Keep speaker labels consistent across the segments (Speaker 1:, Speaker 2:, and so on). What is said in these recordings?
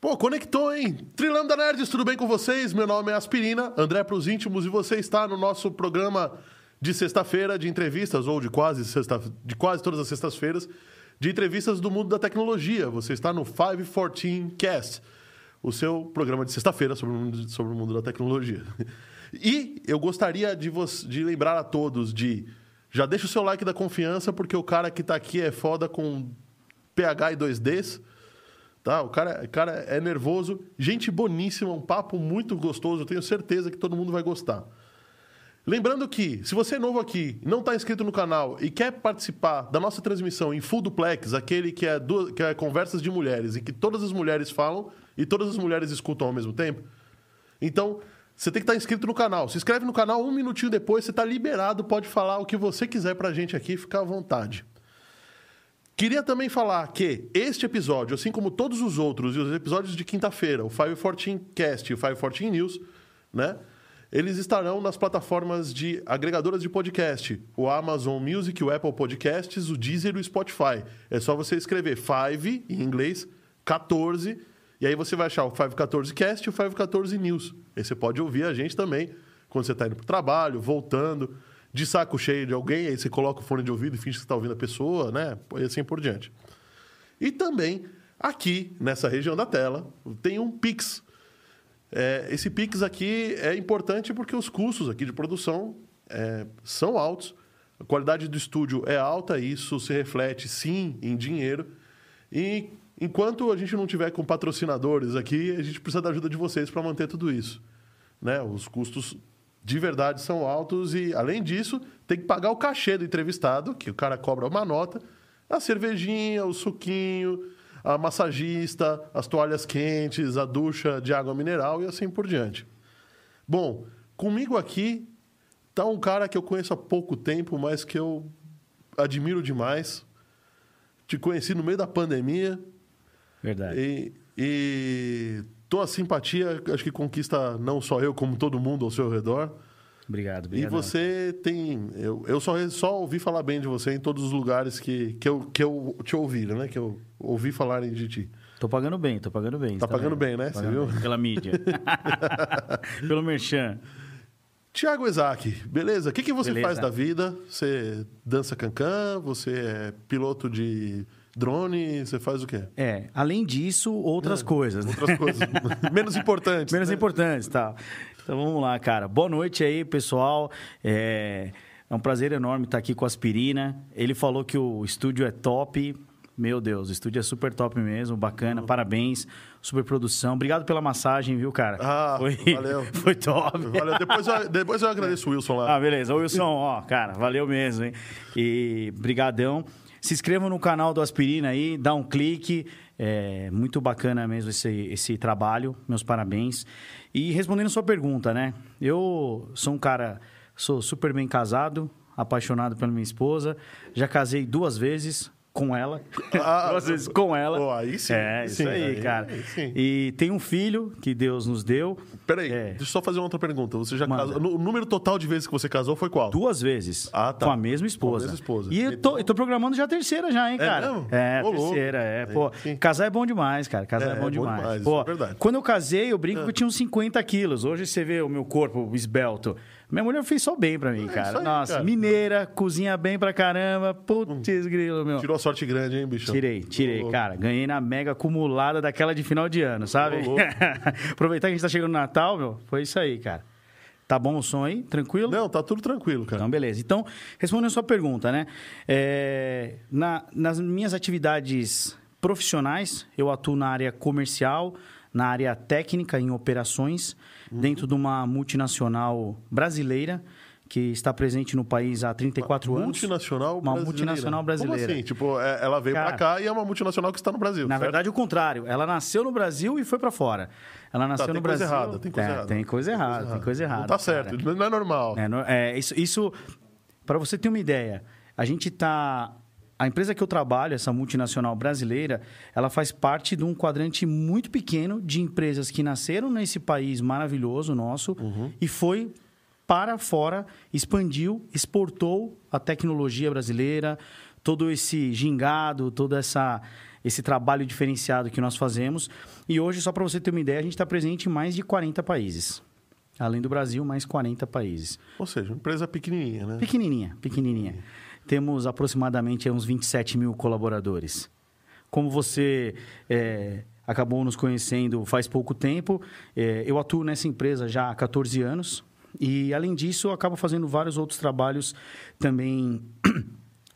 Speaker 1: Pô, conectou, hein? Trilanda Nerds, tudo bem com vocês? Meu nome é Aspirina, André pros íntimos, e você está no nosso programa de sexta-feira de entrevistas, ou de quase, sexta, de quase todas as sextas-feiras, de entrevistas do mundo da tecnologia. Você está no 514 Cast, o seu programa de sexta-feira sobre, o mundo- sobre o mundo da tecnologia. E eu gostaria de, vos- de lembrar a todos de... Já deixa o seu like da confiança, porque o cara que tá aqui é foda com PH e 2Ds. Tá? O cara, o cara é nervoso, gente boníssima, um papo muito gostoso, eu tenho certeza que todo mundo vai gostar. Lembrando que, se você é novo aqui, não está inscrito no canal e quer participar da nossa transmissão em full duplex, aquele que é, duas- que é conversas de mulheres, em que todas as mulheres falam e todas as mulheres escutam ao mesmo tempo, então você tem que estar inscrito no canal. Se inscreve no canal, um minutinho depois você está liberado, pode falar o que você quiser para a gente aqui, fica à vontade. Queria também falar que este episódio, assim como todos os outros e os episódios de quinta-feira, o 514 Cast e o 514 News, né? Eles estarão nas plataformas de agregadoras de podcast, o Amazon Music, o Apple Podcasts, o Deezer e o Spotify. É só você escrever 5 em inglês, 14, e aí você vai achar o 514 Cast e o 514 News. Aí você pode ouvir a gente também quando você está indo para o trabalho, voltando, de saco cheio de alguém, aí você coloca o fone de ouvido e finge que está ouvindo a pessoa, né? E assim por diante. E também, aqui, nessa região da tela, tem um Pix. É, esse Pix aqui é importante porque os custos aqui de produção é, são altos, a qualidade do estúdio é alta, e isso se reflete, sim, em dinheiro. E enquanto a gente não tiver com patrocinadores aqui, a gente precisa da ajuda de vocês para manter tudo isso. Né? Os custos de verdade são altos e, além disso, tem que pagar o cachê do entrevistado, que o cara cobra uma nota, a cervejinha, o suquinho, a massagista, as toalhas quentes, a ducha de água mineral e assim por diante. Bom, comigo aqui tá um cara que eu conheço há pouco tempo, mas que eu admiro demais. Te conheci no meio da pandemia
Speaker 2: Verdade.
Speaker 1: e, e tua simpatia acho que conquista não só eu, como todo mundo ao seu redor.
Speaker 2: Obrigado,
Speaker 1: E
Speaker 2: obrigado.
Speaker 1: você tem. Eu, eu só, só ouvi falar bem de você em todos os lugares que, que, eu, que eu te ouvi, né? Que eu ouvi falarem de ti.
Speaker 2: Tô pagando bem, tô pagando bem.
Speaker 1: Tá pagando bem, né? Você viu?
Speaker 2: bem, Pela mídia. Pelo merchan.
Speaker 1: Tiago Isaac, beleza? O que, que você
Speaker 2: Beleza.
Speaker 1: faz da vida? Você dança cancan? Você é piloto de drone? Você faz o quê?
Speaker 2: É, além disso, outras coisas. né?
Speaker 1: É, Outras coisas menos importantes.
Speaker 2: Menos
Speaker 1: né?
Speaker 2: importantes, tá. Então vamos lá, cara. Boa noite aí, pessoal. É, é um prazer enorme estar aqui com a Aspirina. Ele falou que o estúdio é top. Meu Deus, o estúdio é super top mesmo, bacana,
Speaker 1: Uhum.
Speaker 2: parabéns, super produção. Obrigado pela massagem, viu, cara?
Speaker 1: Ah, valeu.
Speaker 2: Foi top.
Speaker 1: Olha, depois eu, depois eu agradeço o Wilson lá.
Speaker 2: Ah, beleza. Ô, Wilson, ó, cara, valeu mesmo, hein? E brigadão. Se inscreva no canal do Aspirina aí, dá um clique. É muito bacana mesmo esse, esse trabalho. Meus parabéns. E respondendo sua pergunta, né? Eu sou um cara, sou super bem casado, apaixonado pela minha esposa. Já casei duas vezes com ela.
Speaker 1: Ah,
Speaker 2: duas vezes com ela.
Speaker 1: pô, aí sim,
Speaker 2: É,
Speaker 1: aí
Speaker 2: isso
Speaker 1: sim,
Speaker 2: aí,
Speaker 1: aí
Speaker 2: cara.
Speaker 1: sim.
Speaker 2: E tem um filho que Deus nos deu.
Speaker 1: Peraí,
Speaker 2: É.
Speaker 1: deixa eu só fazer uma outra pergunta. Você já
Speaker 2: Manda.
Speaker 1: casou. no- O número total de vezes que você casou foi qual?
Speaker 2: Duas vezes.
Speaker 1: Ah, tá.
Speaker 2: Com a mesma esposa.
Speaker 1: Com a mesma esposa. Então-
Speaker 2: E eu tô, eu tô programando já a terceira já, hein,
Speaker 1: É
Speaker 2: cara?
Speaker 1: mesmo?
Speaker 2: É, a
Speaker 1: Ô, louco.
Speaker 2: terceira, é. Pô,
Speaker 1: Sim.
Speaker 2: casar é bom demais, cara. Casar
Speaker 1: É,
Speaker 2: é,
Speaker 1: é bom
Speaker 2: bom demais.
Speaker 1: demais,
Speaker 2: Pô,
Speaker 1: isso é verdade. É.
Speaker 2: Quando eu casei, eu brinco que eu tinha uns 50 quilos. Hoje você vê o meu corpo esbelto. Minha mulher fez só bem pra mim,
Speaker 1: É isso
Speaker 2: cara.
Speaker 1: aí,
Speaker 2: Nossa,
Speaker 1: cara. Hum.
Speaker 2: mineira, cozinha bem pra caramba. Putz, grilo, meu.
Speaker 1: Tirou a sorte grande, hein, bichão?
Speaker 2: Tirei, tirei,
Speaker 1: Ô,
Speaker 2: cara. Ganhei na mega acumulada daquela de final de ano, sabe?
Speaker 1: Ô, louco.
Speaker 2: Aproveitar que a gente tá chegando no Natal, meu. Foi isso aí, cara. Tá bom o som aí? Tranquilo?
Speaker 1: Não, tá tudo tranquilo, cara.
Speaker 2: Então, beleza. Então, respondendo a sua pergunta, né? É, na- nas minhas atividades profissionais, eu atuo na área comercial, na área técnica, em operações,
Speaker 1: Uhum.
Speaker 2: dentro de uma multinacional brasileira que está presente no país há 34 anos.
Speaker 1: multinacional
Speaker 2: Uma
Speaker 1: brasileira.
Speaker 2: multinacional brasileira.
Speaker 1: Como assim? Tipo, é- ela veio
Speaker 2: Cara,
Speaker 1: pra cá e é uma multinacional que está no Brasil.
Speaker 2: Na
Speaker 1: certo?
Speaker 2: verdade, o contrário. Ela nasceu no Brasil e foi pra fora. Ela nasceu
Speaker 1: Tá, tem
Speaker 2: no
Speaker 1: coisa
Speaker 2: Brasil.
Speaker 1: errada, tem coisa
Speaker 2: É,
Speaker 1: errada.
Speaker 2: Tem coisa errada, tem coisa errada.
Speaker 1: Não tá
Speaker 2: cara.
Speaker 1: certo, não é normal.
Speaker 2: É, no- é, isso, isso para você ter uma ideia, a gente tá a empresa que eu trabalho, essa multinacional brasileira, ela faz parte de um quadrante muito pequeno de empresas que nasceram nesse país maravilhoso nosso e foi para fora, expandiu, exportou a tecnologia brasileira, todo esse gingado, todo essa, esse trabalho diferenciado que nós fazemos. E hoje, só para você ter uma ideia, a gente está presente em mais de 40 países. Além do Brasil, mais 40 países.
Speaker 1: Ou seja, uma empresa pequenininha, né?
Speaker 2: Pequenininha, pequenininha. Temos aproximadamente uns 27 mil colaboradores. Como você é, acabou nos conhecendo faz pouco tempo, é, eu atuo nessa empresa já há 14 anos. E, além disso, eu acabo fazendo vários outros trabalhos também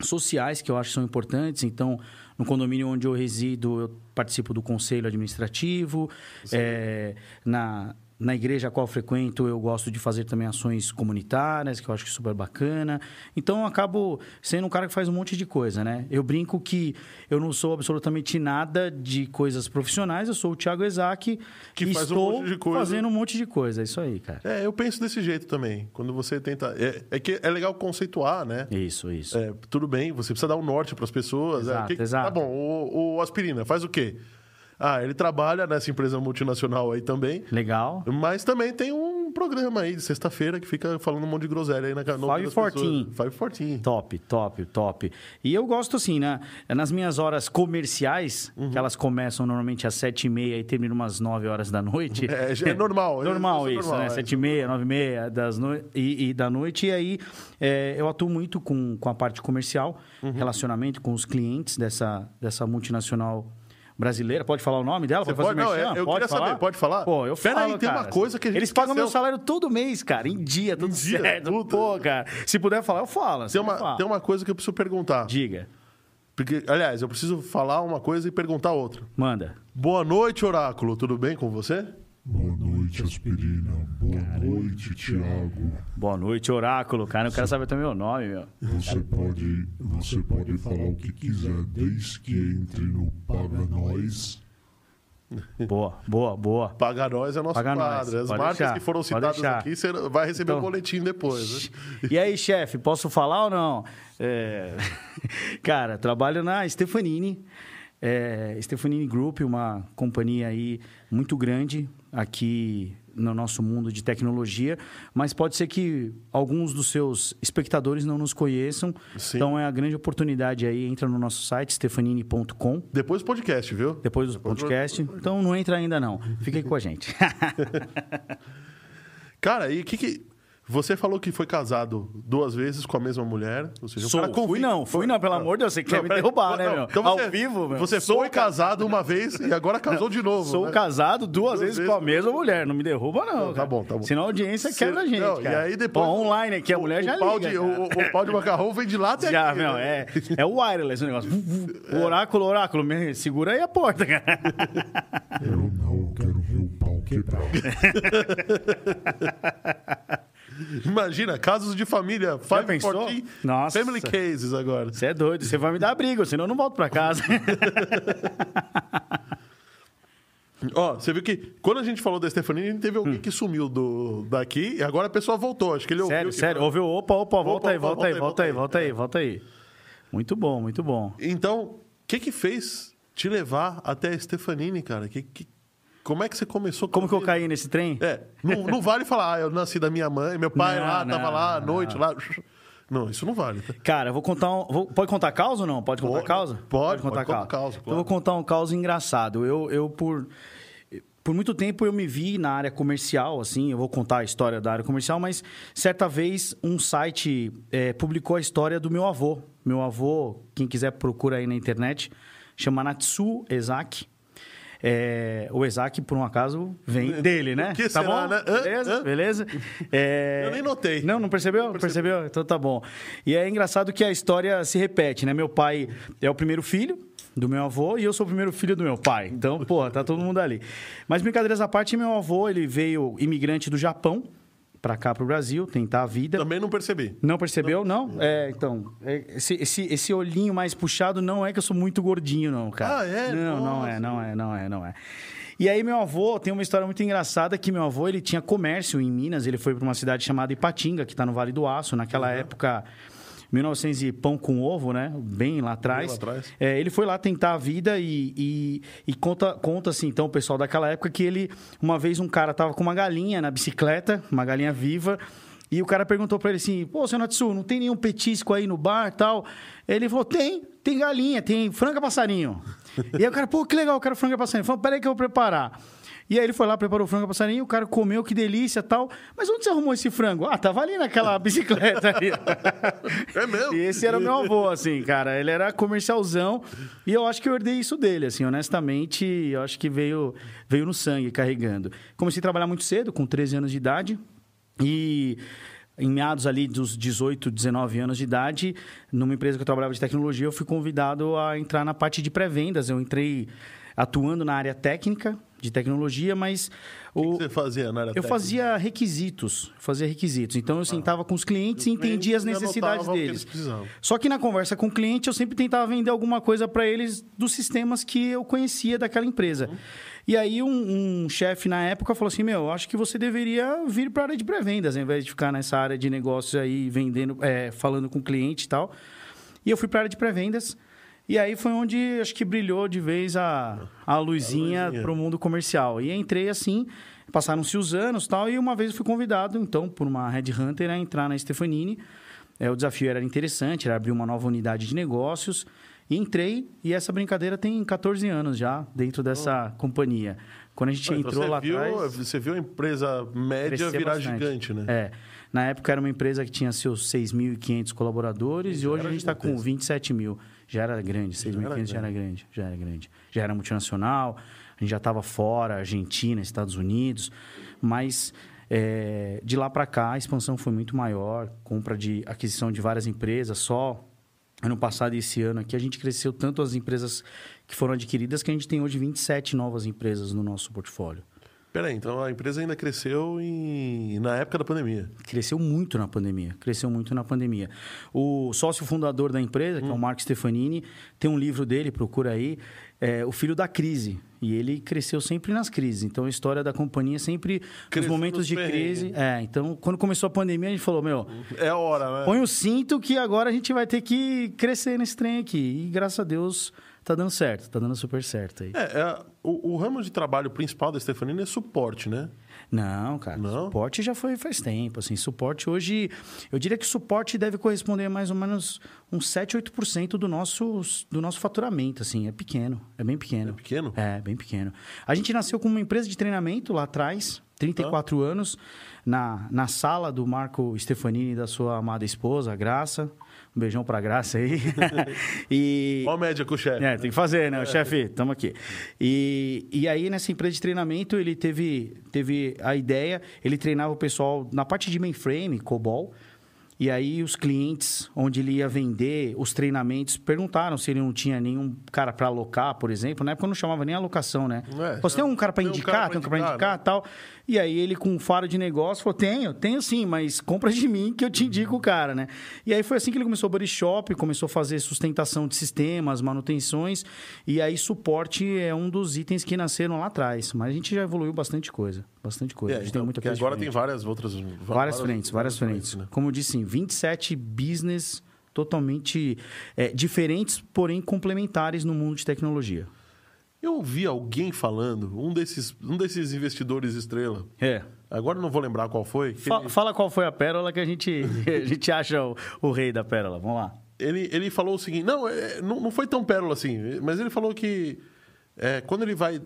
Speaker 2: sociais que eu acho que são importantes. Então, no condomínio onde eu resido, eu participo do conselho administrativo. É, na, na igreja a qual eu frequento, eu gosto de fazer também ações comunitárias, que eu acho que é super bacana. Então, eu acabo sendo um cara que faz um monte de coisa, né? Eu brinco que eu não sou absolutamente nada de coisas profissionais, eu sou o Thiago Isaac
Speaker 1: Que
Speaker 2: e
Speaker 1: faz um
Speaker 2: estou
Speaker 1: monte de coisa.
Speaker 2: fazendo um monte de coisa. É isso aí, cara.
Speaker 1: É, eu penso desse jeito também. Quando você tenta. É, é que é legal conceituar, né?
Speaker 2: Isso, isso.
Speaker 1: É, tudo bem, você precisa dar um norte para as pessoas. é,
Speaker 2: Exato,
Speaker 1: que-
Speaker 2: exato.
Speaker 1: Tá bom, o, o aspirina faz o quê? Ah, ele trabalha nessa empresa multinacional aí também,
Speaker 2: Legal.
Speaker 1: mas também tem um programa aí de sexta-feira que fica falando um monte de groselha aí na no ouvido
Speaker 2: Five
Speaker 1: das
Speaker 2: Fortin.
Speaker 1: pessoas. Five Fortin.
Speaker 2: Top, top, top. E eu gosto assim, né? Nas minhas horas comerciais,
Speaker 1: Uhum.
Speaker 2: que elas começam normalmente às 7h30 e terminam umas 9 horas da noite.
Speaker 1: É, já é normal, é
Speaker 2: normal
Speaker 1: isso,
Speaker 2: isso,
Speaker 1: normal,
Speaker 2: né?
Speaker 1: é.
Speaker 2: 7h30, 9h30 das noi- e, e da noite. E aí é, eu atuo muito com, com a parte comercial,
Speaker 1: Uhum.
Speaker 2: relacionamento com os clientes dessa, dessa multinacional brasileira. Pode falar o nome dela?
Speaker 1: Você
Speaker 2: Pode, fazer
Speaker 1: pode? Não,
Speaker 2: merchan?
Speaker 1: é, eu
Speaker 2: pode
Speaker 1: queria
Speaker 2: falar?
Speaker 1: saber, pode falar?
Speaker 2: Pô, eu
Speaker 1: Pera
Speaker 2: falo,
Speaker 1: aí, tem uma
Speaker 2: cara.
Speaker 1: coisa que a gente
Speaker 2: Eles pagam
Speaker 1: esqueceu.
Speaker 2: meu salário todo mês, cara. Em dia, tudo
Speaker 1: dia,
Speaker 2: certo.
Speaker 1: puta.
Speaker 2: Pô, cara. Se puder falar, eu falo. se
Speaker 1: Tem
Speaker 2: não
Speaker 1: uma,
Speaker 2: falar.
Speaker 1: tem uma coisa que eu preciso perguntar.
Speaker 2: Diga.
Speaker 1: Porque, aliás, eu preciso falar uma coisa e perguntar outra.
Speaker 2: Manda.
Speaker 1: Boa noite, Oráculo. Tudo bem com você?
Speaker 3: Boa noite, Aspirina. Boa noite, Tiago.
Speaker 2: Boa noite, oráculo. Cara, eu quero saber também o nome, meu.
Speaker 3: Você pode, você pode falar o que quiser, desde que entre no Paga Nós.
Speaker 2: Boa, boa, boa.
Speaker 1: Paga nós é nosso
Speaker 2: Paga Nós,
Speaker 1: quadro. As
Speaker 2: pode
Speaker 1: marcas
Speaker 2: deixar,
Speaker 1: que foram
Speaker 2: pode
Speaker 1: citadas
Speaker 2: deixar.
Speaker 1: aqui, você vai receber o
Speaker 2: Então-
Speaker 1: boletim depois. Né?
Speaker 2: E aí, chefe, posso falar ou não? É, Cara, trabalho na Stefanini. é, Stefanini Group, uma companhia aí muito grande aqui no nosso mundo de tecnologia, mas pode ser que alguns dos seus espectadores não nos conheçam.
Speaker 1: Sim.
Speaker 2: Então é a grande oportunidade aí, entra no nosso site stefanini.com.
Speaker 1: Depois do podcast, viu?
Speaker 2: Depois do podcast. Então não entra ainda não. Fica aí com a gente.
Speaker 1: Cara, e o que, que. Você falou que foi casado duas vezes com a mesma mulher. Ou seja, um
Speaker 2: Sou.
Speaker 1: cara convicto.
Speaker 2: Fui não, fui não, pelo amor de Deus, você quer me
Speaker 1: peraí.
Speaker 2: derrubar, né,
Speaker 1: Não,
Speaker 2: meu?
Speaker 1: então
Speaker 2: Ao
Speaker 1: você-
Speaker 2: vivo, meu.
Speaker 1: Você foi casado uma vez e agora casou de novo.
Speaker 2: Sou
Speaker 1: né?
Speaker 2: casado duas, vezes,
Speaker 1: vezes.
Speaker 2: com a mesma mulher. Não me derruba, não.
Speaker 1: tá
Speaker 2: cara.
Speaker 1: bom, tá bom.
Speaker 2: Senão a audiência
Speaker 1: Você-
Speaker 2: quebra a gente.
Speaker 1: não,
Speaker 2: cara.
Speaker 1: E aí depois.
Speaker 2: Ó, online aqui, a mulher
Speaker 1: o
Speaker 2: já
Speaker 1: pau
Speaker 2: liga.
Speaker 1: de,
Speaker 2: cara.
Speaker 1: o, o- o pau de macarrão vem de lá até
Speaker 2: Já,
Speaker 1: aqui,
Speaker 2: não,
Speaker 1: né?
Speaker 2: é, é o wireless o negócio. O
Speaker 1: É.
Speaker 2: oráculo, oráculo, me segura aí a porta, cara.
Speaker 3: Eu não quero ver o pau quebrar.
Speaker 1: Imagina, casos de família. Five
Speaker 2: pensou?
Speaker 1: Fortin,
Speaker 2: Nossa.
Speaker 1: Family cases agora.
Speaker 2: Você é doido, você vai me dar briga, senão eu não volto pra casa.
Speaker 1: Ó, você viu que quando a gente falou da Stefanini, teve alguém
Speaker 2: Hum.
Speaker 1: que sumiu do, daqui e agora a pessoa voltou. Acho que ele ouviu.
Speaker 2: sério,
Speaker 1: que-
Speaker 2: sério. Ouviu, opa, opa, volta aí,
Speaker 1: opa,
Speaker 2: volta aí, volta aí, volta aí, volta aí. Muito bom, muito bom.
Speaker 1: Então, o que que fez te levar até a Stefanini, cara? Que, que- como é que você começou? com
Speaker 2: Como que eu
Speaker 1: isso?
Speaker 2: caí nesse trem?
Speaker 1: É, não, não vale falar, ah, eu nasci da minha mãe, meu pai
Speaker 2: Não,
Speaker 1: lá, tava
Speaker 2: não,
Speaker 1: lá à
Speaker 2: não.
Speaker 1: noite lá. Não, isso não vale. tá?
Speaker 2: Cara, eu vou contar um. vou- pode contar caos ou não? Pode contar
Speaker 1: Pode,
Speaker 2: caos?
Speaker 1: pode, pode contar caos,
Speaker 2: Eu
Speaker 1: claro.
Speaker 2: vou contar um caos engraçado. Eu, eu por. Por muito tempo eu me vi na área comercial, assim, eu vou contar a história da área comercial, mas certa vez um site eh, publicou a história do meu avô. Meu avô, quem quiser procura aí na internet, chama Natsu Ezaki. Eh, o Ezaki, por um acaso, vem dele, né?
Speaker 1: É, que
Speaker 2: tá
Speaker 1: será,
Speaker 2: bom?
Speaker 1: né? Hã?
Speaker 2: Beleza?
Speaker 1: Hã?
Speaker 2: Beleza? Eh,
Speaker 1: Eu nem notei.
Speaker 2: Não, não percebeu? Não percebeu? Então tá bom. E é engraçado que a história se repete, né? Meu pai é o primeiro filho do meu avô e eu sou o primeiro filho do meu pai. Então, porra, tá todo mundo ali. Mas brincadeiras à parte, meu avô, ele veio imigrante do Japão pra cá, pro Brasil, tentar a vida.
Speaker 1: Também não percebi.
Speaker 2: Não percebeu? Não? É, então, é, esse, esse, esse olhinho mais puxado não é que eu sou muito gordinho, não, cara.
Speaker 1: Ah, é?
Speaker 2: Não, não
Speaker 1: Nossa.
Speaker 2: é, não é, não é, não é. E aí meu avô, tem uma história muito engraçada que meu avô, ele tinha comércio em Minas, ele foi para uma cidade chamada Ipatinga, que está no Vale do Aço, naquela época... 1900 e pão com ovo, né? Bem lá atrás.
Speaker 1: lá atrás.
Speaker 2: É, ele foi lá tentar a vida e, e- e conta, conta-se então o pessoal daquela época que ele, uma vez um cara tava com uma galinha na bicicleta, uma galinha viva, E o cara perguntou pra ele assim: pô, seu Natsu, não tem nenhum petisco aí no bar e tal? Ele falou: tem, tem galinha, tem franga passarinho. e aí o cara, pô, que legal, eu quero franga passarinho. Ele falou: peraí que eu vou preparar. E aí ele foi lá, preparou o frango passarinho, o cara comeu, que delícia tal. Mas onde você arrumou esse frango? Ah, tava ali naquela bicicleta ali.
Speaker 1: É mesmo?
Speaker 2: E esse era o meu avô, assim, cara. Ele era comercialzão. E eu acho que eu herdei isso dele, assim, honestamente. Eu acho que veio, veio no sangue, carregando. Comecei a trabalhar muito cedo, com 13 anos de idade. E em meados ali dos 18, 19 anos de idade, numa empresa que eu trabalhava de tecnologia, eu fui convidado a entrar na parte de pré-vendas. Eu entrei atuando na área técnica de tecnologia, mas
Speaker 1: O
Speaker 2: o,
Speaker 1: que você fazia Tá. na área
Speaker 2: eu fazia requisitos, eu fazia requisitos. Então eu sentava com os clientes e entendia as necessidades deles. Só que na conversa com o cliente, eu sempre tentava vender alguma coisa para eles dos sistemas que eu conhecia daquela empresa. E aí, um, um chefe na época falou assim: Meu, acho que você deveria vir para a área de pré-vendas, ao invés de ficar nessa área de negócios aí, vendendo, é, falando com o cliente e tal. E eu fui para a área de pré-vendas. E aí foi onde acho que brilhou de vez a, a luzinha,
Speaker 1: luzinha.
Speaker 2: para o mundo comercial. E entrei assim, passaram-se os anos tal, e uma vez eu fui convidado, então, por uma headhunter a entrar na Stefanini. É, o desafio era interessante, era abrir uma nova unidade de negócios. E entrei, e essa brincadeira tem 14 anos já dentro dessa companhia. Quando a gente entrou
Speaker 1: Então, você
Speaker 2: lá
Speaker 1: viu,
Speaker 2: atrás...
Speaker 1: Você viu a empresa média
Speaker 2: Crescer
Speaker 1: virar
Speaker 2: bastante.
Speaker 1: gigante, né?
Speaker 2: É. Na época era uma empresa que tinha seus 6.500 colaboradores e hoje a gente está com 27 mil. Já era grande, 6.500 já era grande, já era grande. Já era multinacional, a gente já estava fora, Argentina, Estados Unidos, mas é, de lá para cá a expansão foi muito maior, compra de aquisição de várias empresas, só ano passado e esse ano aqui a gente cresceu tanto as empresas que foram adquiridas que a gente tem hoje 27 novas empresas no nosso portfólio.
Speaker 1: Peraí, então a empresa ainda cresceu em... na época da pandemia.
Speaker 2: Cresceu muito na pandemia. Cresceu muito na pandemia. O sócio fundador da empresa,
Speaker 1: Hum.
Speaker 2: que é o Marco Stefanini, tem um livro dele, procura aí, é O Filho da Crise. E ele cresceu sempre nas crises. Então, a história da companhia sempre nos
Speaker 1: Cresceu
Speaker 2: momentos
Speaker 1: nos
Speaker 2: de
Speaker 1: perrengues.
Speaker 2: crise. É, então, quando começou a pandemia, a gente falou, meu,
Speaker 1: É a hora, né?
Speaker 2: põe o cinto que agora a gente vai ter que crescer nesse trem aqui. E, graças a Deus, tá dando certo. Tá dando super certo aí.
Speaker 1: É, é, o, o ramo de trabalho principal da Stefanini é suporte, né?
Speaker 2: Não, cara.
Speaker 1: Não?
Speaker 2: Suporte já foi faz tempo, assim. Suporte hoje... Eu diria que suporte deve corresponder a mais ou menos uns 7, 8% do nosso, do nosso faturamento, assim. É pequeno, é bem pequeno.
Speaker 1: É pequeno?
Speaker 2: É, bem pequeno. A gente nasceu como uma empresa de treinamento lá atrás, 34 anos, na, na sala do Marco Stefanini e da sua amada esposa, a Graça. Um beijão pra Graça aí. e...
Speaker 1: Olha a média com o chefe.
Speaker 2: É, tem que fazer, né? O Chefe, estamos aqui. E, e aí, nessa empresa de treinamento, ele teve, teve a ideia, ele treinava o pessoal na parte de mainframe, COBOL, e aí os clientes, onde ele ia vender os treinamentos, perguntaram se ele não tinha nenhum cara para alocar, por exemplo. Na época não chamava nem alocação, né?
Speaker 1: É,
Speaker 2: Você tem um cara para
Speaker 1: tem um cara
Speaker 2: indicar,
Speaker 1: pra
Speaker 2: tem um cara para
Speaker 1: indicar,
Speaker 2: indicar,
Speaker 1: né?
Speaker 2: tal. E aí ele, com um faro de negócio, falou: tenho, tenho sim, mas compra de mim que eu te indico o cara, né? E aí foi assim que ele começou o Body Shop, começou a fazer sustentação de sistemas, manutenções, e aí suporte é um dos itens que nasceram lá atrás. Mas a gente já evoluiu bastante coisa. Bastante coisa.
Speaker 1: É,
Speaker 2: a gente
Speaker 1: então,
Speaker 2: tem muita
Speaker 1: porque
Speaker 2: coisa.
Speaker 1: agora tem
Speaker 2: diferente.
Speaker 1: várias outras... va-
Speaker 2: várias, frentes, várias frentes.
Speaker 1: né?
Speaker 2: Como eu disse, sim, 27 business totalmente é, diferentes, porém complementares no mundo de tecnologia.
Speaker 1: Eu ouvi alguém falando, um desses, um desses investidores estrela,
Speaker 2: É.
Speaker 1: agora eu não vou lembrar qual foi, que
Speaker 2: Fala, fala qual foi a pérola que a gente, a gente acha o, o rei da pérola. Vamos lá.
Speaker 1: ele, ele falou o seguinte: não, é, não, não foi tão pérola assim, mas ele falou que é, quando ele vai,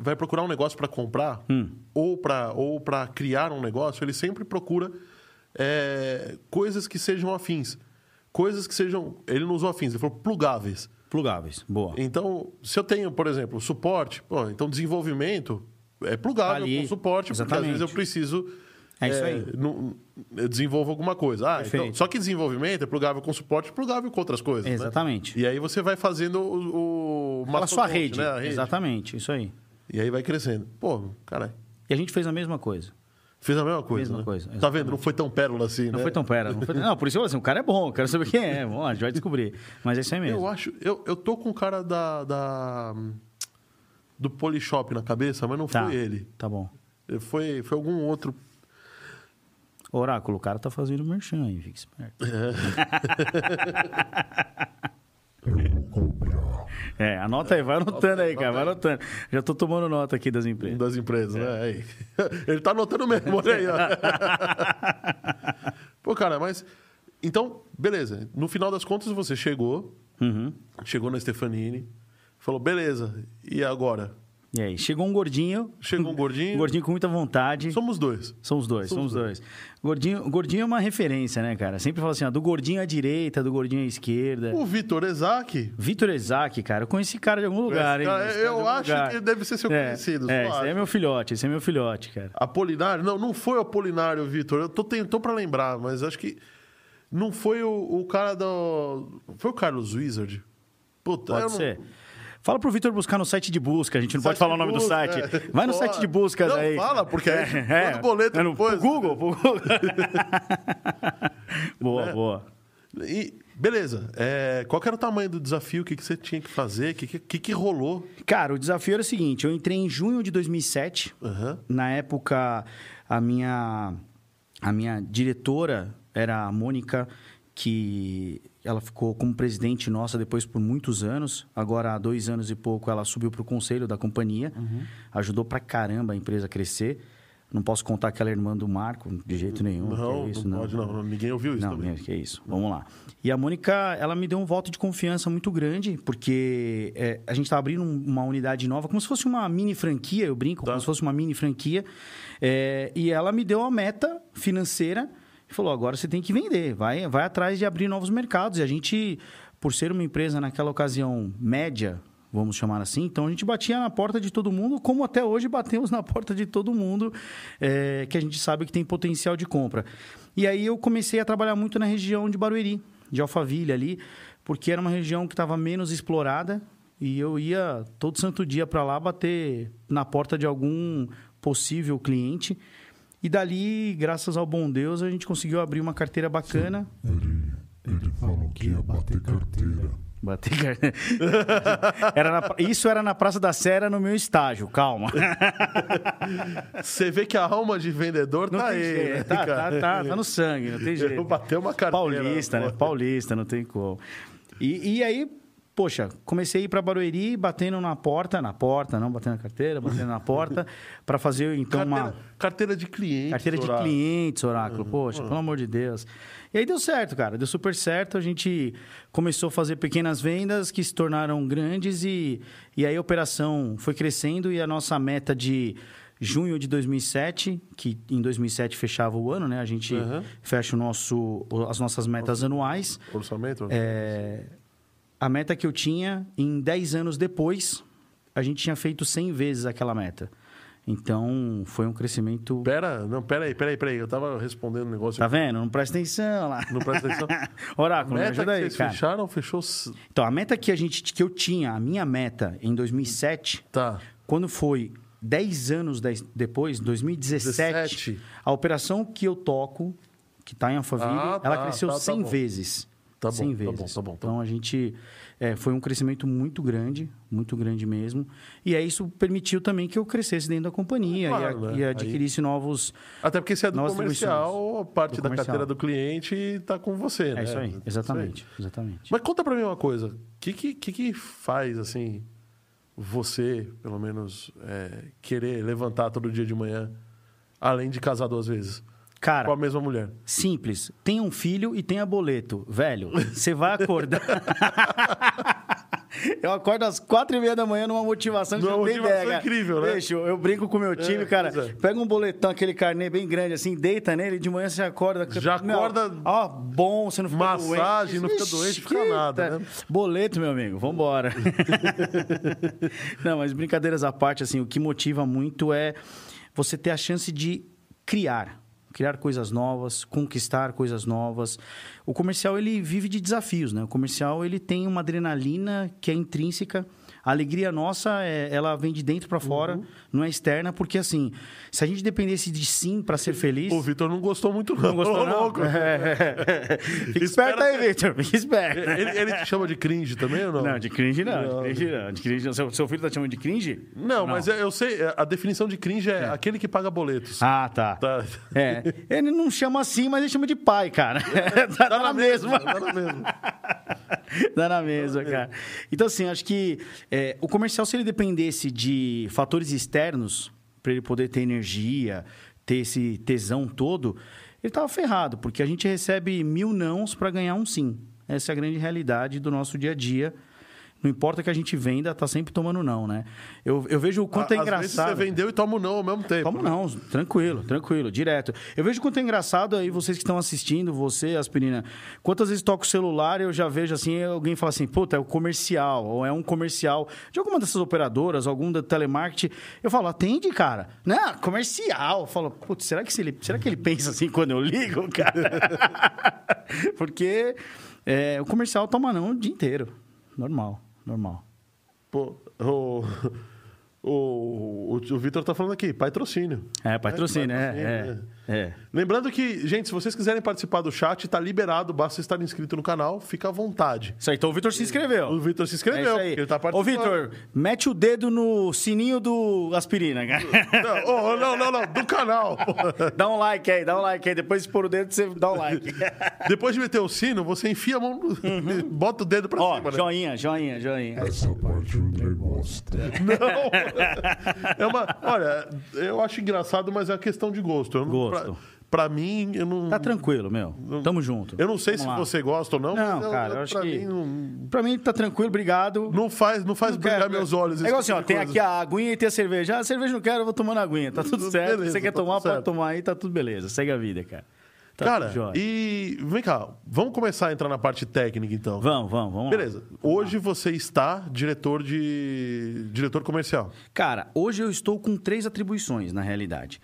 Speaker 1: vai procurar um negócio para comprar
Speaker 2: Hum.
Speaker 1: ou para ou pra criar um negócio, ele sempre procura é, coisas que sejam afins. Coisas que sejam. Ele não usou afins, ele falou plugáveis.
Speaker 2: Plugáveis. Boa.
Speaker 1: Então, se eu tenho, por exemplo, suporte, pô, então desenvolvimento é plugável
Speaker 2: Ali,
Speaker 1: com suporte, porque às
Speaker 2: exatamente.
Speaker 1: vezes eu preciso.
Speaker 2: É isso aí.
Speaker 1: não- eu desenvolvo alguma coisa. Ah, então,
Speaker 2: Perfeito.
Speaker 1: só que desenvolvimento é plugável com suporte, plugável com outras coisas. né?
Speaker 2: Exatamente.
Speaker 1: E aí você vai fazendo o. o
Speaker 2: Fala sua
Speaker 1: mastodonte,
Speaker 2: rede.
Speaker 1: né? A rede.
Speaker 2: Exatamente, isso aí.
Speaker 1: E aí vai crescendo. Pô, cara,
Speaker 2: E a gente fez a mesma coisa.
Speaker 1: fez a mesma coisa.
Speaker 2: Mesma
Speaker 1: né?
Speaker 2: coisa,
Speaker 1: tá
Speaker 2: exatamente.
Speaker 1: vendo? Não foi tão pérola assim, né?
Speaker 2: Não foi tão pera. Não, foi... não, por isso eu falei assim, o cara é bom, eu quero saber quem é. Vamos lá, a gente vai descobrir. Mas é isso aí mesmo.
Speaker 1: Eu acho. Eu, eu tô com o cara da. da do Polishop na cabeça, mas não
Speaker 2: tá.
Speaker 1: foi ele.
Speaker 2: Tá bom.
Speaker 1: Foi, foi algum outro
Speaker 2: Oráculo, o cara tá fazendo merchan aí, fica esperto.
Speaker 1: É.
Speaker 3: Eu vou cobrar.
Speaker 2: É, anota aí, vai anotando aí, cara, vai anotando. Já tô tomando nota aqui das empresas.
Speaker 1: das empresas, né? Aí. Ele tá anotando mesmo, olha aí. ó. cara, mas. Então, beleza. No final das contas, você chegou,
Speaker 2: Uhum.
Speaker 1: chegou na Stefanini, falou, beleza, e agora?
Speaker 2: E aí, chegou um gordinho.
Speaker 1: Chegou um gordinho.
Speaker 2: Um gordinho com muita vontade.
Speaker 1: Somos dois.
Speaker 2: São os dois, são os dois. Gordinho, gordinho é uma referência, né, cara? Sempre fala assim, ó, do gordinho à direita, do gordinho à esquerda.
Speaker 1: O Vitor Ezaki.
Speaker 2: Vitor Isaac, cara, eu conheci esse cara de algum lugar, hein?
Speaker 1: cara,
Speaker 2: Esse cara de
Speaker 1: eu
Speaker 2: algum
Speaker 1: acho que ele deve ser seu
Speaker 2: é,
Speaker 1: conhecido, só
Speaker 2: É, esse aí
Speaker 1: acho.
Speaker 2: é meu filhote, esse é meu filhote, cara.
Speaker 1: Apolinário? Não, não foi o Apolinário, Vitor. Eu tô, tentou pra lembrar, mas acho que não foi o, o cara do. Foi o Carlos Wizard? Puta, eu
Speaker 2: Pode
Speaker 1: não-
Speaker 2: ser. Fala pro Vitor buscar no site de busca, a gente não
Speaker 1: Site
Speaker 2: pode falar o
Speaker 1: de
Speaker 2: nome do
Speaker 1: busca,
Speaker 2: site.
Speaker 1: é.
Speaker 2: Vai no
Speaker 1: Pô,
Speaker 2: site de buscas
Speaker 1: não,
Speaker 2: aí. É,
Speaker 1: fala, porque aí manda o boleto
Speaker 2: no,
Speaker 1: depois.
Speaker 2: Pro Google, pro Google. boa,
Speaker 1: Né?
Speaker 2: boa.
Speaker 1: E, beleza. É, qual que era o tamanho do desafio? O que, que você tinha que fazer? O que, que, que, que rolou?
Speaker 2: Cara, o desafio era o seguinte, eu entrei em junho de 2007,
Speaker 1: Aham.
Speaker 2: Na época, a minha, a minha diretora era a Mônica, que ela ficou como presidente nossa depois por muitos anos. Agora, há dois anos e pouco, ela subiu para o conselho da companhia. Ajudou pra caramba a empresa a crescer. Não posso contar que ela é irmã do Marco, de jeito nenhum.
Speaker 1: Não,
Speaker 2: que é isso,
Speaker 1: não pode, não. Ninguém ouviu isso
Speaker 2: não,
Speaker 1: também.
Speaker 2: é, que é isso. Vamos lá. E a Mônica, ela me deu um voto de confiança muito grande, porque é, a gente está abrindo um- uma unidade nova, como se fosse uma mini franquia, eu brinco,
Speaker 1: Tá.
Speaker 2: como se fosse uma mini franquia. É, e ela me deu uma meta financeira e falou: agora você tem que vender, vai, vai atrás de abrir novos mercados. E a gente, por ser uma empresa naquela ocasião média, vamos chamar assim. Então a gente batia na porta de todo mundo, como até hoje batemos na porta de todo mundo é, que a gente sabe que tem potencial de compra. E aí eu comecei a trabalhar muito na região de Barueri, de Alphaville ali, porque era uma região que estava menos explorada e eu ia todo santo dia para lá bater na porta de algum possível cliente. E dali, graças ao bom Deus, a gente conseguiu abrir uma carteira bacana.
Speaker 3: Ele, ele falou que ia bater carteira.
Speaker 2: Bater carne. Era na pra- Isso era na Praça da Sera no meu estágio, calma.
Speaker 1: Você vê que a alma de vendedor
Speaker 2: Não
Speaker 1: tá
Speaker 2: tem
Speaker 1: aí.
Speaker 2: jeito,
Speaker 1: né,
Speaker 2: tá,
Speaker 1: cara?
Speaker 2: tá, tá, tá no sangue, não tem jeito.
Speaker 1: Eu bati uma carteira,
Speaker 2: Paulista, né?
Speaker 1: pô.
Speaker 2: Paulista, não tem como. E, e aí, poxa, comecei a ir pra Barueri, batendo na porta, na porta, não batendo na carteira, batendo na porta, pra fazer então uma.
Speaker 1: Carteira, carteira de cliente.
Speaker 2: Carteira de
Speaker 1: Soraya.
Speaker 2: clientes, Oráculo. Poxa, pelo amor de Deus. E aí deu certo, cara. Deu super certo. A gente começou a fazer pequenas vendas que se tornaram grandes e, e aí a operação foi crescendo e a nossa meta de junho de 2007, que em 2007 fechava o ano, né? A gente
Speaker 1: Uhum.
Speaker 2: fecha o nosso, as nossas metas anuais.
Speaker 1: Orçamento?
Speaker 2: É, a meta que eu tinha, em 10 anos depois, a gente tinha feito 100 vezes aquela meta. Então, foi um crescimento
Speaker 1: Pera, não, pera aí, pera aí, pera aí. Eu tava respondendo um negócio
Speaker 2: Tá vendo? Não presta atenção lá.
Speaker 1: aqui. Não presta atenção.
Speaker 2: Oráculo, me
Speaker 1: Meta que
Speaker 2: ajuda aí,
Speaker 1: vocês
Speaker 2: cara.
Speaker 1: fecharam, fechou... s-
Speaker 2: Então, a meta que, a gente, que eu tinha, a minha meta em 2007,
Speaker 1: Tá.
Speaker 2: quando foi 10 anos de- depois, 2017,
Speaker 1: 17.
Speaker 2: a operação que eu toco, que está em Alphaville,
Speaker 1: Ah,
Speaker 2: ela
Speaker 1: tá,
Speaker 2: cresceu
Speaker 1: tá, tá
Speaker 2: 100
Speaker 1: bom.
Speaker 2: vezes.
Speaker 1: Tá bom,
Speaker 2: 100
Speaker 1: tá bom,
Speaker 2: vezes.
Speaker 1: tá bom, tá
Speaker 2: Então, a gente... é, foi um crescimento muito grande, muito grande mesmo. E aí, isso permitiu também que eu crescesse dentro da companhia
Speaker 1: É claro,
Speaker 2: e, a-
Speaker 1: né?
Speaker 2: e
Speaker 1: Aí-
Speaker 2: adquirisse novos...
Speaker 1: Até porque se é do
Speaker 2: Nós
Speaker 1: comercial, a parte
Speaker 2: Do
Speaker 1: da
Speaker 2: comercial.
Speaker 1: carteira do cliente tá com você, né?
Speaker 2: É isso
Speaker 1: É
Speaker 2: aí, exatamente, exatamente.
Speaker 1: Mas conta pra mim uma coisa. O que, que, que que faz, assim, você, pelo menos, é, querer levantar todo dia de manhã, além de casar duas vezes?
Speaker 2: Cara...
Speaker 1: com a mesma mulher.
Speaker 2: Simples. Tenha um filho e tenha boleto. Velho, você vai acordar. eu acordo às quatro e meia da manhã numa motivação que
Speaker 1: Numa
Speaker 2: não tem
Speaker 1: motivação
Speaker 2: ideia. cara.
Speaker 1: incrível, né?
Speaker 2: Bicho, eu brinco com o meu time, cara.
Speaker 1: pois é.
Speaker 2: Pega um boletão, aquele carnê bem grande, assim, deita nele, de manhã você acorda.
Speaker 1: Já
Speaker 2: Meu,
Speaker 1: acorda-
Speaker 2: Ó, bom, você não fica doente.
Speaker 1: Massagem, não fica doente, fica
Speaker 2: que- tá
Speaker 1: nada, né?
Speaker 2: Boleto, meu amigo, vambora. Não, mas brincadeiras à parte, assim, o que motiva muito é você ter a chance de criar, criar coisas novas, conquistar coisas novas. O comercial ele vive de desafios, né? O comercial ele tem uma adrenalina que é intrínseca. A alegria nossa, é- ela vem de dentro para fora,
Speaker 1: Uhum.
Speaker 2: não é externa, porque assim, se a gente dependesse de sim para ser feliz,
Speaker 1: O Vitor não gostou muito, não.
Speaker 2: não gostou
Speaker 1: Ô,
Speaker 2: não? É,
Speaker 1: louco.
Speaker 2: Fica esperto
Speaker 1: Espera
Speaker 2: aí, Victor, fica esperto.
Speaker 1: Ele, ele te chama de cringe também ou não?
Speaker 2: Não, de cringe não, é- de cringe não. De cringe não. Seu, seu filho tá te chamando de cringe?
Speaker 1: Não, mas é, eu- eu sei, a definição de cringe é, aquele que paga boletos.
Speaker 2: Ah, tá.
Speaker 1: Tá.
Speaker 2: É. Ele não chama assim, mas ele chama de pai, cara. tá, tá na mesma.
Speaker 1: Tá na mesma.
Speaker 2: Dá na mesma,
Speaker 1: Tá
Speaker 2: cara. Então, assim, acho que é, o comercial, se ele dependesse de fatores externos, para ele poder ter energia, ter esse tesão todo, ele estava ferrado, porque a gente recebe mil nãos para ganhar um sim. Essa é a grande realidade do nosso dia a dia. Não importa que a gente venda, tá sempre tomando não, né? Eu, eu vejo o quanto é
Speaker 1: Às
Speaker 2: engraçado.
Speaker 1: vezes você vendeu e toma o não ao mesmo tempo. né?
Speaker 2: Como não, tranquilo, tranquilo, direto. Eu vejo quanto é engraçado aí vocês que estão assistindo, você, Aspirina. Quantas vezes toco o celular e eu já vejo assim, alguém fala assim, puta, é o comercial, ou é um comercial de alguma dessas operadoras, algum da telemarketing. Eu falo, atende, cara. Não, é comercial. Eu falo, putz, será que, se ele, será que ele pensa assim quando eu ligo, cara? Porque é, o comercial toma não o dia inteiro. Normal, normal.
Speaker 1: Pô, o, o, o, o Vitor tá falando aqui, patrocínio.
Speaker 2: É, patrocínio, é.
Speaker 1: patrocínio, né?
Speaker 2: é, é.
Speaker 1: Lembrando que, gente, se vocês quiserem participar do chat, tá liberado, basta estar inscrito no canal, fica à vontade.
Speaker 2: Isso aí, então o Vitor se inscreveu.
Speaker 1: O Vitor se
Speaker 2: É
Speaker 1: inscreveu,
Speaker 2: isso aí.
Speaker 1: porque ele tá
Speaker 2: Ô,
Speaker 1: participando.
Speaker 2: Vitor, mete o dedo no sininho do aspirina, cara.
Speaker 1: Não, ô, ô, não, não, não, do canal.
Speaker 2: dá um like aí, dá um like aí. Depois de pôr o dedo, você dá um like.
Speaker 1: Depois de meter o sino, você enfia a mão, no- bota o dedo pra
Speaker 2: Uhum. Ó,
Speaker 1: cima, né?
Speaker 2: joinha, joinha, joinha.
Speaker 3: Essa parte o André gosta.
Speaker 1: É uma, olha, eu acho engraçado, mas é uma questão de gosto. Eu não-
Speaker 2: Gosto.
Speaker 1: Pra, pra mim, eu não.
Speaker 2: Tá tranquilo, meu. Tamo junto.
Speaker 1: Eu não sei
Speaker 2: Vamos
Speaker 1: se
Speaker 2: lá.
Speaker 1: você gosta ou não.
Speaker 2: Não,
Speaker 1: mas eu-
Speaker 2: cara,
Speaker 1: eu-
Speaker 2: eu acho
Speaker 1: pra
Speaker 2: que.
Speaker 1: mim não,
Speaker 2: Pra mim tá tranquilo, obrigado.
Speaker 1: não faz, não faz
Speaker 2: Não
Speaker 1: brilhar
Speaker 2: quero-
Speaker 1: meus olhos. esse
Speaker 2: É igual assim,
Speaker 1: tipo
Speaker 2: ó,
Speaker 1: de
Speaker 2: tem
Speaker 1: coisa.
Speaker 2: aqui a aguinha e tem a cerveja. Ah, a cerveja eu não quero, eu vou tomando a aguinha. Tá tudo certo.
Speaker 1: Beleza,
Speaker 2: você quer
Speaker 1: tá tudo
Speaker 2: tomar, pode
Speaker 1: certo.
Speaker 2: tomar aí, tá tudo beleza. Segue a vida, cara. Tá
Speaker 1: Cara,
Speaker 2: tudo jóia.
Speaker 1: e vem cá, vamos começar a entrar na parte técnica então.
Speaker 2: Vamos, vamos, vamos. lá.
Speaker 1: Beleza. Hoje você está diretor de diretor comercial.
Speaker 2: Cara, hoje eu estou com três atribuições, na realidade.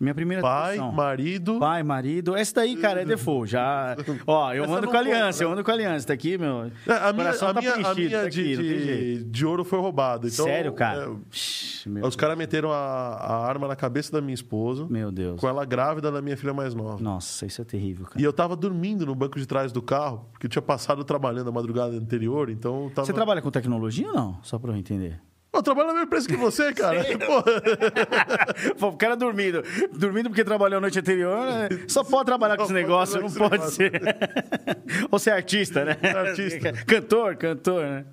Speaker 2: Minha primeira
Speaker 1: Pai,
Speaker 2: atribuição.
Speaker 1: marido.
Speaker 2: Pai, marido. Essa daí, cara, é default. Já. Ó, eu
Speaker 1: Hum. Essa
Speaker 2: ando
Speaker 1: não
Speaker 2: com a aliança,
Speaker 1: conta,
Speaker 2: eu ando com a aliança. Tá aqui, meu.
Speaker 1: É, A minha,
Speaker 2: coração
Speaker 1: a
Speaker 2: tá
Speaker 1: minha, a
Speaker 2: preenchido.
Speaker 1: minha
Speaker 2: tá aqui,
Speaker 1: de,
Speaker 2: não tem
Speaker 1: de,
Speaker 2: jeito.
Speaker 1: de ouro foi roubada. Então,
Speaker 2: Sério, cara?
Speaker 1: é,
Speaker 2: Shhh, meu,
Speaker 1: os caras meteram a, a arma na cabeça da minha esposa,
Speaker 2: meu Deus.
Speaker 1: com ela grávida da minha filha mais nova.
Speaker 2: Nossa, isso é terrível, cara.
Speaker 1: E eu tava dormindo no banco de trás do carro, porque eu tinha passado trabalhando a madrugada anterior, então eu tava...
Speaker 2: Você trabalha com tecnologia ou não? Só pra eu entender.
Speaker 1: Eu trabalho na mesma empresa que você, cara. Pô,
Speaker 2: Pô, o cara dormindo. Dormindo porque trabalhou a noite anterior, né? só pode trabalhar
Speaker 1: Só
Speaker 2: com esse
Speaker 1: pode
Speaker 2: negócio, não
Speaker 1: trabalhar com
Speaker 2: pode ser. Ou ser artista, né?
Speaker 1: Artista.
Speaker 2: cantor, cantor, né?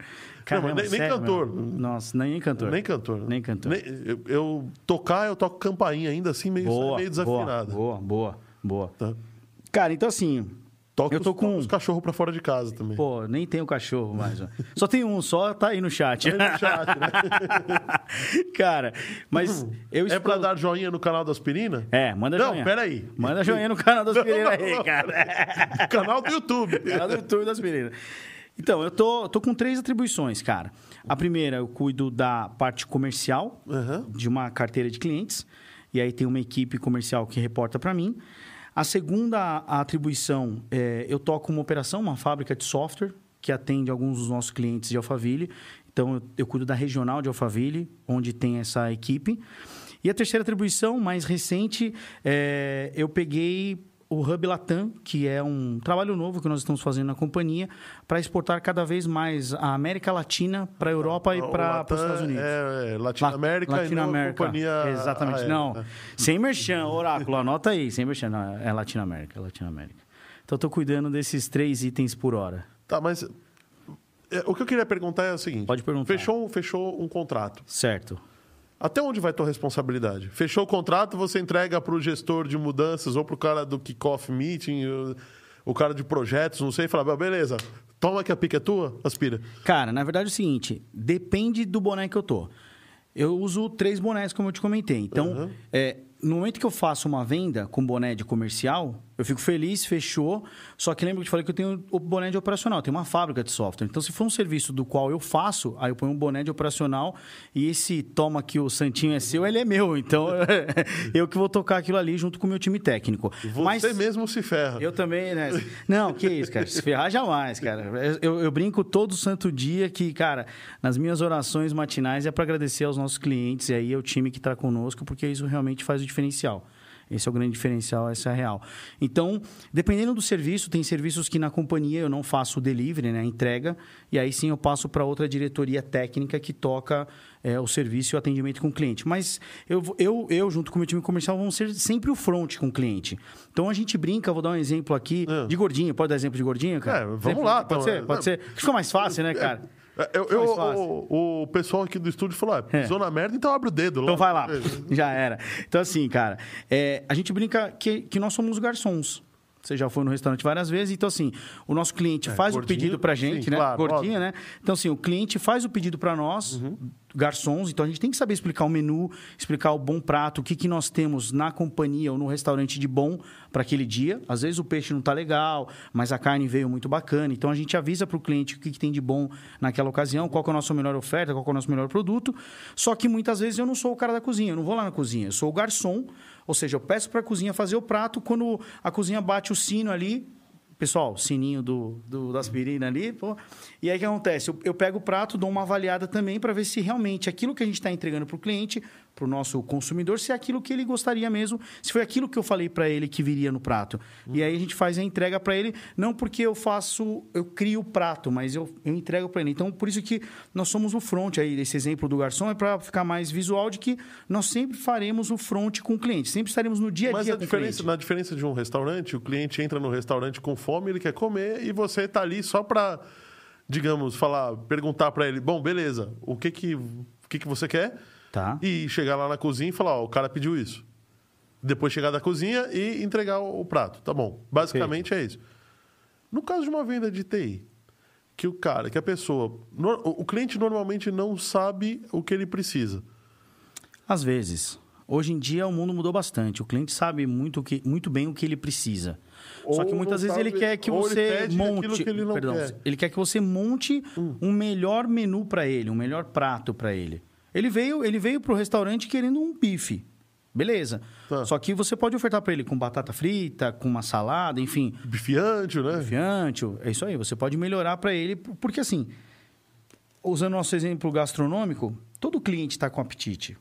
Speaker 1: mas nem- nem
Speaker 2: sério,
Speaker 1: cantor.
Speaker 2: meu. Nossa, nem cantor.
Speaker 1: nem cantor.
Speaker 2: É.
Speaker 1: né?
Speaker 2: Nem cantor.
Speaker 1: eu, eu tocar, eu toco campainha ainda assim, meio,
Speaker 2: Boa,
Speaker 1: meio desafinado.
Speaker 2: Boa, boa, boa.
Speaker 1: Tá?
Speaker 2: Cara, então assim,
Speaker 1: Toco
Speaker 2: eu tô
Speaker 1: os,
Speaker 2: com... um
Speaker 1: os cachorros pra fora de casa também.
Speaker 2: Pô, nem tenho cachorro mais. ó. Só tem um só, tá aí no chat.
Speaker 1: É no chat, né?
Speaker 2: Cara, mas eu
Speaker 1: É pra
Speaker 2: estou-
Speaker 1: dar joinha no canal da Aspirina?
Speaker 2: É, manda
Speaker 1: Não,
Speaker 2: joinha.
Speaker 1: peraí.
Speaker 2: Manda joinha no canal das
Speaker 1: Não,
Speaker 2: meninas
Speaker 1: não,
Speaker 2: aí,
Speaker 1: não.
Speaker 2: cara.
Speaker 1: canal do YouTube.
Speaker 2: canal do YouTube das meninas. Então, eu tô, tô com três atribuições, cara. A primeira, eu cuido da parte comercial,
Speaker 1: Aham.
Speaker 2: de uma carteira de clientes. E aí tem uma equipe comercial que reporta para mim. A segunda a- atribuição, é, eu toco uma operação, uma fábrica de software que atende alguns dos nossos clientes de Alphaville. Então, eu, eu cuido da regional de Alphaville, onde tem essa equipe. E a terceira atribuição, mais recente, é, eu peguei o Hub Latam, que é um trabalho novo que nós estamos fazendo na companhia, para exportar cada vez mais a América Latina para a Europa e
Speaker 1: O
Speaker 2: para
Speaker 1: Latam
Speaker 2: os Estados Unidos.
Speaker 1: É, é
Speaker 2: La-
Speaker 1: Latinoamérica
Speaker 2: Latinoamérica.
Speaker 1: e não a companhia Ah, é.
Speaker 2: Exatamente.
Speaker 1: aérea.
Speaker 2: não. Sem merchan, oráculo, anota aí. Sem merchan. Não, é Latinoamérica, é Latinoamérica. Então, eu tô cuidando desses três itens por hora.
Speaker 1: Tá, mas é, o que eu queria perguntar é o seguinte.
Speaker 2: Pode perguntar.
Speaker 1: Fechou, fechou um contrato.
Speaker 2: Certo.
Speaker 1: Até onde vai tua responsabilidade? Fechou o contrato, você entrega pro gestor de mudanças ou pro cara do kickoff meeting, o- o cara de projetos, não sei, e fala, "Bel, beleza, toma que a pica é tua, aspira.
Speaker 2: Cara, na verdade é o seguinte, depende do boné que eu tô. Eu uso três bonés, como eu te comentei. Então,
Speaker 1: Uhum.
Speaker 2: é, no momento que eu faço uma venda com boné de comercial, eu fico feliz, fechou. Só que lembra que eu te falei que eu tenho o boné de operacional, eu tenho uma fábrica de software. Então, se for um serviço do qual eu faço, aí eu ponho um boné de operacional e esse toma que o Santinho é seu, ele é meu. Então, eu que vou tocar aquilo ali junto com o meu time técnico.
Speaker 1: Você mesmo se ferra.
Speaker 2: Eu também, né? Não, que isso, cara. Se ferrar jamais, cara. Eu, eu brinco todo santo dia que, cara, nas minhas orações matinais é para agradecer aos nossos clientes e aí ao time que está conosco, porque isso realmente faz o diferencial. Esse é o grande diferencial, essa é a real. Então, dependendo do serviço, tem serviços que na companhia eu não faço o delivery, né, a entrega, e aí sim eu passo para outra diretoria técnica que toca é, o serviço e o atendimento com o cliente. Mas eu, vou- eu, eu, junto com o meu time comercial, vamos ser sempre o front com o cliente. Então a gente brinca, vou dar um exemplo aqui de gordinho. Pode dar exemplo de gordinho, cara?
Speaker 1: É, vamos
Speaker 2: Exemplo-
Speaker 1: lá, então,
Speaker 2: Pode
Speaker 1: é,
Speaker 2: ser, pode
Speaker 1: não.
Speaker 2: ser. Fica mais fácil, né, cara?
Speaker 1: É, Eu, eu-
Speaker 2: mais fácil. É.
Speaker 1: o, o pessoal aqui do estúdio falou: ah, pisou na merda, então abre o dedo.
Speaker 2: Então vai lá,
Speaker 1: É.
Speaker 2: já era. Então, assim, cara, é, a gente brinca que, que nós somos garçons. Você já foi no restaurante várias vezes, então assim, o nosso cliente faz
Speaker 1: gordinho,
Speaker 2: o pedido pra gente,
Speaker 1: sim,
Speaker 2: né?
Speaker 1: claro,
Speaker 2: Gordinho,
Speaker 1: óbvio. Uhum.
Speaker 2: né? Então, assim, o cliente faz o pedido pra nós, garçons, então a gente tem que saber explicar o menu, explicar o bom prato, o que, que nós temos na companhia ou no restaurante de bom para aquele dia. Às vezes o peixe não tá legal, mas a carne veio muito bacana, então a gente avisa pro cliente o que, que tem de bom naquela ocasião, qual que é a nossa melhor oferta, qual que é o nosso melhor produto. Só que muitas vezes eu não sou o cara da cozinha, eu não vou lá na cozinha, eu sou o garçom, ou seja, eu peço pra cozinha fazer o prato, quando a cozinha bate o sino ali, Pessoal, sininho do, do, da aspirina ali, pô. E aí o que acontece? Eu, eu pego o prato, dou uma avaliada também para ver se realmente aquilo que a gente está entregando para o cliente, para o nosso consumidor, se é aquilo que ele gostaria mesmo, se foi aquilo que eu falei para ele que viria no prato.
Speaker 1: Hum.
Speaker 2: E aí a gente faz a entrega para ele, não porque eu faço, eu crio o prato, mas eu, eu entrego para ele. Então, por isso que nós somos o front aí, esse exemplo do garçom é para ficar mais visual de que nós sempre faremos o front com o cliente, sempre estaremos no dia a dia
Speaker 1: Mas a
Speaker 2: com o
Speaker 1: diferença,
Speaker 2: cliente.
Speaker 1: na diferença de um restaurante, o cliente entra no restaurante com fome, ele quer comer e você tá ali só pra, digamos, falar, perguntar pra ele, bom, beleza, o que que, o que, que você quer?
Speaker 2: Tá.
Speaker 1: E chegar lá na cozinha e falar, ó, o cara pediu isso. Depois chegar da cozinha e entregar o, o prato, tá bom. Basicamente é isso. No caso de uma venda de TI, que o cara, que a pessoa, no- o o cliente normalmente não sabe o que ele precisa.
Speaker 2: Às vezes. Hoje em dia o mundo mudou bastante. O cliente sabe muito, o que, muito bem o que ele precisa. Só
Speaker 1: Ou
Speaker 2: que muitas
Speaker 1: não
Speaker 2: vezes ele
Speaker 1: sabe-
Speaker 2: quer que
Speaker 1: ou ele
Speaker 2: você
Speaker 1: pede aquilo
Speaker 2: monte.
Speaker 1: que ele não
Speaker 2: perdão,
Speaker 1: quer. Hum.
Speaker 2: ele quer que você monte um melhor menu para ele, um melhor prato para ele. Ele veio, ele veio pro restaurante querendo um bife. Beleza.
Speaker 1: Tá.
Speaker 2: Só que você pode ofertar para ele com batata frita, com uma salada, enfim
Speaker 1: Bifiante, né?
Speaker 2: confiante. É isso aí, você pode melhorar para ele, porque assim, usando nosso exemplo gastronômico, todo cliente está com apetite.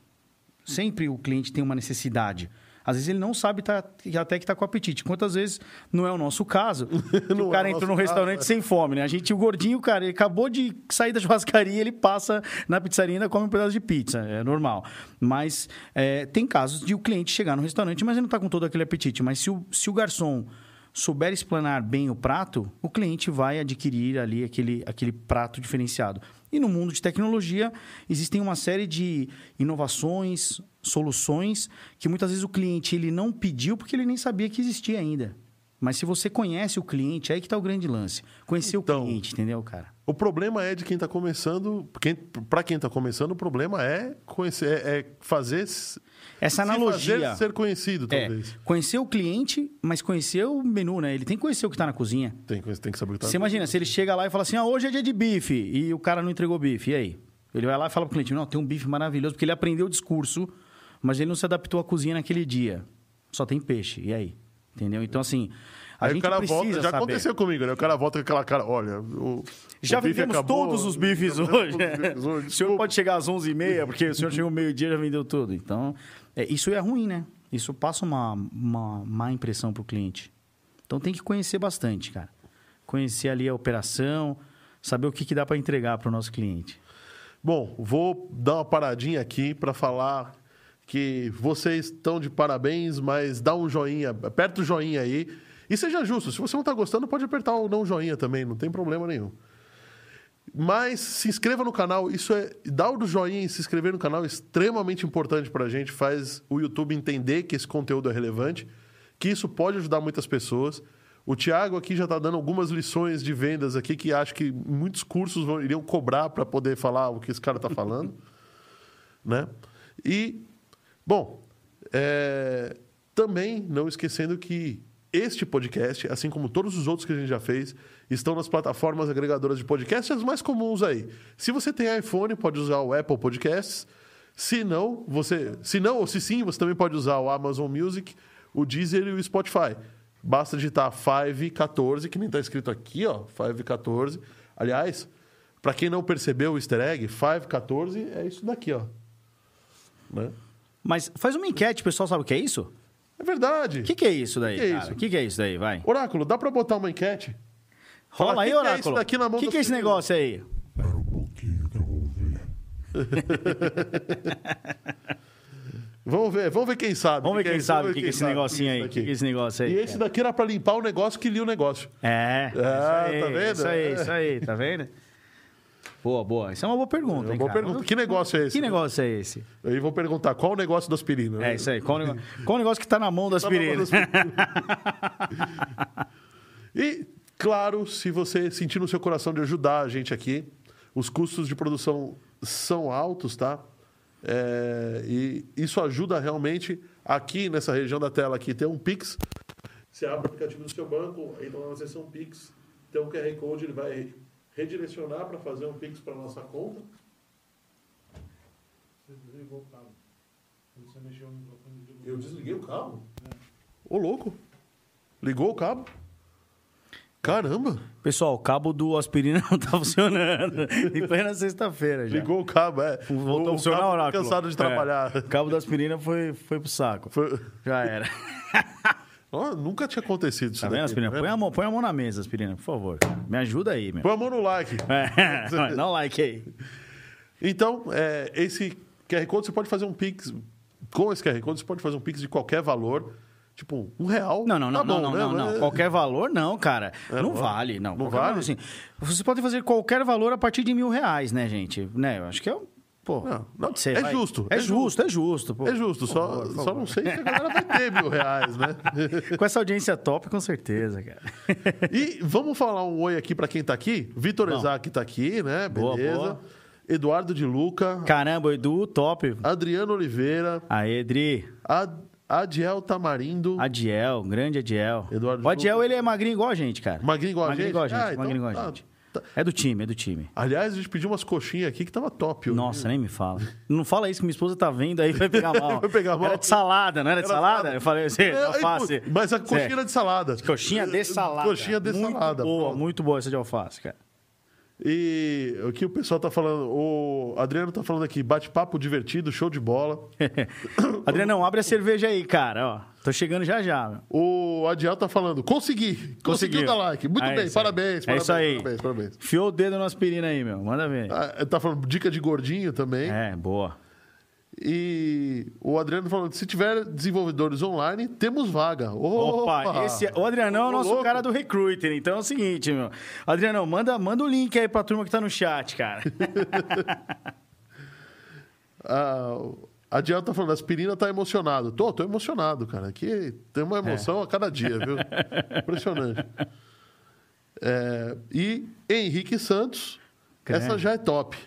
Speaker 2: Sempre o cliente tem uma necessidade. Às vezes ele não sabe tá, que até que está com apetite. Quantas vezes não é o nosso caso? que
Speaker 1: Não
Speaker 2: o
Speaker 1: é
Speaker 2: cara
Speaker 1: o
Speaker 2: entrou
Speaker 1: nosso caso,
Speaker 2: num restaurante
Speaker 1: é.
Speaker 2: sem fome, né? A gente, o gordinho, cara, ele acabou de sair da churrascaria, ele passa na pizzaria e ainda come um pedaço de pizza. É normal. Mas é, tem casos de o cliente chegar no restaurante, mas ele não está com todo aquele apetite. Mas se o, se o garçom souber explanar bem o prato, o cliente vai adquirir ali aquele, aquele prato diferenciado. E no mundo de tecnologia, existem uma série de inovações, soluções, que muitas vezes o cliente ele não pediu porque ele nem sabia que existia ainda. Mas se você conhece o cliente, aí que está o grande lance. Conhecer
Speaker 1: Então.
Speaker 2: o cliente, entendeu, cara?
Speaker 1: O problema é de quem está começando. Quem, para quem está começando, o problema é conhecer, é, é fazer s-
Speaker 2: Essa analogia.
Speaker 1: se fazer ser conhecido,
Speaker 2: é,
Speaker 1: talvez.
Speaker 2: conhecer o cliente, mas conhecer o menu, né? Ele tem que conhecer o que está na cozinha.
Speaker 1: Tem, que- tem que saber o que tá
Speaker 2: Você
Speaker 1: está.
Speaker 2: imagina, se ele chega lá e fala assim, ah, hoje é dia de bife, e o cara não entregou bife, e aí? Ele vai lá e fala pro cliente, não, tem um bife maravilhoso, porque ele aprendeu o discurso, mas ele não se adaptou à cozinha naquele dia. Só tem peixe, e aí? Entendeu? Então, assim, a
Speaker 1: Aí o
Speaker 2: gente
Speaker 1: cara
Speaker 2: precisa
Speaker 1: volta. Já
Speaker 2: saber.
Speaker 1: aconteceu comigo, né? O cara volta com aquela cara. Olha, o.
Speaker 2: Já
Speaker 1: o bife
Speaker 2: vendemos
Speaker 1: acabou,
Speaker 2: todos os bifes
Speaker 1: já
Speaker 2: hoje.
Speaker 1: vendemos todos os bifes hoje,
Speaker 2: o senhor
Speaker 1: desculpa.
Speaker 2: pode chegar às 11h30, porque o senhor chegou meio-dia e já vendeu tudo. Então, é, isso é ruim, né? Isso passa uma, uma má impressão para o cliente. Então, tem que conhecer bastante, cara. Conhecer ali a operação, saber o que, que dá para entregar para o nosso cliente.
Speaker 1: Bom, vou dar uma paradinha aqui para falar que vocês estão de parabéns, mas dá um joinha, aperta o joinha aí. E seja justo, se você não está gostando, pode apertar o não joinha também, não tem problema nenhum. Mas se inscreva no canal, isso é. Dar o joinha e se inscrever no canal é extremamente importante pra gente, faz o YouTube entender que esse conteúdo é relevante, que isso pode ajudar muitas pessoas. O Thiago aqui já tá dando algumas lições de vendas aqui que acho que muitos cursos vão- iriam cobrar pra poder falar o que esse cara tá falando. né? E, bom, é, também não esquecendo que este podcast, assim como todos os outros que a gente já fez, estão nas plataformas agregadoras de podcast, as mais comuns aí. Se você tem iPhone, pode usar o Apple Podcasts. Se não, você, se não ou se sim, você também pode usar o Amazon Music, o Deezer e o Spotify. Basta digitar 514, que nem está escrito aqui, ó, 514. Aliás, para quem não percebeu o easter egg, 514 é isso daqui, ó. Né?
Speaker 2: Mas faz uma enquete, pessoal, sabe o que é isso?
Speaker 1: É verdade.
Speaker 2: O que, que é isso daí,
Speaker 1: Que que é
Speaker 2: cara?
Speaker 1: isso?
Speaker 2: O que, que é isso daí, vai?
Speaker 1: Oráculo, dá pra botar uma enquete?
Speaker 2: Rola
Speaker 1: Fala,
Speaker 2: aí,
Speaker 1: que que é isso
Speaker 2: Oráculo.
Speaker 1: daqui na mão
Speaker 2: O que,
Speaker 1: das
Speaker 2: que é esse
Speaker 1: pessoas?
Speaker 2: negócio aí?
Speaker 3: Espera um pouquinho que eu vou ver.
Speaker 1: Vamos ver, vamos ver quem sabe.
Speaker 2: Vamos ver
Speaker 1: Que que é
Speaker 2: quem
Speaker 1: isso,
Speaker 2: sabe o
Speaker 1: vamos
Speaker 2: que,
Speaker 1: ver
Speaker 2: que é esse negocinho aí.
Speaker 1: isso
Speaker 2: O que, que é esse
Speaker 1: daqui.
Speaker 2: negócio aí?
Speaker 1: E esse daqui era pra limpar o negócio que lia o negócio.
Speaker 2: É,
Speaker 1: Ah,
Speaker 2: isso aí,
Speaker 1: tá vendo?
Speaker 2: Isso aí,
Speaker 1: É.
Speaker 2: isso aí, tá vendo? Boa, boa. Isso é uma boa pergunta, hein,
Speaker 1: boa
Speaker 2: cara?
Speaker 1: pergunta. Que negócio é esse?
Speaker 2: Que negócio é esse?
Speaker 1: Aí vou perguntar, qual o negócio da aspirina?
Speaker 2: É isso aí. Qual o negócio, qual o negócio que tá na mão da
Speaker 1: Tá na mão
Speaker 2: aspirina?
Speaker 1: das E, claro, se você sentir no seu coração de ajudar a gente aqui, os custos de produção são altos, tá? É, e isso ajuda realmente aqui nessa região da tela aqui. Tem um Pix. Você abre o aplicativo do seu banco, entra lá na seção Pix, tem um QR Code, ele vai redirecionar para fazer um Pix para nossa conta. Eu desliguei o cabo. Ô, louco. Ligou o cabo? Caramba!
Speaker 2: Pessoal, o cabo do aspirina não tá funcionando. Em plena sexta-feira já.
Speaker 1: Ligou o cabo, é.
Speaker 2: Voltou a
Speaker 1: o
Speaker 2: funcionar,
Speaker 1: cabo
Speaker 2: oráculo.
Speaker 1: cansado de trabalhar.
Speaker 2: É, o cabo da aspirina foi, foi pro saco.
Speaker 1: Foi-
Speaker 2: Já era.
Speaker 1: Ó, nunca tinha acontecido isso
Speaker 2: Tá vendo,
Speaker 1: daqui,
Speaker 2: aspirina?
Speaker 1: tá
Speaker 2: Põe
Speaker 1: vendo?
Speaker 2: a, mão, põe a mão na mesa, aspirina, por favor. Me ajuda aí, meu.
Speaker 1: Põe a mão no like.
Speaker 2: É, dá um like aí.
Speaker 1: Então, é, esse QR Code, você pode fazer um Pix. Com esse QR Code, você pode fazer um Pix de qualquer valor. Tipo, um real.
Speaker 2: Não, não, não,
Speaker 1: tá
Speaker 2: não,
Speaker 1: bom,
Speaker 2: não,
Speaker 1: né?
Speaker 2: não, não.
Speaker 1: Mas-
Speaker 2: Qualquer valor, não, cara. não
Speaker 1: não.
Speaker 2: vale, não.
Speaker 1: Não
Speaker 2: Qualquer
Speaker 1: vale?
Speaker 2: valor, assim, Vocês podem fazer qualquer valor a partir de mil reais, né, gente? Né, eu acho que é um. Pô,
Speaker 1: Não, não,
Speaker 2: pode ser,
Speaker 1: é
Speaker 2: vai.
Speaker 1: justo,
Speaker 2: É,
Speaker 1: é
Speaker 2: justo, é justo. pô.
Speaker 1: É justo, só, só não sei se a galera vai ter mil reais, né?
Speaker 2: Com essa audiência top, com certeza, cara.
Speaker 1: E vamos falar um oi aqui pra quem tá aqui? Vitor
Speaker 2: Não.
Speaker 1: Isaac tá aqui, né?
Speaker 2: Boa,
Speaker 1: Beleza.
Speaker 2: boa.
Speaker 1: Eduardo de Luca.
Speaker 2: Caramba, Edu, top.
Speaker 1: Adriano Oliveira.
Speaker 2: Aê, Edri.
Speaker 1: Ad- Adiel Tamarindo.
Speaker 2: Adiel, grande Adiel.
Speaker 1: Eduardo
Speaker 2: o Adiel,
Speaker 1: Lucas.
Speaker 2: ele é magrinho igual a gente, cara.
Speaker 1: Magrinho igual a gente?
Speaker 2: Magrinho igual a gente.
Speaker 1: Ah, então
Speaker 2: magrinho igual a
Speaker 1: tá,
Speaker 2: gente. É do time, é do time.
Speaker 1: Aliás, a gente pediu umas coxinhas aqui que tava top. hoje.
Speaker 2: Nossa, nem me fala. Não fala isso que minha esposa tá vendo aí, vai pegar mal.
Speaker 1: Vai pegar mal.
Speaker 2: Era de salada, não era de
Speaker 1: Era
Speaker 2: salada?
Speaker 1: salada.
Speaker 2: Eu falei assim,
Speaker 1: É, aí,
Speaker 2: alface.
Speaker 1: pô, Mas a coxinha
Speaker 2: Certo.
Speaker 1: era de salada.
Speaker 2: Coxinha de salada.
Speaker 1: Coxinha de
Speaker 2: muito
Speaker 1: salada.
Speaker 2: Boa,
Speaker 1: pronto.
Speaker 2: muito boa essa de alface, cara.
Speaker 1: E o que o pessoal tá falando? O Adriano tá falando aqui, bate-papo divertido, show de bola.
Speaker 2: Adrianão, abre a cerveja aí, cara, ó. Tô chegando já já, meu.
Speaker 1: O Adiel tá falando, consegui. Conseguiu,
Speaker 2: Conseguiu.
Speaker 1: dar like. Muito
Speaker 2: É
Speaker 1: bem,
Speaker 2: isso aí.
Speaker 1: parabéns,
Speaker 2: É
Speaker 1: parabéns,
Speaker 2: isso aí.
Speaker 1: parabéns, parabéns.
Speaker 2: Enfiou o dedo na aspirina aí, meu. Manda ver.
Speaker 1: Ah, tá falando dica de gordinho também.
Speaker 2: É, boa.
Speaker 1: E o Adriano falando, se tiver desenvolvedores online, temos vaga. Opa,
Speaker 2: Opa, esse, o Adrianão é o
Speaker 1: Ô,
Speaker 2: nosso
Speaker 1: louco.
Speaker 2: cara do recruiter, então é o seguinte, meu. Adrianão, manda, manda o link aí pra turma que tá no chat, cara.
Speaker 1: Ah, a Diana tá falando, a aspirina tá emocionado. Tô, tô emocionado, cara. Aqui tem uma emoção a cada dia, viu? Impressionante. É, e Henrique Santos,
Speaker 2: Credo.
Speaker 1: essa já é top.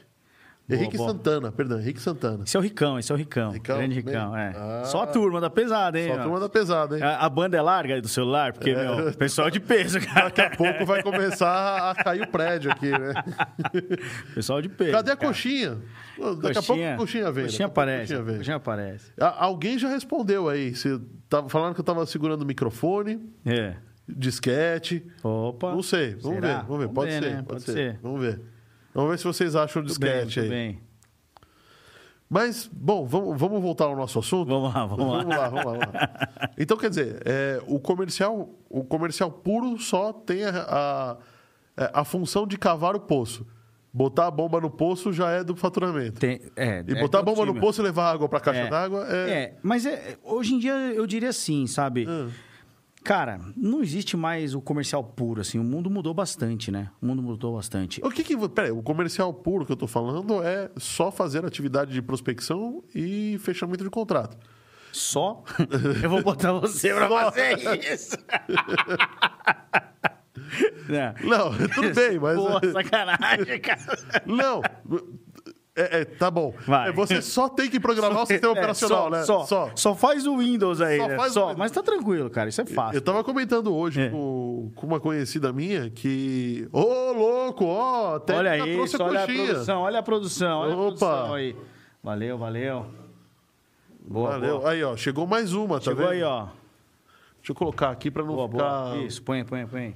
Speaker 2: Boa,
Speaker 1: Henrique
Speaker 2: boa.
Speaker 1: Santana, perdão, Henrique Santana.
Speaker 2: Esse é o Ricão, esse é o Ricão.
Speaker 1: Ricão,
Speaker 2: grande
Speaker 1: bem.
Speaker 2: Ricão, é.
Speaker 1: Ah.
Speaker 2: Só a turma da pesada, hein?
Speaker 1: Só a
Speaker 2: meu?
Speaker 1: turma da pesada, hein?
Speaker 2: A, a banda é larga aí do celular, porque, meu, o pessoal é de peso, cara.
Speaker 1: Daqui a pouco vai começar a cair o prédio aqui, né?
Speaker 2: Pessoal de peso.
Speaker 1: Cadê a
Speaker 2: cara.
Speaker 1: coxinha? Daqui a pouco a coxinha vem.
Speaker 2: Coxinha
Speaker 1: daqui a pouco a
Speaker 2: aparece.
Speaker 1: coxinha vem.
Speaker 2: Coxinha aparece.
Speaker 1: A- Alguém já respondeu aí. Você tava falando que eu tava segurando o microfone,
Speaker 2: É.
Speaker 1: disquete.
Speaker 2: Opa.
Speaker 1: Não sei, vamos
Speaker 2: Será?
Speaker 1: ver, vamos ver. Pode ser,
Speaker 2: né?
Speaker 1: pode, ser. Vamos ver. Vamos ver se vocês acham o
Speaker 2: Tudo bem,
Speaker 1: disquete
Speaker 2: tudo
Speaker 1: aí.
Speaker 2: bem.
Speaker 1: Mas, bom, vamos, vamos voltar ao nosso assunto?
Speaker 2: Vamos lá, vamos lá.
Speaker 1: lá, vamos lá, vamos lá. Então, quer dizer, é, o, comercial, o comercial puro só tem a, é, a, a função de cavar o poço. Botar a bomba no poço já é do faturamento.
Speaker 2: Tem- é,
Speaker 1: E
Speaker 2: é
Speaker 1: botar a
Speaker 2: todo
Speaker 1: bomba no
Speaker 2: time.
Speaker 1: poço e levar água para caixa d'água é... Ah.
Speaker 2: É, mas é- hoje em dia eu diria assim, sabe? Cara, não existe mais o comercial puro, assim. O mundo mudou bastante, né? O mundo mudou bastante.
Speaker 1: O que que... vo- Peraí, o comercial puro que eu tô falando é só fazer atividade de prospecção e fechamento de contrato.
Speaker 2: Só eu vou botar você pra fazer isso. Não.
Speaker 1: Não, tudo bem, mas...
Speaker 2: Pô, É. sacanagem, cara.
Speaker 1: Não. É, é, tá bom.
Speaker 2: Vai.
Speaker 1: É, você só tem que programar o sistema
Speaker 2: É,
Speaker 1: operacional,
Speaker 2: só,
Speaker 1: né?
Speaker 2: Só, só.
Speaker 1: Só.
Speaker 2: faz o Windows aí,
Speaker 1: Só
Speaker 2: né?
Speaker 1: faz o
Speaker 2: só.
Speaker 1: Windows.
Speaker 2: Mas tá tranquilo, cara. Isso é fácil.
Speaker 1: Eu tava comentando hoje
Speaker 2: É.
Speaker 1: com, com uma conhecida minha que. Ô, louco, ó, até
Speaker 2: Olha
Speaker 1: já
Speaker 2: aí,
Speaker 1: trouxe
Speaker 2: só
Speaker 1: a
Speaker 2: olha a
Speaker 1: coxinha.
Speaker 2: produção, olha a produção, olha
Speaker 1: Opa.
Speaker 2: a produção aí. Valeu, valeu. Boa,
Speaker 1: Valeu.
Speaker 2: boa.
Speaker 1: Aí, ó, chegou mais uma, tá
Speaker 2: Chegou
Speaker 1: vendo?
Speaker 2: aí, ó.
Speaker 1: Deixa eu colocar aqui pra não
Speaker 2: Boa,
Speaker 1: ficar.
Speaker 2: boa. Isso, põe, põe, põe.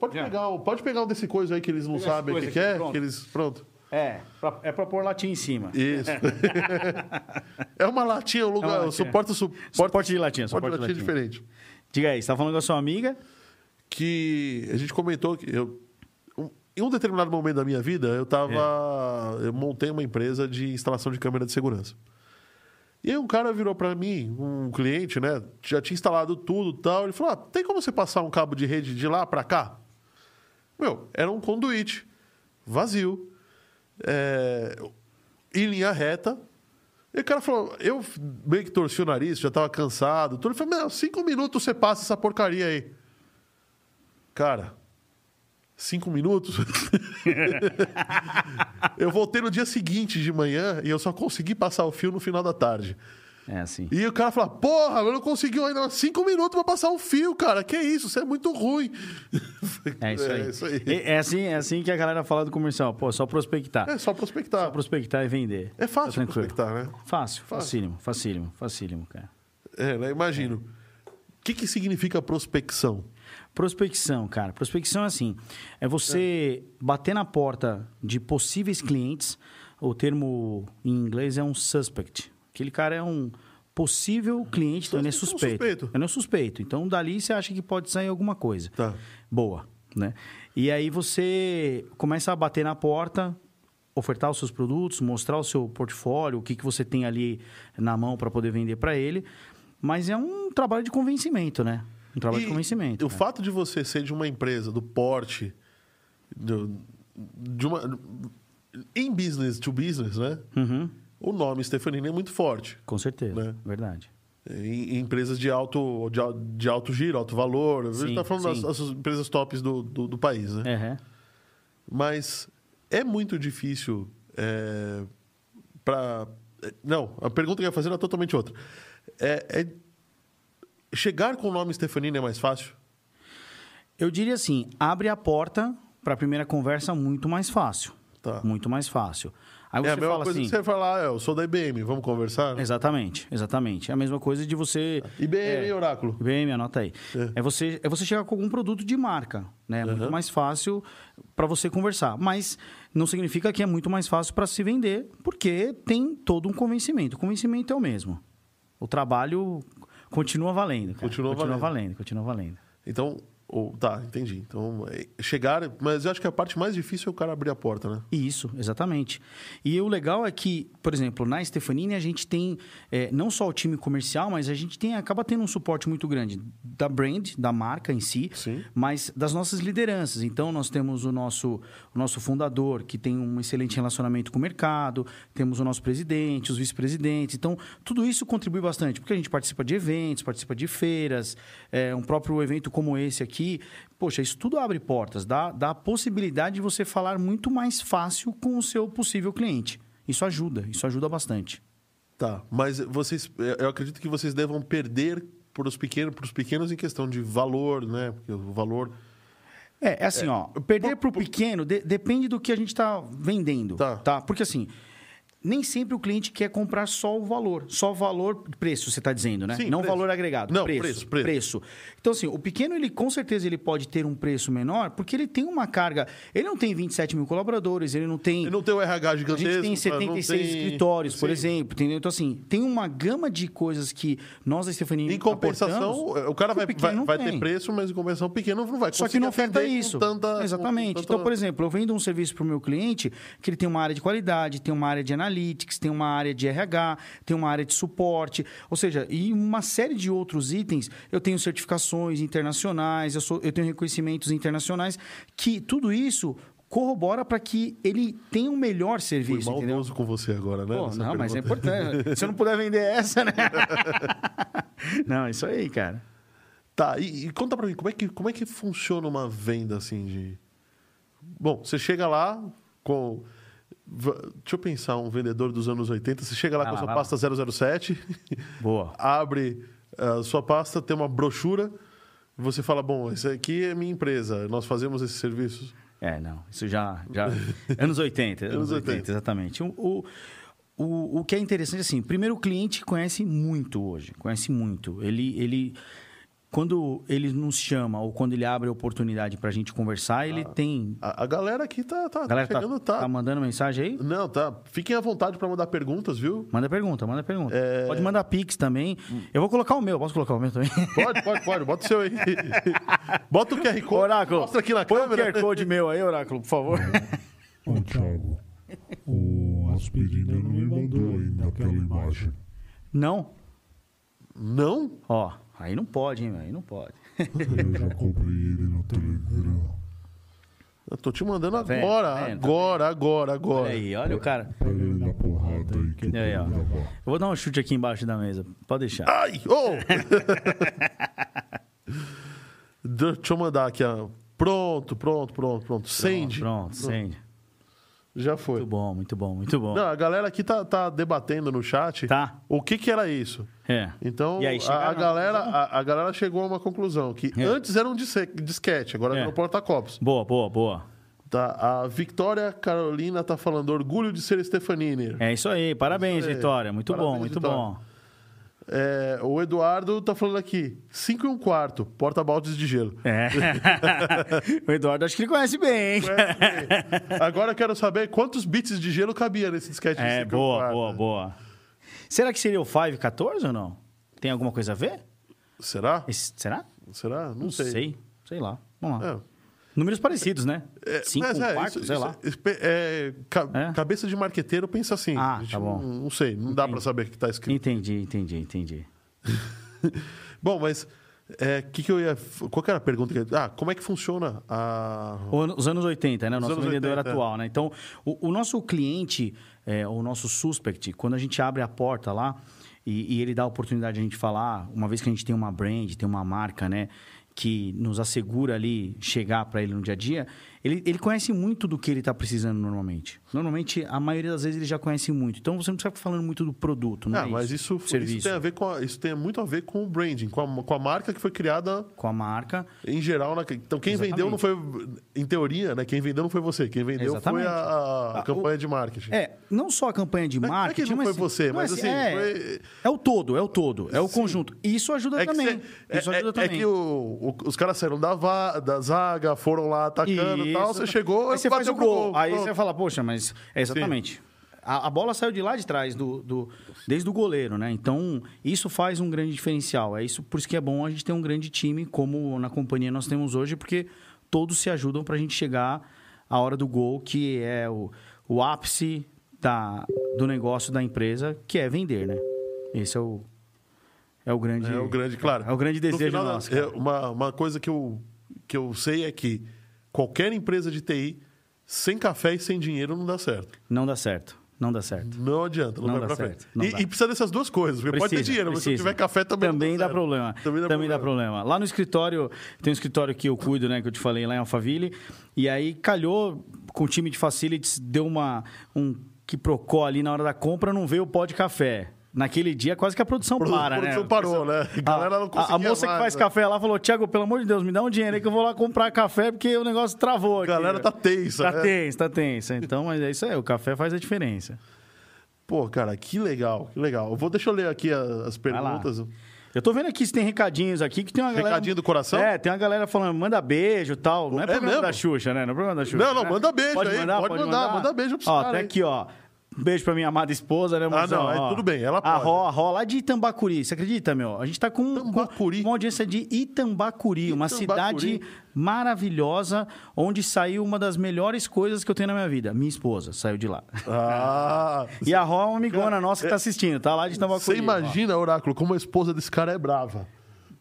Speaker 1: Pode
Speaker 2: Já.
Speaker 1: pegar, o- pode pegar um desse coisa aí que eles não
Speaker 2: Pega essa
Speaker 1: sabem o que,
Speaker 2: coisa
Speaker 1: que
Speaker 2: aqui,
Speaker 1: é.
Speaker 2: pronto.
Speaker 1: Que eles... Pronto.
Speaker 2: É, pra- é pra pôr latinha em cima.
Speaker 1: Isso. é uma latinha, o lugar.
Speaker 2: É uma
Speaker 1: o
Speaker 2: latinha.
Speaker 1: suporte, su...
Speaker 2: Suporte de latinha,
Speaker 1: suporte de latinha diferente.
Speaker 2: Diga aí, você tá falando com a sua amiga?
Speaker 1: que a gente comentou que eu, um- em um determinado momento da minha vida, eu tava. Eu montei uma empresa de instalação de câmera de segurança. E aí um cara virou para mim, um cliente, né? Já tinha instalado tudo e tal. Ele falou: ah, tem como você passar um cabo de rede de lá para cá? Meu, era um conduíte. vazio, é, em linha reta. E o cara falou, eu meio que torci o nariz, já tava cansado. Tudo. Ele falou, meu, cinco minutos você passa essa porcaria aí. Cara, cinco minutos? eu voltei no dia seguinte de manhã e eu só consegui passar o fio no final da tarde.
Speaker 2: É assim.
Speaker 1: E o cara fala, porra, eu não conseguiu ainda cinco minutos pra passar um fio, cara. Que isso, você é muito ruim.
Speaker 2: É isso aí. É, É, assim, é assim que a galera fala do comercial. Pô, só prospectar.
Speaker 1: É só prospectar.
Speaker 2: Prospectar e vender.
Speaker 1: É fácil
Speaker 2: Tá tranquilo.
Speaker 1: prospectar, né?
Speaker 2: Fácil, facílimo, facílimo, facílimo, cara.
Speaker 1: É, né? Imagino. O que, que significa prospecção?
Speaker 2: Prospecção, cara. Prospecção é assim: é você bater na porta de possíveis clientes. O termo em inglês é um suspect. Aquele cara é um possível cliente, então ele é
Speaker 1: Suspect é um
Speaker 2: suspeito.
Speaker 1: suspeito.
Speaker 2: Ele é um suspeito. Então dali você acha que pode sair alguma coisa.
Speaker 1: Tá.
Speaker 2: Boa, né? E aí você começa a bater na porta, ofertar os seus produtos, mostrar o seu portfólio, o que, que você tem ali na mão para poder vender para ele. Mas é um trabalho de convencimento, né? Um trabalho de
Speaker 1: E
Speaker 2: convencimento.
Speaker 1: O
Speaker 2: né?
Speaker 1: fato de você ser de uma empresa, do porte, do- de uma. Em business to business, né?
Speaker 2: Uhum,
Speaker 1: O nome Stefanini é muito forte.
Speaker 2: com certeza,
Speaker 1: Né?
Speaker 2: verdade.
Speaker 1: Em, em empresas de alto, de, al- de alto giro, alto valor. A gente
Speaker 2: Sim,
Speaker 1: está falando das,
Speaker 2: sim.
Speaker 1: das empresas tops do, do, do país, né?
Speaker 2: É, é.
Speaker 1: Mas é muito difícil é, para. Não, a pergunta que eu ia fazer era totalmente outra. É, é- Chegar com o nome Stefanini é mais fácil?
Speaker 2: Eu diria assim, abre a porta para a primeira conversa muito mais fácil.
Speaker 1: Tá.
Speaker 2: Muito mais fácil. Aí você
Speaker 1: é a mesma
Speaker 2: fala
Speaker 1: coisa
Speaker 2: assim,
Speaker 1: que você né? falar, ah, eu sou da IBM, vamos conversar?
Speaker 2: exatamente, exatamente. É a mesma coisa de você
Speaker 1: IBM,
Speaker 2: É.
Speaker 1: Oráculo.
Speaker 2: IBM, anota aí. É, você, é você chegar com algum produto de marca, né? É Muito mais fácil para você conversar. Mas não significa que é muito mais fácil para se vender, porque tem todo um convencimento. O convencimento é o mesmo. O trabalho continua valendo. cara.
Speaker 1: Continua
Speaker 2: valendo.
Speaker 1: valendo.
Speaker 2: Continua valendo.
Speaker 1: Então, ou- tá, entendi. Então, é, chegar, mas eu acho que a parte mais difícil é o cara abrir a porta, né?
Speaker 2: Isso, exatamente. E o legal é que, por exemplo, na Stefanini a gente tem eh, não só o time comercial, mas a gente tem acaba tendo um suporte muito grande da brand, da marca em si,
Speaker 1: Sim.
Speaker 2: mas das nossas lideranças. Então nós temos o nosso, o nosso fundador, que tem um excelente relacionamento com o mercado, temos o nosso presidente, os vice-presidentes. Então tudo isso contribui bastante, porque a gente participa de eventos, participa de feiras, eh, um próprio evento como esse aqui. Poxa, isso tudo abre portas, dá, dá a possibilidade de você falar muito mais fácil com o seu possível cliente. Isso ajuda, isso ajuda bastante.
Speaker 1: Tá, mas vocês, é, eu acredito que vocês devam perder para os pequenos, pros pequenos em questão de valor, né? Porque o valor.
Speaker 2: É, é assim, ó. Perder pro pequeno de- depende do que a gente está vendendo.
Speaker 1: Tá.
Speaker 2: Porque assim, nem sempre o cliente quer comprar só o valor. Só o valor, preço, você está dizendo, né?
Speaker 1: Sim,
Speaker 2: Não
Speaker 1: preço.
Speaker 2: valor agregado.
Speaker 1: Não, preço,
Speaker 2: preço,
Speaker 1: preço.
Speaker 2: Então, assim, o pequeno, ele com certeza ele pode ter um preço menor, porque ele tem uma carga. Ele não tem 27 mil colaboradores, ele não tem.
Speaker 1: Não tem o RH
Speaker 2: A
Speaker 1: gigantesco.
Speaker 2: gente tem
Speaker 1: mas não
Speaker 2: 76
Speaker 1: tem-
Speaker 2: escritórios, por
Speaker 1: Sim.
Speaker 2: exemplo, entendeu? Então, assim, tem uma gama de coisas que nós da Stefanini
Speaker 1: Em compensação,
Speaker 2: aportamos
Speaker 1: o cara
Speaker 2: que
Speaker 1: vai,
Speaker 2: pequeno
Speaker 1: vai,
Speaker 2: não
Speaker 1: vai
Speaker 2: tem.
Speaker 1: ter preço, mas em compensação, o pequeno não vai.
Speaker 2: Só que
Speaker 1: conseguir
Speaker 2: não oferta
Speaker 1: atender com
Speaker 2: isso.
Speaker 1: tanta- com-
Speaker 2: Exatamente.
Speaker 1: com
Speaker 2: Então,
Speaker 1: tanta-
Speaker 2: por exemplo, eu vendo um serviço para o meu cliente que ele tem uma área de qualidade, tem uma área de analytics, tem uma área de RH, tem uma área de suporte, ou seja, e uma série de outros itens. Eu tenho certificações internacionais, eu, sou, eu tenho reconhecimentos internacionais, que tudo isso corrobora para que ele tenha um melhor
Speaker 1: Fui
Speaker 2: serviço, entendeu?
Speaker 1: maldoso com você agora, né?
Speaker 2: Pô,
Speaker 1: nessa
Speaker 2: não, mas é
Speaker 1: pergunta.
Speaker 2: importante. Se eu não puder vender essa, né? não, é isso aí, cara.
Speaker 1: Tá, e, e conta pra mim, como é, que, como é que funciona uma venda assim de. Bom, você chega lá com. va- Deixa eu pensar, um vendedor dos anos 80, você chega lá
Speaker 2: Vai
Speaker 1: com
Speaker 2: lá,
Speaker 1: a sua
Speaker 2: vai
Speaker 1: pasta 007,
Speaker 2: Boa.
Speaker 1: abre eh, a sua pasta, tem uma brochura, e você fala: Bom, essa aqui é minha empresa, nós fazemos esses serviços.
Speaker 2: É, não. Isso já. já... anos 80.
Speaker 1: Anos
Speaker 2: anos 80,
Speaker 1: 80,
Speaker 2: exatamente. O, o, o, o que é interessante, assim, primeiro o cliente conhece muito hoje. Conhece muito. Ele. ele quando ele nos chama ou quando ele abre a oportunidade para a gente conversar, ele tem.
Speaker 1: A, a galera aqui tá, tá,
Speaker 2: A galera Ah. tá,
Speaker 1: chegando, tá.
Speaker 2: tá mandando mensagem aí?
Speaker 1: Não, tá. Fiquem à vontade pra mandar perguntas, viu?
Speaker 2: Manda pergunta, manda pergunta.
Speaker 1: É.
Speaker 2: Pode mandar pix também. Eu vou colocar o meu, posso colocar o meu também?
Speaker 1: Pode, pode, pode. Bota o seu aí. Bota o QR Code.
Speaker 2: Oráculo,
Speaker 1: mostra aqui na
Speaker 2: põe
Speaker 1: câmera.
Speaker 2: o QR Code meu aí, Oráculo, por favor.
Speaker 3: Ô, Thiago, o Aspirina não me mandou ainda aquela imagem.
Speaker 2: Não?
Speaker 1: Não?
Speaker 2: Ó, aí não pode, hein, velho? Aí não pode.
Speaker 3: Eu já comprei ele no Telegram.
Speaker 1: Eu tô te mandando
Speaker 2: vendo?
Speaker 1: agora,
Speaker 2: Tá vendo? Tá
Speaker 1: agora, agora, agora.
Speaker 2: Olha aí, olha o cara.
Speaker 3: Pega na porrada aí que eu tô
Speaker 2: Aí, ó.
Speaker 3: gravar.
Speaker 2: Eu vou dar um chute aqui embaixo da mesa. Pode deixar.
Speaker 1: Ai! Oh! De- Deixa eu mandar aqui, ó. Pronto, pronto, pronto, pronto. Sende.
Speaker 2: Pronto, sende.
Speaker 1: Já foi.
Speaker 2: Muito bom, muito bom, muito bom.
Speaker 1: Não, a galera aqui tá, tá debatendo no chat
Speaker 2: Tá.
Speaker 1: o que que era isso.
Speaker 2: É.
Speaker 1: Então,
Speaker 2: E aí,
Speaker 1: a,
Speaker 2: chegaram
Speaker 1: a
Speaker 2: a uma
Speaker 1: galera, a, a galera chegou a uma conclusão, que
Speaker 2: É.
Speaker 1: antes era um disse- disquete, agora
Speaker 2: É.
Speaker 1: virou porta-copos.
Speaker 2: Boa, boa, boa.
Speaker 1: Tá, a Victoria Carolina tá falando orgulho de ser Stefanini.
Speaker 2: É isso aí, parabéns,
Speaker 1: Isso aí.
Speaker 2: Vitória. Muito bom,
Speaker 1: Parabéns,
Speaker 2: muito
Speaker 1: Vitória.
Speaker 2: bom.
Speaker 1: É, o Eduardo tá falando aqui, 5 e um quarto, porta-baldes de gelo.
Speaker 2: É. o Eduardo acho que ele conhece bem, hein?
Speaker 1: É, Agora eu quero saber quantos bits de gelo cabia nesse disquete. de
Speaker 2: É,
Speaker 1: cinco e um
Speaker 2: boa,
Speaker 1: quarto.
Speaker 2: boa, boa. Será que seria o 514 ou não? Tem alguma coisa a ver?
Speaker 1: Será?
Speaker 2: Esse- será?
Speaker 1: Será? Não, sei.
Speaker 2: sei. Sei lá. Vamos lá.
Speaker 1: É.
Speaker 2: Números parecidos, né? Cinco,
Speaker 1: mas é,
Speaker 2: quarto,
Speaker 1: isso-
Speaker 2: sei
Speaker 1: isso-
Speaker 2: lá.
Speaker 1: isso- é, ca-
Speaker 2: É?
Speaker 1: Cabeça de marqueteiro pensa assim.
Speaker 2: Ah,
Speaker 1: A gente
Speaker 2: tá bom.
Speaker 1: Não, não sei, não dá pra saber o que tá escrito.
Speaker 2: Entendi, entendi, entendi.
Speaker 1: bom, mas é, que que eu ia, qual que era a pergunta? que eu- Ah, como é que funciona a...
Speaker 2: O ano- Os anos 80, né? O nosso
Speaker 1: anos é.
Speaker 2: vendedor
Speaker 1: 80,
Speaker 2: atual, né? Então, o, o nosso cliente, é, o nosso suspect, quando a gente abre a porta lá e, e ele dá a oportunidade de a gente falar, uma vez que a gente tem uma brand, tem uma marca, né? Que nos assegura ali chegar para ele no dia a dia, ele, ele conhece muito do que ele está precisando normalmente. Normalmente, a maioria das vezes ele já conhece muito. Então, você não precisa ficar falando muito do produto, não
Speaker 1: Ah,
Speaker 2: é
Speaker 1: mas isso, isso
Speaker 2: Serviço.
Speaker 1: tem a ver com a- isso tem muito a ver com o branding, com a, com a marca que foi criada
Speaker 2: Com a marca.
Speaker 1: em geral. Na, então quem vendeu não foi, em teoria, né? Quem vendeu não foi você, quem vendeu
Speaker 2: Exatamente.
Speaker 1: foi a, a
Speaker 2: Ah, o-
Speaker 1: campanha de marketing.
Speaker 2: É, não só a campanha de
Speaker 1: Não é- não é que
Speaker 2: marketing.
Speaker 1: não foi você,
Speaker 2: não é
Speaker 1: mas assim,
Speaker 2: é,
Speaker 1: foi-
Speaker 2: é o todo, é o todo, é o conjunto. Isso ajuda
Speaker 1: que
Speaker 2: também.
Speaker 1: cê- é-
Speaker 2: isso
Speaker 1: é-
Speaker 2: ajuda
Speaker 1: é
Speaker 2: também.
Speaker 1: que o- o- os caras saíram da, va- da zaga, foram lá atacando e tal.
Speaker 2: Isso.
Speaker 1: Você chegou
Speaker 2: aí
Speaker 1: e
Speaker 2: você faz
Speaker 1: bateu
Speaker 2: o
Speaker 1: pro
Speaker 2: gol.
Speaker 1: gol.
Speaker 2: Aí
Speaker 1: Pronto.
Speaker 2: você fala, poxa, mas é exatamente. A, a bola saiu de lá de trás, do, do- desde o goleiro, né? Então, isso faz um grande diferencial. É isso, por isso que é bom a gente ter um grande time, como na companhia nós temos hoje, porque todos se ajudam para a gente chegar à hora do gol, que é o, o ápice da, do negócio da empresa, que é vender, né? Esse é o, é o grande...
Speaker 1: É o grande, claro.
Speaker 2: É o grande
Speaker 1: No
Speaker 2: desejo
Speaker 1: final da-
Speaker 2: nosso.
Speaker 1: é,
Speaker 2: cara.
Speaker 1: uma, uma coisa que eu, que eu sei é que qualquer empresa de TI, sem café e sem dinheiro, não dá certo.
Speaker 2: Não dá certo, não dá certo.
Speaker 1: Não adianta, não,
Speaker 2: Não
Speaker 1: vai
Speaker 2: dá
Speaker 1: pra frente.
Speaker 2: certo, não dá.
Speaker 1: E, e precisa dessas duas coisas. Porque pode ter
Speaker 2: Precisa,
Speaker 1: dinheiro, mas se não
Speaker 2: precisa.
Speaker 1: tiver café também não
Speaker 2: dá
Speaker 1: certo.
Speaker 2: problema. Também, dá, problema. Lá no escritório, tem um escritório que eu cuido, né, que eu te falei lá em Alphaville, e aí calhou com o time de facilities deu uma um que procó ali na hora da compra, não veio o pó de café. Naquele dia quase que a produção
Speaker 1: Produ-
Speaker 2: para,
Speaker 1: a produção
Speaker 2: né?
Speaker 1: parou, né? A galera não
Speaker 2: a, a
Speaker 1: conseguia
Speaker 2: moça que
Speaker 1: mais,
Speaker 2: faz
Speaker 1: né?
Speaker 2: café lá falou: Tiago, pelo amor de Deus, me dá um dinheiro aí que eu vou lá comprar café porque o negócio travou. aqui."
Speaker 1: Galera tá tensa,
Speaker 2: Tá
Speaker 1: né?
Speaker 2: tensa, tá tensa. Então, mas é isso aí, o café faz a diferença.
Speaker 1: Pô, cara, que legal, que legal. Eu vou, deixa eu ler aqui a- as
Speaker 2: Vai lá. É.
Speaker 1: perguntas.
Speaker 2: Eu tô vendo aqui se tem recadinhos aqui, que tem uma galera...
Speaker 1: Recadinho do coração?
Speaker 2: É, tem uma galera falando, manda beijo e tal. Não é, problema
Speaker 1: mesmo?
Speaker 2: da Xuxa, né? Não é problema da Xuxa.
Speaker 1: Não, não,
Speaker 2: né?
Speaker 1: manda beijo aí, pode mandar, manda beijo pros
Speaker 2: Ó,
Speaker 1: caras
Speaker 2: até
Speaker 1: aí. Ah,
Speaker 2: aqui, ó. Beijo pra minha amada esposa, né, mozão?
Speaker 1: não, aí
Speaker 2: Ó,
Speaker 1: tudo bem, ela
Speaker 2: A
Speaker 1: pode.
Speaker 2: Ró, a Ró, lá de Itambacuri, você acredita, meu? A gente tá com,
Speaker 1: Itambacuri?
Speaker 2: com uma audiência de Itambacuri, uma
Speaker 1: Itambacuri.
Speaker 2: cidade maravilhosa, onde saiu uma das melhores coisas que eu tenho na minha vida. Minha esposa saiu de lá.
Speaker 1: Ah,
Speaker 2: E a Ró é uma amigona nossa que tá assistindo, tá lá de Itambacuri.
Speaker 1: você
Speaker 2: ó.
Speaker 1: imagina, Oráculo, como a esposa desse cara é brava.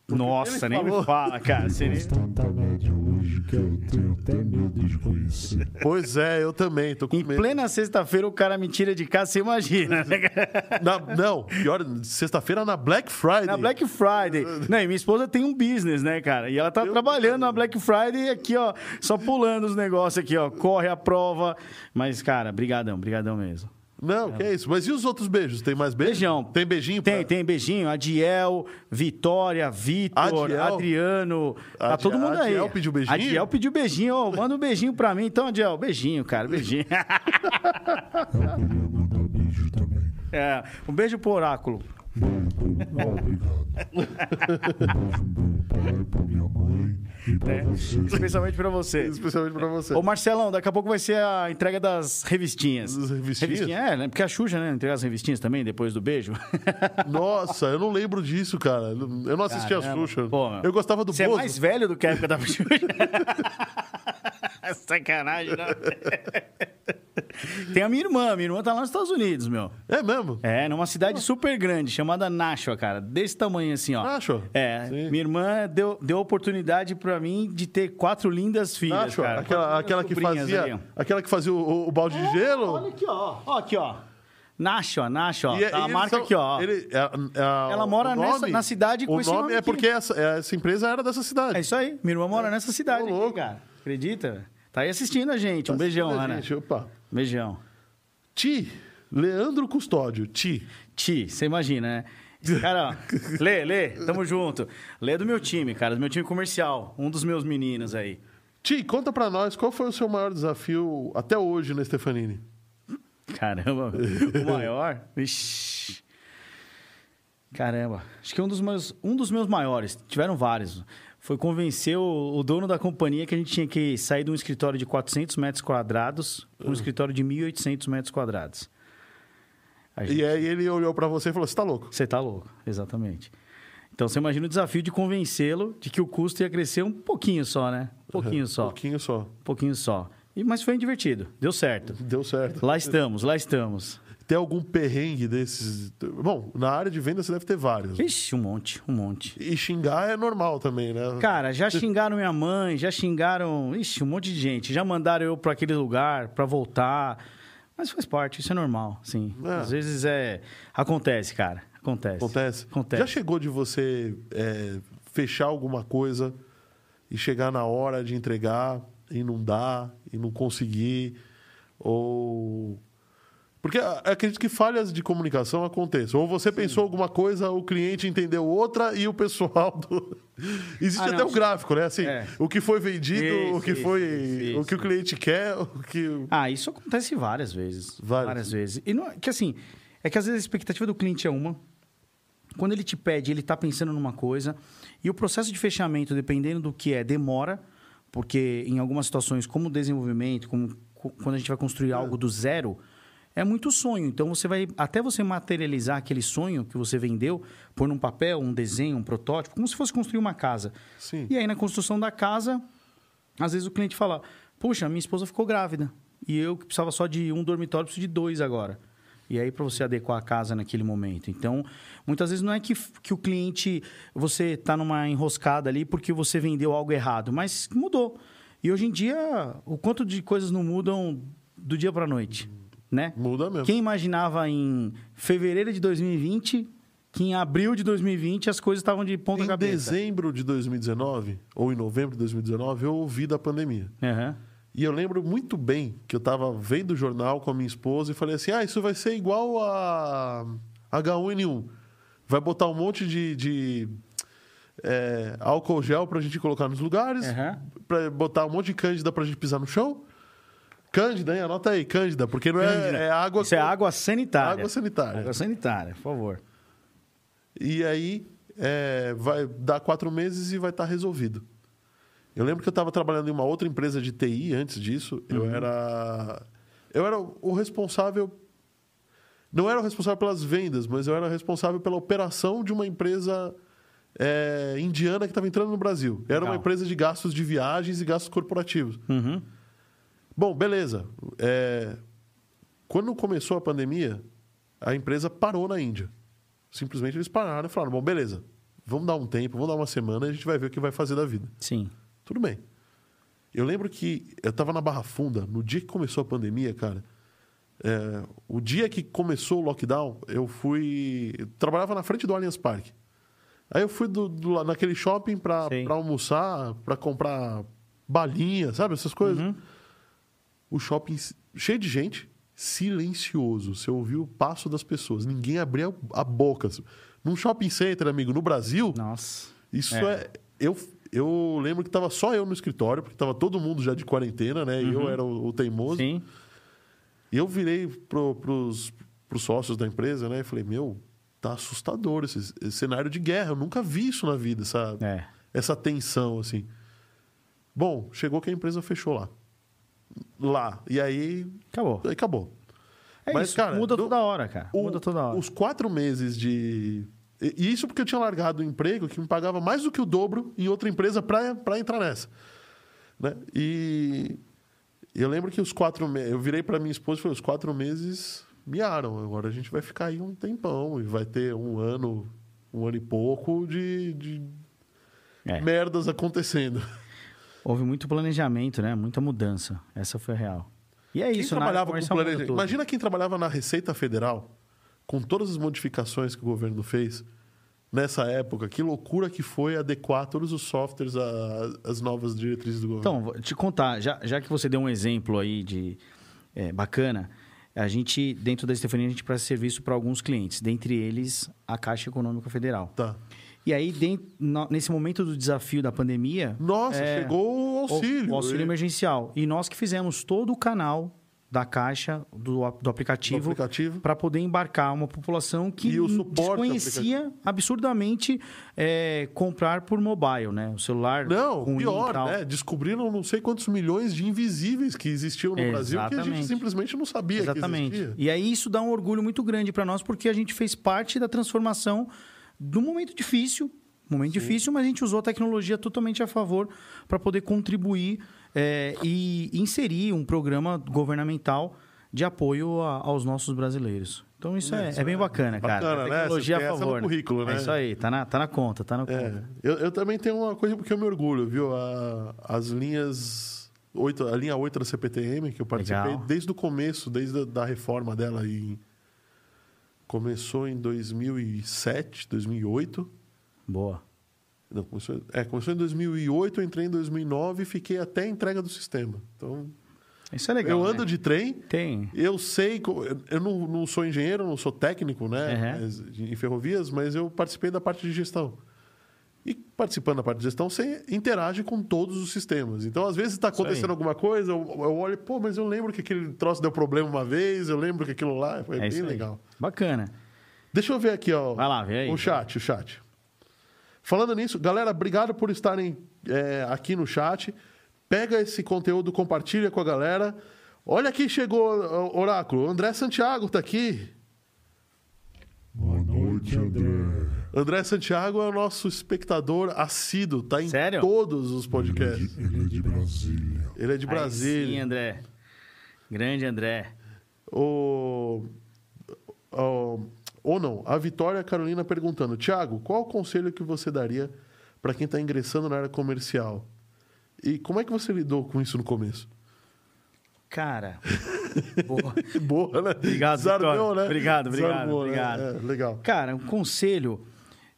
Speaker 2: Nossa, nem
Speaker 1: falou.
Speaker 2: me fala, cara. Você nem-
Speaker 3: Mas tanta média hoje que eu tenho até medo de conhecer.
Speaker 1: Pois é, eu também, tô com
Speaker 2: Em
Speaker 1: medo.
Speaker 2: plena sexta-feira o cara me tira de casa, você imagina, né, cara?
Speaker 1: Na- não, pior, sexta-feira na Black Friday.
Speaker 2: Na Black Friday. Não, e minha esposa tem um business, né, cara? E ela tá trabalhando na Black Friday aqui, ó, só pulando os negócios aqui, ó. Corre a prova. Mas, cara, brigadão, brigadão mesmo.
Speaker 1: Não, que é isso. Mas e os outros beijos? Tem mais beijo?
Speaker 2: Beijão.
Speaker 1: Tem beijinho?
Speaker 2: Tem,
Speaker 1: pra-
Speaker 2: tem beijinho. Adiel, Vitória, Vitor,
Speaker 1: Adiel?
Speaker 2: Adriano. Tá
Speaker 1: Adiel-
Speaker 2: todo mundo aí.
Speaker 1: Adiel pediu beijinho?
Speaker 2: Adiel pediu beijinho. Ó, manda um beijinho pra mim. Então, Adiel, beijinho, cara, beijinho.
Speaker 3: Eu queria mandar beijo também.
Speaker 2: É, um beijo pro oráculo.
Speaker 3: Beijo, obrigado. Um beijo pro meu pai, pra minha mãe e pra você.
Speaker 2: Né? Especialmente pra você.
Speaker 1: Especialmente pra você.
Speaker 2: Ô, Marcelão, daqui a pouco vai ser a entrega das revistinhas.
Speaker 1: Das revistinhas?
Speaker 2: é, né? Porque a Xuxa, né? Entrega as revistinhas também, depois do beijo.
Speaker 1: Nossa, eu não lembro disso, cara. Eu não assisti é a
Speaker 2: Caramba.
Speaker 1: Xuxa.
Speaker 2: Pô, meu.
Speaker 1: eu gostava do
Speaker 2: Você é
Speaker 1: Bozo.
Speaker 2: mais velho do que a época da Xuxa. Sacanagem, não? Tem a minha irmã, minha irmã tá lá nos Estados Unidos, meu.
Speaker 1: É mesmo?
Speaker 2: É, numa cidade super grande, chamada Nashua, cara. Desse tamanho assim, ó.
Speaker 1: Nashua?
Speaker 2: É.
Speaker 1: Sim.
Speaker 2: Minha irmã deu, deu oportunidade pra mim de ter quatro lindas filhas,
Speaker 1: Nacho,
Speaker 2: cara.
Speaker 1: aquela,
Speaker 2: Quatro
Speaker 1: aquela que
Speaker 2: sobrinhas
Speaker 1: fazia,
Speaker 2: ali, ó.
Speaker 1: aquela que fazia o, o balde de gelo.
Speaker 2: Olha aqui, ó. Ó aqui, ó. Nashua, Nashua. ó.
Speaker 1: E é-
Speaker 2: Tá a
Speaker 1: eles
Speaker 2: marca
Speaker 1: são-
Speaker 2: aqui, ó.
Speaker 1: ele- é- é-
Speaker 2: Ela
Speaker 1: o
Speaker 2: mora nessa-
Speaker 1: nome-
Speaker 2: na cidade com
Speaker 1: o
Speaker 2: esse nome
Speaker 1: nome é
Speaker 2: aqui.
Speaker 1: porque essa, essa empresa era dessa cidade.
Speaker 2: É isso aí. Minha irmã mora nessa cidade,
Speaker 1: Ô,
Speaker 2: aqui,
Speaker 1: louco.
Speaker 2: cara. Acredita? Tá aí assistindo a gente. Um beijão,
Speaker 1: Cidade,
Speaker 2: Ana.
Speaker 1: gente, opa.
Speaker 2: Beijão.
Speaker 1: Ti, Leandro Custódio, Ti.
Speaker 2: Ti, você imagina, né? Esse Cara, ó, Lê, Lê, tamo junto. Lê é do meu time, cara, do meu time comercial. Um dos meus meninos aí.
Speaker 1: Ti, conta pra nós qual foi o seu maior desafio até hoje na Stefanini.
Speaker 2: Caramba, o maior? Ixi. Caramba, acho que um dos, meus, um dos meus maiores, tiveram vários, foi convencer o, o dono da companhia que a gente tinha que sair de um escritório de 400 metros quadrados para um escritório de 1.800 metros quadrados. A gente-
Speaker 1: E aí ele olhou pra você e falou: Você tá louco?
Speaker 2: Você tá louco, exatamente. Então você imagina o desafio de convencê-lo de que o custo ia crescer um pouquinho só, né? Um pouquinho
Speaker 1: Um
Speaker 2: só.
Speaker 1: pouquinho só.
Speaker 2: Um pouquinho só. E, mas foi divertido, deu certo.
Speaker 1: Deu certo.
Speaker 2: Lá estamos, lá estamos.
Speaker 1: Tem algum perrengue desses? Bom, na área de venda você deve ter vários.
Speaker 2: Ixi, um monte, um monte.
Speaker 1: E xingar é normal também, né?
Speaker 2: Cara, já xingaram minha mãe, já xingaram. Ixi, um monte de gente. Já mandaram eu pra aquele lugar pra voltar. Mas faz parte, isso é normal, sim.
Speaker 1: É.
Speaker 2: Às vezes é. Acontece, cara. Acontece.
Speaker 1: Acontece?
Speaker 2: Acontece.
Speaker 1: Já chegou de você é, fechar alguma coisa e chegar na hora de entregar e não dar, e não conseguir? Ou. Porque a- acredito que falhas de comunicação aconteçam. Ou você pensou alguma coisa, o cliente entendeu outra e o pessoal do. Existe
Speaker 2: Ah,
Speaker 1: até
Speaker 2: não.
Speaker 1: um gráfico, né? Assim,
Speaker 2: É.
Speaker 1: o que foi vendido,
Speaker 2: Isso,
Speaker 1: o que
Speaker 2: isso,
Speaker 1: foi.
Speaker 2: isso,
Speaker 1: o que o
Speaker 2: isso.
Speaker 1: cliente quer, o que.
Speaker 2: Ah, isso acontece várias vezes.
Speaker 1: Várias.
Speaker 2: Várias, vezes. E não, que assim, é que às vezes a expectativa do cliente é uma. Quando ele te pede, ele está pensando numa coisa. E o processo de fechamento, dependendo do que é, demora. Porque em algumas situações, como desenvolvimento, como co- quando a gente vai construir algo do zero, é muito sonho. Então você vai. Até você materializar aquele sonho que você vendeu, pôr num papel, um desenho, um protótipo, como se fosse construir uma casa.
Speaker 1: Sim.
Speaker 2: E aí na construção da casa, às vezes o cliente fala: Puxa, minha esposa ficou grávida. E eu que precisava só de um dormitório, preciso de dois agora. E aí, para você adequar a casa naquele momento. Então, muitas vezes não é que, que o cliente, você está numa enroscada ali porque você vendeu algo errado, mas mudou. E hoje em dia, o quanto de coisas não mudam do dia para a noite, né?
Speaker 1: Muda mesmo.
Speaker 2: Quem imaginava em fevereiro de 2020 que em abril de 2020 as coisas estavam de ponta
Speaker 1: Em
Speaker 2: cabeça?
Speaker 1: dezembro de 2019, ou em novembro de 2019, eu ouvi da pandemia.
Speaker 2: Aham.
Speaker 1: E eu lembro muito bem que eu tava vendo o jornal com a minha esposa e falei assim: ah, isso vai ser igual a H1N1. Vai botar um monte de, de é, álcool gel pra gente colocar nos lugares,
Speaker 2: Aham.
Speaker 1: pra botar um monte de cândida pra gente pisar no chão. Cândida, hein? Anota aí, cândida, porque não
Speaker 2: Cândida.
Speaker 1: É, é água.
Speaker 2: Isso é água sanitária.
Speaker 1: Água sanitária.
Speaker 2: Água sanitária, por favor.
Speaker 1: E aí é, vai dar quatro meses e vai estar resolvido. Eu lembro que eu estava trabalhando em uma outra empresa de TI antes disso. Eu era. Eu era o responsável. Não era o responsável pelas vendas, mas eu era o responsável pela operação de uma empresa é, indiana que estava entrando no Brasil. Era uma
Speaker 2: Legal.
Speaker 1: empresa de gastos de viagens e gastos corporativos.
Speaker 2: Uhum.
Speaker 1: Bom, beleza. É, Quando começou a pandemia, a empresa parou na Índia. Simplesmente eles pararam e falaram: bom, beleza, vamos dar um tempo, vamos dar uma semana e a gente vai ver o que vai fazer da vida.
Speaker 2: Sim.
Speaker 1: Tudo bem. Eu lembro que eu estava na Barra Funda, no dia que começou a pandemia, cara. é, o dia que começou o lockdown, eu fui. eu trabalhava na frente do Allianz Parque. Aí eu fui do, do la- naquele shopping para
Speaker 2: Sim.
Speaker 1: almoçar, para comprar balinha, sabe? Essas coisas. O shopping si- cheio de gente, silencioso. Você ouviu o passo das pessoas. Ninguém abria a boca. Num shopping center, amigo, no Brasil,
Speaker 2: Nossa.
Speaker 1: isso é.
Speaker 2: É.
Speaker 1: eu, eu lembro que tava só eu no escritório, porque tava todo mundo já de quarentena, né? E eu era o, o teimoso.
Speaker 2: Uhum. Sim.
Speaker 1: E eu virei pro, pros, pros sócios da empresa, né? E falei, meu, tá assustador esse, esse cenário de guerra. Eu nunca vi isso na vida, essa,
Speaker 2: É.
Speaker 1: essa tensão, assim. Bom, chegou que a empresa fechou lá. Lá. E aí,
Speaker 2: Acabou.
Speaker 1: aí acabou.
Speaker 2: É
Speaker 1: Mas,
Speaker 2: isso.
Speaker 1: cara,
Speaker 2: muda
Speaker 1: do-
Speaker 2: toda hora, cara.
Speaker 1: O-
Speaker 2: muda toda hora.
Speaker 1: Os quatro meses de. E e isso porque eu tinha largado o emprego que me pagava mais do que o dobro em outra empresa para entrar nessa. Né? E Eu lembro que os quatro meses. Eu virei pra minha esposa e falei: os quatro meses miaram. Agora a gente vai ficar aí um tempão e vai ter um ano, um ano e pouco de, de
Speaker 2: É.
Speaker 1: merdas acontecendo.
Speaker 2: Houve muito planejamento, né? Muita mudança. Essa foi a real. E é
Speaker 1: Quem
Speaker 2: isso, na área
Speaker 1: trabalhava com
Speaker 2: comercial muda
Speaker 1: planejamento?
Speaker 2: tudo.
Speaker 1: Imagina quem trabalhava na Receita Federal, com todas as modificações que o governo fez nessa época. Que loucura que foi adequar todos os softwares à- às novas diretrizes do governo.
Speaker 2: Então, vou te contar, já, já que você deu um exemplo aí de é, bacana, a gente, dentro da Estefania, a gente presta serviço para alguns clientes, dentre eles a Caixa Econômica Federal.
Speaker 1: Tá.
Speaker 2: E aí, dentro- no- nesse momento do desafio da pandemia.
Speaker 1: Nossa,
Speaker 2: é,
Speaker 1: chegou o auxílio. é.
Speaker 2: O, auxílio
Speaker 1: E-
Speaker 2: emergencial. E nós que fizemos todo o canal da Caixa, do, a- do aplicativo,
Speaker 1: aplicativo.
Speaker 2: para poder embarcar uma população que
Speaker 1: E o suporte do
Speaker 2: desconhecia absurdamente é, comprar por mobile, né? O celular
Speaker 1: Não,
Speaker 2: ruim e
Speaker 1: pior,
Speaker 2: tal.
Speaker 1: né? Descobriram não sei quantos milhões de invisíveis que existiam no Brasil que a gente
Speaker 2: Exatamente.
Speaker 1: simplesmente não sabia
Speaker 2: Exatamente.
Speaker 1: que existia.
Speaker 2: E aí isso dá um orgulho muito grande para nós, porque a gente fez parte da transformação do momento difícil, momento difícil, mas a gente usou a tecnologia totalmente a favor para poder contribuir eh, e inserir um programa governamental de apoio a- aos nossos brasileiros. Então isso é, é bem bacana, cara.
Speaker 1: Bacana, né?
Speaker 2: a tecnologia
Speaker 1: Você tem
Speaker 2: a
Speaker 1: essa
Speaker 2: favor.
Speaker 1: no currículo, né?
Speaker 2: É isso aí, tá na, tá na conta, tá na
Speaker 1: É,
Speaker 2: conta.
Speaker 1: eu, eu também tenho uma coisa porque eu me orgulho, viu? A- as linhas 8, a linha 8 da CPTM, que eu participei
Speaker 2: Legal.
Speaker 1: desde o começo, desde a da reforma dela em começou em 2007, 2008.
Speaker 2: Boa.
Speaker 1: Não, começou, é, começou em 2008, eu entrei em 2009 e fiquei até a entrega do sistema. Então,
Speaker 2: Isso é legal.
Speaker 1: eu
Speaker 2: né?
Speaker 1: ando de trem,
Speaker 2: Tem.
Speaker 1: Eu sei, co- eu não, não sou engenheiro, não sou técnico, né?
Speaker 2: Uhum.
Speaker 1: mas- em ferrovias, mas eu participei da parte de gestão. E participando da parte de gestão, você interage com todos os sistemas. Então, às vezes, está acontecendo
Speaker 2: aí.
Speaker 1: alguma coisa, eu, eu olho, pô, mas eu lembro que aquele troço deu problema uma vez, eu lembro que aquilo lá foi
Speaker 2: É
Speaker 1: bem
Speaker 2: isso aí.
Speaker 1: legal.
Speaker 2: Bacana.
Speaker 1: Deixa eu ver aqui, ó.
Speaker 2: Vai lá, vê aí.
Speaker 1: O chat, o chat. Falando nisso, galera, obrigado por estarem é, aqui no chat. Pega esse conteúdo, compartilha com a galera. Olha quem chegou, ó, Oráculo. O André Santiago tá aqui.
Speaker 3: Boa noite, André.
Speaker 1: André Santiago é o nosso espectador assíduo, tá em
Speaker 2: Sério?
Speaker 1: todos os
Speaker 3: Ele é
Speaker 1: podcasts.
Speaker 3: de, ele é de Brasília.
Speaker 1: Ele é de
Speaker 2: Aí Sim,
Speaker 1: Brasília.
Speaker 2: André. Grande André.
Speaker 1: O... o- Ou não, a Vitória Carolina perguntando: Tiago, qual o conselho que você daria para quem está ingressando na área comercial? E como é que você lidou com isso no começo?
Speaker 2: Cara. Boa.
Speaker 1: Boa, né?
Speaker 2: Obrigado,
Speaker 1: Zarmeu,
Speaker 2: Vitória.
Speaker 1: né?
Speaker 2: Obrigado, obrigado,
Speaker 1: Desarmou, né?
Speaker 2: obrigado.
Speaker 1: É, legal.
Speaker 2: Cara, um conselho.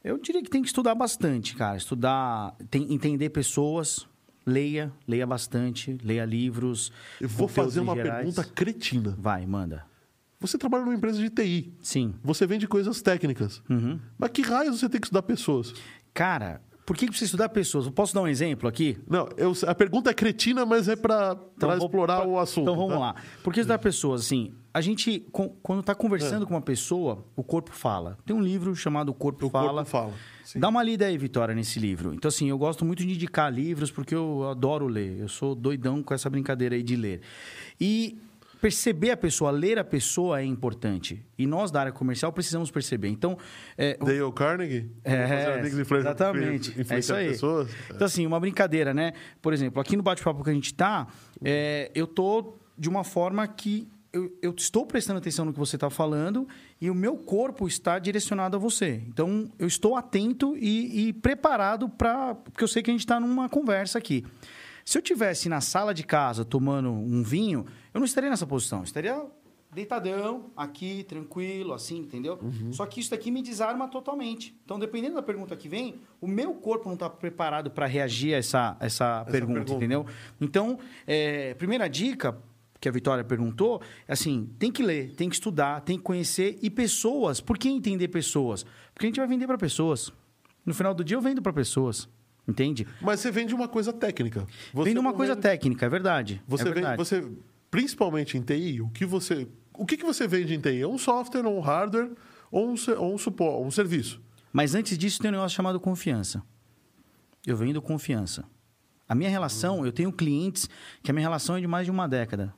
Speaker 2: Eu diria que tem que estudar bastante, cara. Estudar, tem- entender pessoas, leia, leia bastante, leia livros.
Speaker 1: Eu vou
Speaker 2: conteúdos
Speaker 1: fazer
Speaker 2: em
Speaker 1: uma
Speaker 2: gerais.
Speaker 1: pergunta cretina.
Speaker 2: Vai, manda.
Speaker 1: Você trabalha numa empresa de TI,
Speaker 2: Sim.
Speaker 1: você vende coisas técnicas.
Speaker 2: Uhum.
Speaker 1: Mas que raios você tem que estudar pessoas?
Speaker 2: Cara, por que que precisa estudar pessoas? Eu Posso dar um exemplo aqui?
Speaker 1: Não, eu- a pergunta é cretina, mas é para
Speaker 2: Então vou-
Speaker 1: explorar
Speaker 2: pra-
Speaker 1: o assunto.
Speaker 2: Então vamos
Speaker 1: tá?
Speaker 2: lá. Porque isso da pessoa, assim, a gente, com- quando está
Speaker 1: É.
Speaker 2: conversando com uma pessoa, o corpo fala. Tem um livro chamado O Corpo
Speaker 1: O corpo
Speaker 2: Fala.
Speaker 1: fala, sim.
Speaker 2: Dá uma lida aí, Vitória, nesse livro. Então, assim, eu gosto muito de indicar livros porque eu adoro ler. Eu sou doidão com essa brincadeira aí de ler. E perceber a pessoa, ler a pessoa é importante. E nós, da área comercial, precisamos perceber. Então, é, o
Speaker 1: Dale Carnegie? Fazer amigos e influenciar-
Speaker 2: É, exatamente.
Speaker 1: influenciar
Speaker 2: É isso aí.
Speaker 1: pessoas? É.
Speaker 2: Então, assim, uma brincadeira, né? Por exemplo, aqui no bate-papo que a gente tá, é, eu tô de uma forma que eu, eu estou prestando atenção no que você está falando e o meu corpo está direcionado a você. Então, eu estou atento e, e preparado para. Porque eu sei que a gente está numa conversa aqui. Se eu tivesse na sala de casa tomando um vinho, eu não estaria nessa posição. Eu estaria deitadão, aqui, tranquilo, assim, entendeu? Só que isso daqui me desarma totalmente. Então, dependendo da pergunta que vem, o meu corpo não está preparado para reagir a essa, essa, pergunta,
Speaker 1: pergunta.
Speaker 2: entendeu? Então, é, primeira dica que a Vitória perguntou, assim, tem que ler, tem que estudar, tem que conhecer e pessoas. Por que entender pessoas? Porque a gente vai vender para pessoas. No final do dia, eu vendo para pessoas, entende?
Speaker 1: Mas você vende uma coisa técnica. Você
Speaker 2: Vendo uma
Speaker 1: não
Speaker 2: coisa
Speaker 1: vende-
Speaker 2: técnica, é verdade.
Speaker 1: Você
Speaker 2: é
Speaker 1: vende-
Speaker 2: verdade.
Speaker 1: você- principalmente em TI, o que você, o que, que você vende em TI? É um software, ou um hardware ou um, se- ou um, supo- um serviço?
Speaker 2: Mas antes disso, tem um negócio chamado confiança. Eu vendo confiança. A minha relação, eu tenho clientes que a minha relação é de mais de uma década.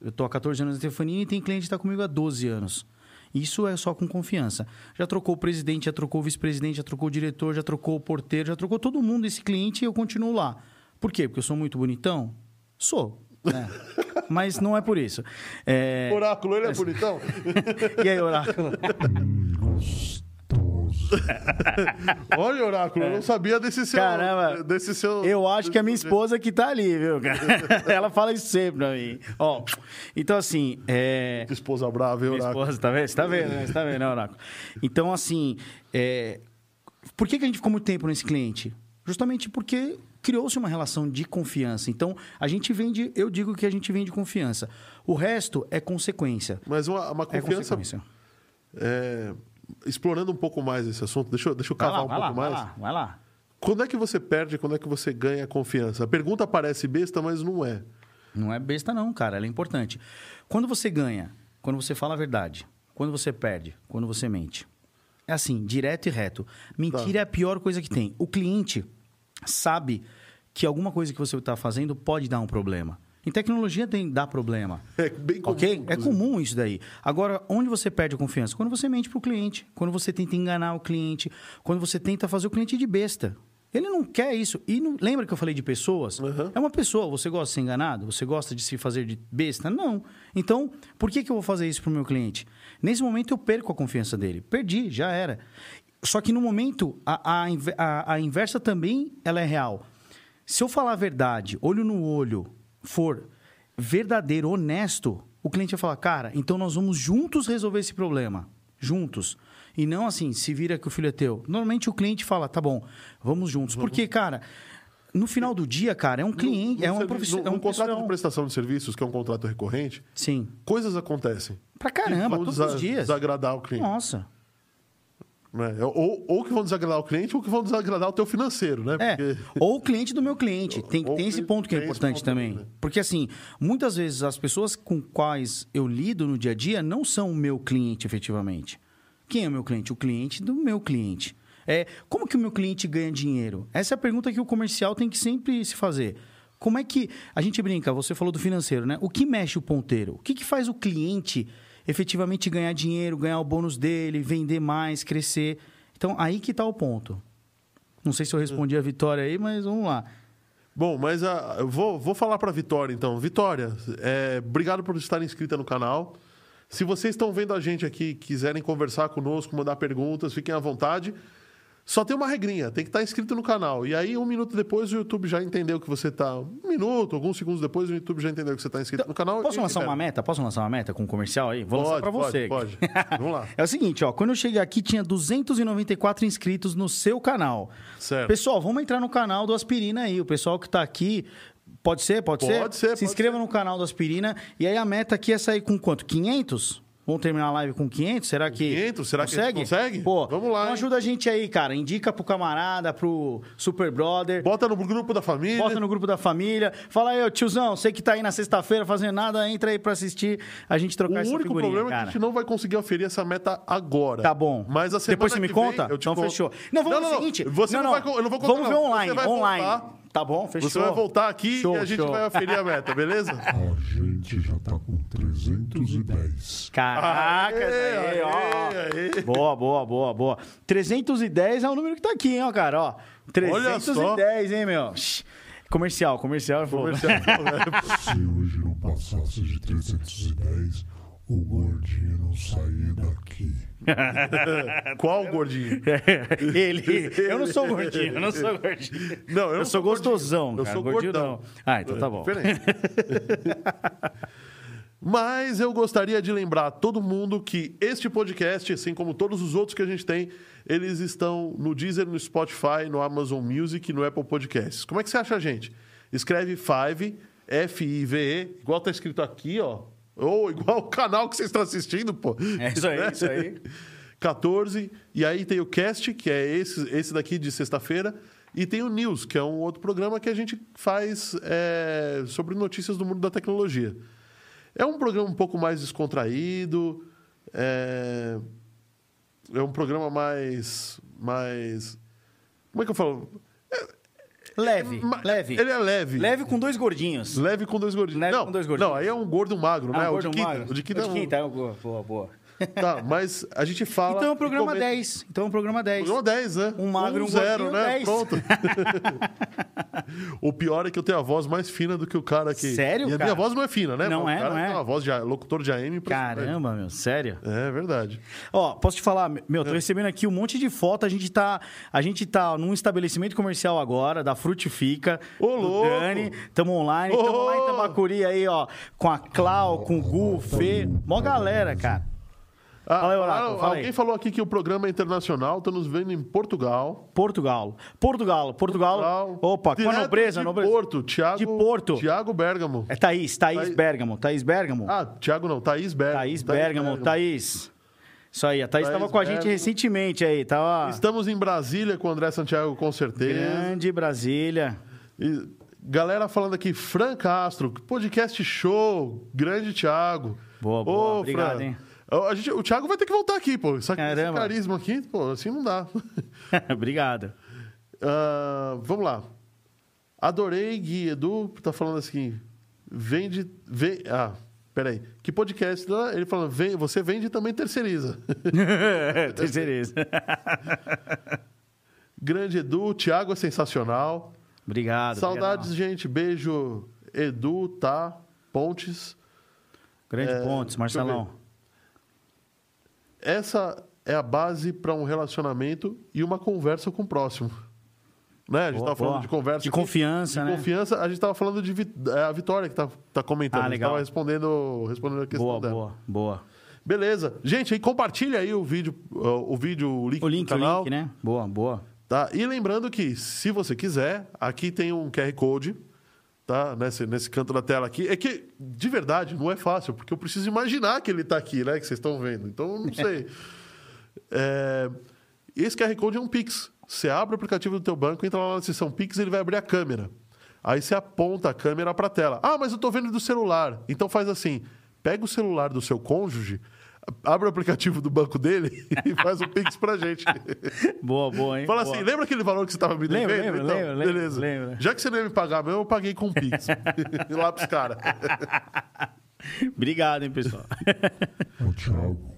Speaker 2: Eu estou há 14 anos na telefonia e tem cliente que está comigo há 12 anos. Isso é só com confiança. Já trocou o presidente, já trocou o vice-presidente, já trocou o diretor, já trocou o porteiro, já trocou todo mundo esse cliente e eu continuo lá. Por quê? Porque eu sou muito bonitão? Sou. né? mas não é por isso. É,
Speaker 1: Oráculo, ele é bonitão?
Speaker 2: E aí, Oráculo?
Speaker 3: Hum, gostoso.
Speaker 1: Olha, Oráculo, eu não sabia desse seu.
Speaker 2: É. Caramba.
Speaker 1: Desse seu
Speaker 2: Eu acho que é minha
Speaker 1: desse-
Speaker 2: esposa que tá ali, viu, cara? Ela fala isso sempre pra mim. Ó, então assim, é...
Speaker 1: Esposa brava, hein,
Speaker 2: Minha
Speaker 1: Oráculo?
Speaker 2: esposa, tá vendo? Você tá vendo, né? Você tá vendo, né, Oráculo? Então, assim, é, por que, que a gente ficou muito tempo nesse cliente? Justamente porque criou-se uma relação de confiança. Então, a gente vende, eu digo que a gente vende confiança. O resto é consequência.
Speaker 1: Mas uma, uma
Speaker 2: É
Speaker 1: confiança.
Speaker 2: consequência.
Speaker 1: é, explorando um pouco mais esse assunto, deixa, eu- deixa eu
Speaker 2: Vai
Speaker 1: cavar
Speaker 2: lá,
Speaker 1: um
Speaker 2: vai
Speaker 1: pouco
Speaker 2: lá, vai
Speaker 1: mais.
Speaker 2: lá, vai lá.
Speaker 1: Quando é que você perde, quando é que você ganha confiança? A pergunta parece besta, mas não é.
Speaker 2: Não é besta, não, cara. Ela é importante. Quando você ganha, quando você fala a verdade, quando você perde, quando você mente. É assim, direto e reto. Mentira
Speaker 1: Tá.
Speaker 2: é a pior coisa que tem. O cliente sabe que alguma coisa que você está fazendo pode dar um problema. Em tecnologia tem dá problema.
Speaker 1: É bem comum.
Speaker 2: Ok? É
Speaker 1: inclusive.
Speaker 2: comum isso daí. Agora, onde você perde a confiança? Quando você mente pro cliente, quando você tenta enganar o cliente, quando você tenta fazer o cliente de besta. Ele não quer isso. E não- lembra que eu falei de pessoas?
Speaker 1: Uhum.
Speaker 2: É uma pessoa. Você gosta de ser enganado? Você gosta de se fazer de besta? Não. Então, por que, que eu vou fazer isso pro meu cliente? Nesse momento, eu perco a confiança dele. Perdi, já era. Só que no momento, a, a inve- a- a inversa também ela é real. Se eu falar a verdade, olho no olho, for verdadeiro, honesto, o cliente vai falar, cara, então nós vamos juntos resolver esse problema. Juntos. E não assim, se vira que o filho é teu. Normalmente o cliente fala, tá bom, vamos juntos. Porque, cara, no final do dia, cara, é um cliente, é
Speaker 1: Num
Speaker 2: uma
Speaker 1: servi-
Speaker 2: profissão.
Speaker 1: num-
Speaker 2: É um
Speaker 1: num contrato de
Speaker 2: profissional.
Speaker 1: prestação de serviços, que é um contrato recorrente,
Speaker 2: Sim.
Speaker 1: coisas acontecem.
Speaker 2: Pra
Speaker 1: que
Speaker 2: caramba,
Speaker 1: vão
Speaker 2: todos
Speaker 1: desa-
Speaker 2: os dias.
Speaker 1: Desagradar o cliente.
Speaker 2: Nossa.
Speaker 1: né? Ou, ou que vão desagradar o cliente, ou que vão desagradar o teu financeiro, né?
Speaker 2: É,
Speaker 1: Porque-
Speaker 2: ou o cliente do meu cliente. Tem,
Speaker 1: Ou
Speaker 2: tem esse
Speaker 1: cliente-
Speaker 2: ponto que é
Speaker 1: tem esse
Speaker 2: importante
Speaker 1: ponto
Speaker 2: também.
Speaker 1: também, né?
Speaker 2: Porque, assim, muitas vezes as pessoas com quais eu lido no dia a dia não são o meu cliente efetivamente. Quem é o meu cliente? O cliente do meu cliente. É, como que o meu cliente ganha dinheiro? Essa é a pergunta que o comercial tem que sempre se fazer. Como é que. A gente brinca, você falou do financeiro, né? O que mexe o ponteiro? O que, que faz o cliente efetivamente ganhar dinheiro, ganhar o bônus dele, vender mais, crescer? Então, aí que está o ponto. Não sei se eu respondi a Vitória aí, mas vamos lá.
Speaker 1: Bom, mas a, eu vou, vou falar para Vitória então. Vitória, é, obrigado por estar inscrita no canal. Se vocês estão vendo a gente aqui e quiserem conversar conosco, mandar perguntas, fiquem à vontade. Só tem uma regrinha, tem que estar inscrito no canal. E aí, um minuto depois, o YouTube já entendeu que você está. Um minuto, alguns segundos depois, o YouTube já entendeu que você está inscrito no canal.
Speaker 2: Então, Posso
Speaker 1: e
Speaker 2: lançar
Speaker 1: libera.
Speaker 2: uma meta? Posso lançar uma meta com um comercial aí? Vou lançar
Speaker 1: Então, Pode,
Speaker 2: pra
Speaker 1: pode,
Speaker 2: você.
Speaker 1: pode. Vamos lá.
Speaker 2: É o seguinte, ó, quando eu cheguei aqui tinha 294 inscritos no seu canal.
Speaker 1: Certo.
Speaker 2: Pessoal, vamos entrar no canal do Aspirina aí, o pessoal que tá aqui, pode ser? Pode,
Speaker 1: Pode ser,
Speaker 2: Se
Speaker 1: pode
Speaker 2: inscreva no canal do Aspirina e aí a meta aqui é sair com quanto? 500? Vamos terminar a live com 500? Será que
Speaker 1: 500? Será que a gente
Speaker 2: consegue?
Speaker 1: consegue?
Speaker 2: Pô,
Speaker 1: Vamos lá,
Speaker 2: Então
Speaker 1: hein?
Speaker 2: ajuda a gente aí, cara. Indica pro camarada, pro super brother.
Speaker 1: Bota no grupo da família.
Speaker 2: Bota no grupo da família. Fala aí, ô tiozão, sei que tá aí na sexta-feira fazendo nada, entra aí pra assistir a gente trocar essa
Speaker 1: O único
Speaker 2: figurinha,
Speaker 1: problema é que
Speaker 2: cara.
Speaker 1: a gente não vai conseguir oferir essa meta agora.
Speaker 2: Tá bom.
Speaker 1: Mas a semana
Speaker 2: Depois você me
Speaker 1: que vem,
Speaker 2: conta?
Speaker 1: eu te
Speaker 2: então
Speaker 1: conto.
Speaker 2: fechou. Não, vamos fazer o seguinte.
Speaker 1: Você não, vai, co- eu não vou contar.
Speaker 2: Vamos
Speaker 1: não.
Speaker 2: ver online,
Speaker 1: Você vai
Speaker 2: online.
Speaker 1: voltar,
Speaker 2: Tá bom, fechou.
Speaker 1: você vai voltar aqui
Speaker 2: Show,
Speaker 1: e a gente
Speaker 2: show.
Speaker 1: vai oferir a meta, beleza?
Speaker 3: A gente já tá com 310.
Speaker 2: Caraca,
Speaker 1: Aê,
Speaker 2: essa Ah, aí, ó.
Speaker 1: aê, aê.
Speaker 2: Boa, boa, boa, boa. 310 é o número que tá aqui, hein, ó, cara, ó.
Speaker 1: Olha só.
Speaker 2: 310, hein, meu. Shhh. Comercial, comercial, eu vou.
Speaker 3: Se hoje não passasse de 310, o gordinho não saía daqui.
Speaker 1: Qual gordinho?
Speaker 2: Ele, eu não sou gordinho, eu não sou gordinho.
Speaker 1: Não, eu,
Speaker 2: Eu,
Speaker 1: não
Speaker 2: sou
Speaker 1: gordinho.
Speaker 2: gostosão,
Speaker 1: Eu
Speaker 2: cara.
Speaker 1: sou
Speaker 2: gordinho
Speaker 1: gordão.
Speaker 2: não. Ah, então tá bom.
Speaker 1: Diferente. Mas eu gostaria de lembrar a todo mundo que este podcast, assim como todos os outros que a gente tem, eles estão no Deezer, no Spotify, no Amazon Music e no Apple Podcasts. Como é que você acha a gente? Escreve Five, F-I-V-E, igual tá escrito aqui, ó. Ou igual o canal que vocês estão assistindo, pô.
Speaker 2: É isso aí, isso aí.
Speaker 1: 14. E aí tem o cast, que é esse, esse daqui de sexta-feira. E tem o News, que é um outro programa que a gente faz é, sobre notícias do mundo da tecnologia. É um programa um pouco mais descontraído. É, é um programa mais. mais. Como é que eu falo?
Speaker 2: Leve,
Speaker 1: Ma-
Speaker 2: leve.
Speaker 1: Ele é leve.
Speaker 2: Leve com dois gordinhos.
Speaker 1: Leve com dois gordinhos.
Speaker 2: Leve
Speaker 1: não,
Speaker 2: com dois gordinhos.
Speaker 1: Não, aí é um gordo magro, né?
Speaker 2: Ah,
Speaker 1: o,
Speaker 2: gordo
Speaker 1: de quinta,
Speaker 2: magro.
Speaker 1: o de quinta. é um-
Speaker 2: é um- boa, boa, boa.
Speaker 1: Tá, mas a gente fala.
Speaker 2: Então é o
Speaker 1: e
Speaker 2: programa
Speaker 1: comenta-
Speaker 2: 10. Então é o programa 10.
Speaker 1: Programa 10, né?
Speaker 2: Um magro, um
Speaker 1: zero,
Speaker 2: gordinho,
Speaker 1: né?
Speaker 2: 10.
Speaker 1: Pronto. o pior é que eu tenho a voz mais fina do que o cara que.
Speaker 2: Sério,
Speaker 1: E a
Speaker 2: cara?
Speaker 1: minha voz não é fina, né?
Speaker 2: Não
Speaker 1: Mas
Speaker 2: é,
Speaker 1: o cara
Speaker 2: não é.
Speaker 1: Tem uma voz de locutor de AM. impressionante.
Speaker 2: Caramba, meu, sério?
Speaker 1: É verdade.
Speaker 2: Ó, posso te falar, meu,
Speaker 1: É.
Speaker 2: tô recebendo aqui um monte de foto. A gente tá, a gente tá num estabelecimento comercial agora, da Frutifica.
Speaker 1: Ô,
Speaker 2: do
Speaker 1: louco!
Speaker 2: Dani, tamo online.
Speaker 1: Ô!
Speaker 2: Tamo lá em Tamacuri aí, ó, com a Clau, com o Gu, o Fê. Mó galera, cara.
Speaker 1: Ah,
Speaker 2: Fala aí, Oracle,
Speaker 1: ah,
Speaker 2: fala aí.
Speaker 1: alguém falou aqui que o programa é internacional, tá nos vendo em Portugal.
Speaker 2: Portugal. Portugal, Portugal.
Speaker 1: Portugal.
Speaker 2: Opa, com a
Speaker 1: Direto
Speaker 2: nobreza,
Speaker 1: de
Speaker 2: nobreza.
Speaker 1: Porto, Thiago.
Speaker 2: De Porto.
Speaker 1: Thiago Bergamo.
Speaker 2: É Thaís, Thaís,
Speaker 1: Thaís-
Speaker 2: Bergamo. Thaís Bergamo?
Speaker 1: Ah, Thiago não, Thaís Bergamo.
Speaker 2: Thaís Bergamo, tá. Thaís. Isso aí, a Thaís,
Speaker 1: Thaís
Speaker 2: tava com a gente
Speaker 1: Bergamo.
Speaker 2: recentemente aí, tá, tava
Speaker 1: Estamos em Brasília com o André Santiago, com certeza.
Speaker 2: grande Brasília.
Speaker 1: E galera falando aqui, Fran Castro, podcast show, grande Thiago.
Speaker 2: Boa, boa,
Speaker 1: Ô,
Speaker 2: obrigado,
Speaker 1: Fran.
Speaker 2: hein.
Speaker 1: Ó, a gente- o Thiago vai ter que voltar aqui, pô. Isso aqui, esse
Speaker 2: Caramba.
Speaker 1: carisma aqui, pô, assim não dá.
Speaker 2: Obrigado.
Speaker 1: Ah, vamos lá. Adorei, Gui Edu, tá falando assim. Vende. Vem, ah, peraí. Que podcast? né? Ele falando, vem, você vende e também terceiriza.
Speaker 2: Terceiriza.
Speaker 1: Grande Edu, Thiago é sensacional.
Speaker 2: Obrigado.
Speaker 1: Saudades,
Speaker 2: obrigado.
Speaker 1: gente. Beijo, Edu, tá? Pontes.
Speaker 2: Grande
Speaker 1: É,
Speaker 2: Pontes,
Speaker 1: deixa eu
Speaker 2: Marcelão.
Speaker 1: Essa é a base para um relacionamento e uma conversa com o próximo. Né? A gente
Speaker 2: Boa,
Speaker 1: tava falando
Speaker 2: boa.
Speaker 1: de conversa.
Speaker 2: De
Speaker 1: aqui.
Speaker 2: confiança,
Speaker 1: de
Speaker 2: né?
Speaker 1: confiança. A gente tava falando de vit- é, a Vitória que tá, tá comentando.
Speaker 2: Ah,
Speaker 1: A gente
Speaker 2: legal.
Speaker 1: tava respondendo, respondendo a questão
Speaker 2: Boa,
Speaker 1: dela.
Speaker 2: boa, boa.
Speaker 1: Beleza. Gente, aí compartilha aí o vídeo, ó, o vídeo, o link,
Speaker 2: O link,
Speaker 1: do
Speaker 2: o
Speaker 1: canal.
Speaker 2: link, né? Boa, boa.
Speaker 1: Tá? E lembrando que, se você quiser, aqui tem um QR Code, tá? Nesse, nesse canto da tela aqui. É que, de verdade, não é fácil, porque eu preciso imaginar que ele tá aqui, né? Que vocês estão vendo. Então, eu não sei. É, Esse QR Code é um Pix. Você abre o aplicativo do teu banco, entra lá na seção Pix, ele vai abrir a câmera. Aí você aponta a câmera para a tela. Ah, mas eu tô vendo do celular. Então faz assim, pega o celular do seu cônjuge, abre o aplicativo do banco dele e faz o Pix pra gente.
Speaker 2: Boa, boa, hein?
Speaker 1: Fala
Speaker 2: Boa.
Speaker 1: assim, lembra aquele valor que você estava me devendo?
Speaker 2: Lembra, lembra,
Speaker 1: então,
Speaker 2: lembra, lembra,
Speaker 1: beleza.
Speaker 2: lembra.
Speaker 1: Já que você não ia me pagar mesmo, eu paguei com o Pix. lá pros caras. né?
Speaker 2: Obrigado, hein, pessoal.
Speaker 3: Ô, Thiago,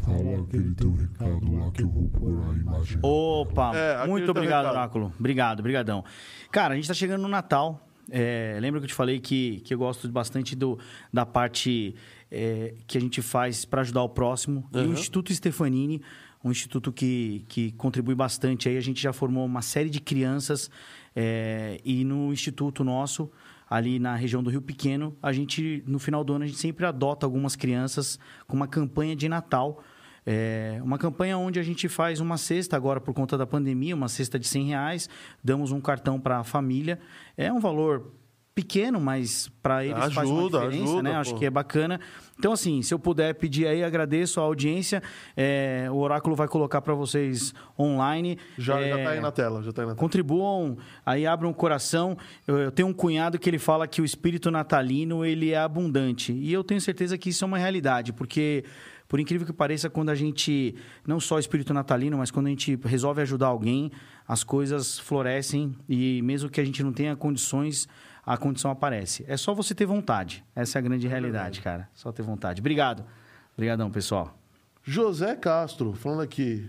Speaker 3: fala aquele teu um recado lá que eu vou pôr a imagem.
Speaker 2: Opa,
Speaker 1: É, aqui
Speaker 2: muito
Speaker 1: tá
Speaker 2: obrigado,
Speaker 1: recado.
Speaker 2: Oráculo. Obrigado, brigadão. Cara, a gente tá chegando no Natal. É, lembra que eu te falei que, que eu gosto bastante do, da parte é, que a gente faz para ajudar o próximo. E o Instituto Stefanini, um instituto que, que contribui bastante. Aí a gente já formou uma série de crianças é, e no instituto nosso ali na região do Rio Pequeno, a gente no final do ano a gente sempre adota algumas crianças com uma campanha de Natal. É uma campanha onde a gente faz uma cesta agora por conta da pandemia, uma cesta de 100 reais, damos um cartão para a família. É um valor pequeno, mas para eles faz uma
Speaker 1: Ajuda,
Speaker 2: diferença,
Speaker 1: ajuda,
Speaker 2: né?
Speaker 1: pô.
Speaker 2: Acho que é bacana. Então, assim, se eu puder pedir aí, agradeço a audiência. É, o Oráculo vai colocar para vocês online.
Speaker 1: Já, já
Speaker 2: É,
Speaker 1: tá aí na tela, já tá aí na tela.
Speaker 2: Contribuam, aí abram o coração. Eu, eu tenho um cunhado que ele fala que o espírito natalino ele é abundante. E eu tenho certeza que isso é uma realidade, porque, por incrível que pareça, quando a gente, não só o espírito natalino, mas quando a gente resolve ajudar alguém, as coisas florescem e mesmo que a gente não tenha condições, a condição aparece. É só você ter vontade. Essa é a grande realidade, cara. Só ter vontade. Obrigado. Obrigadão, pessoal.
Speaker 1: José Castro, falando aqui.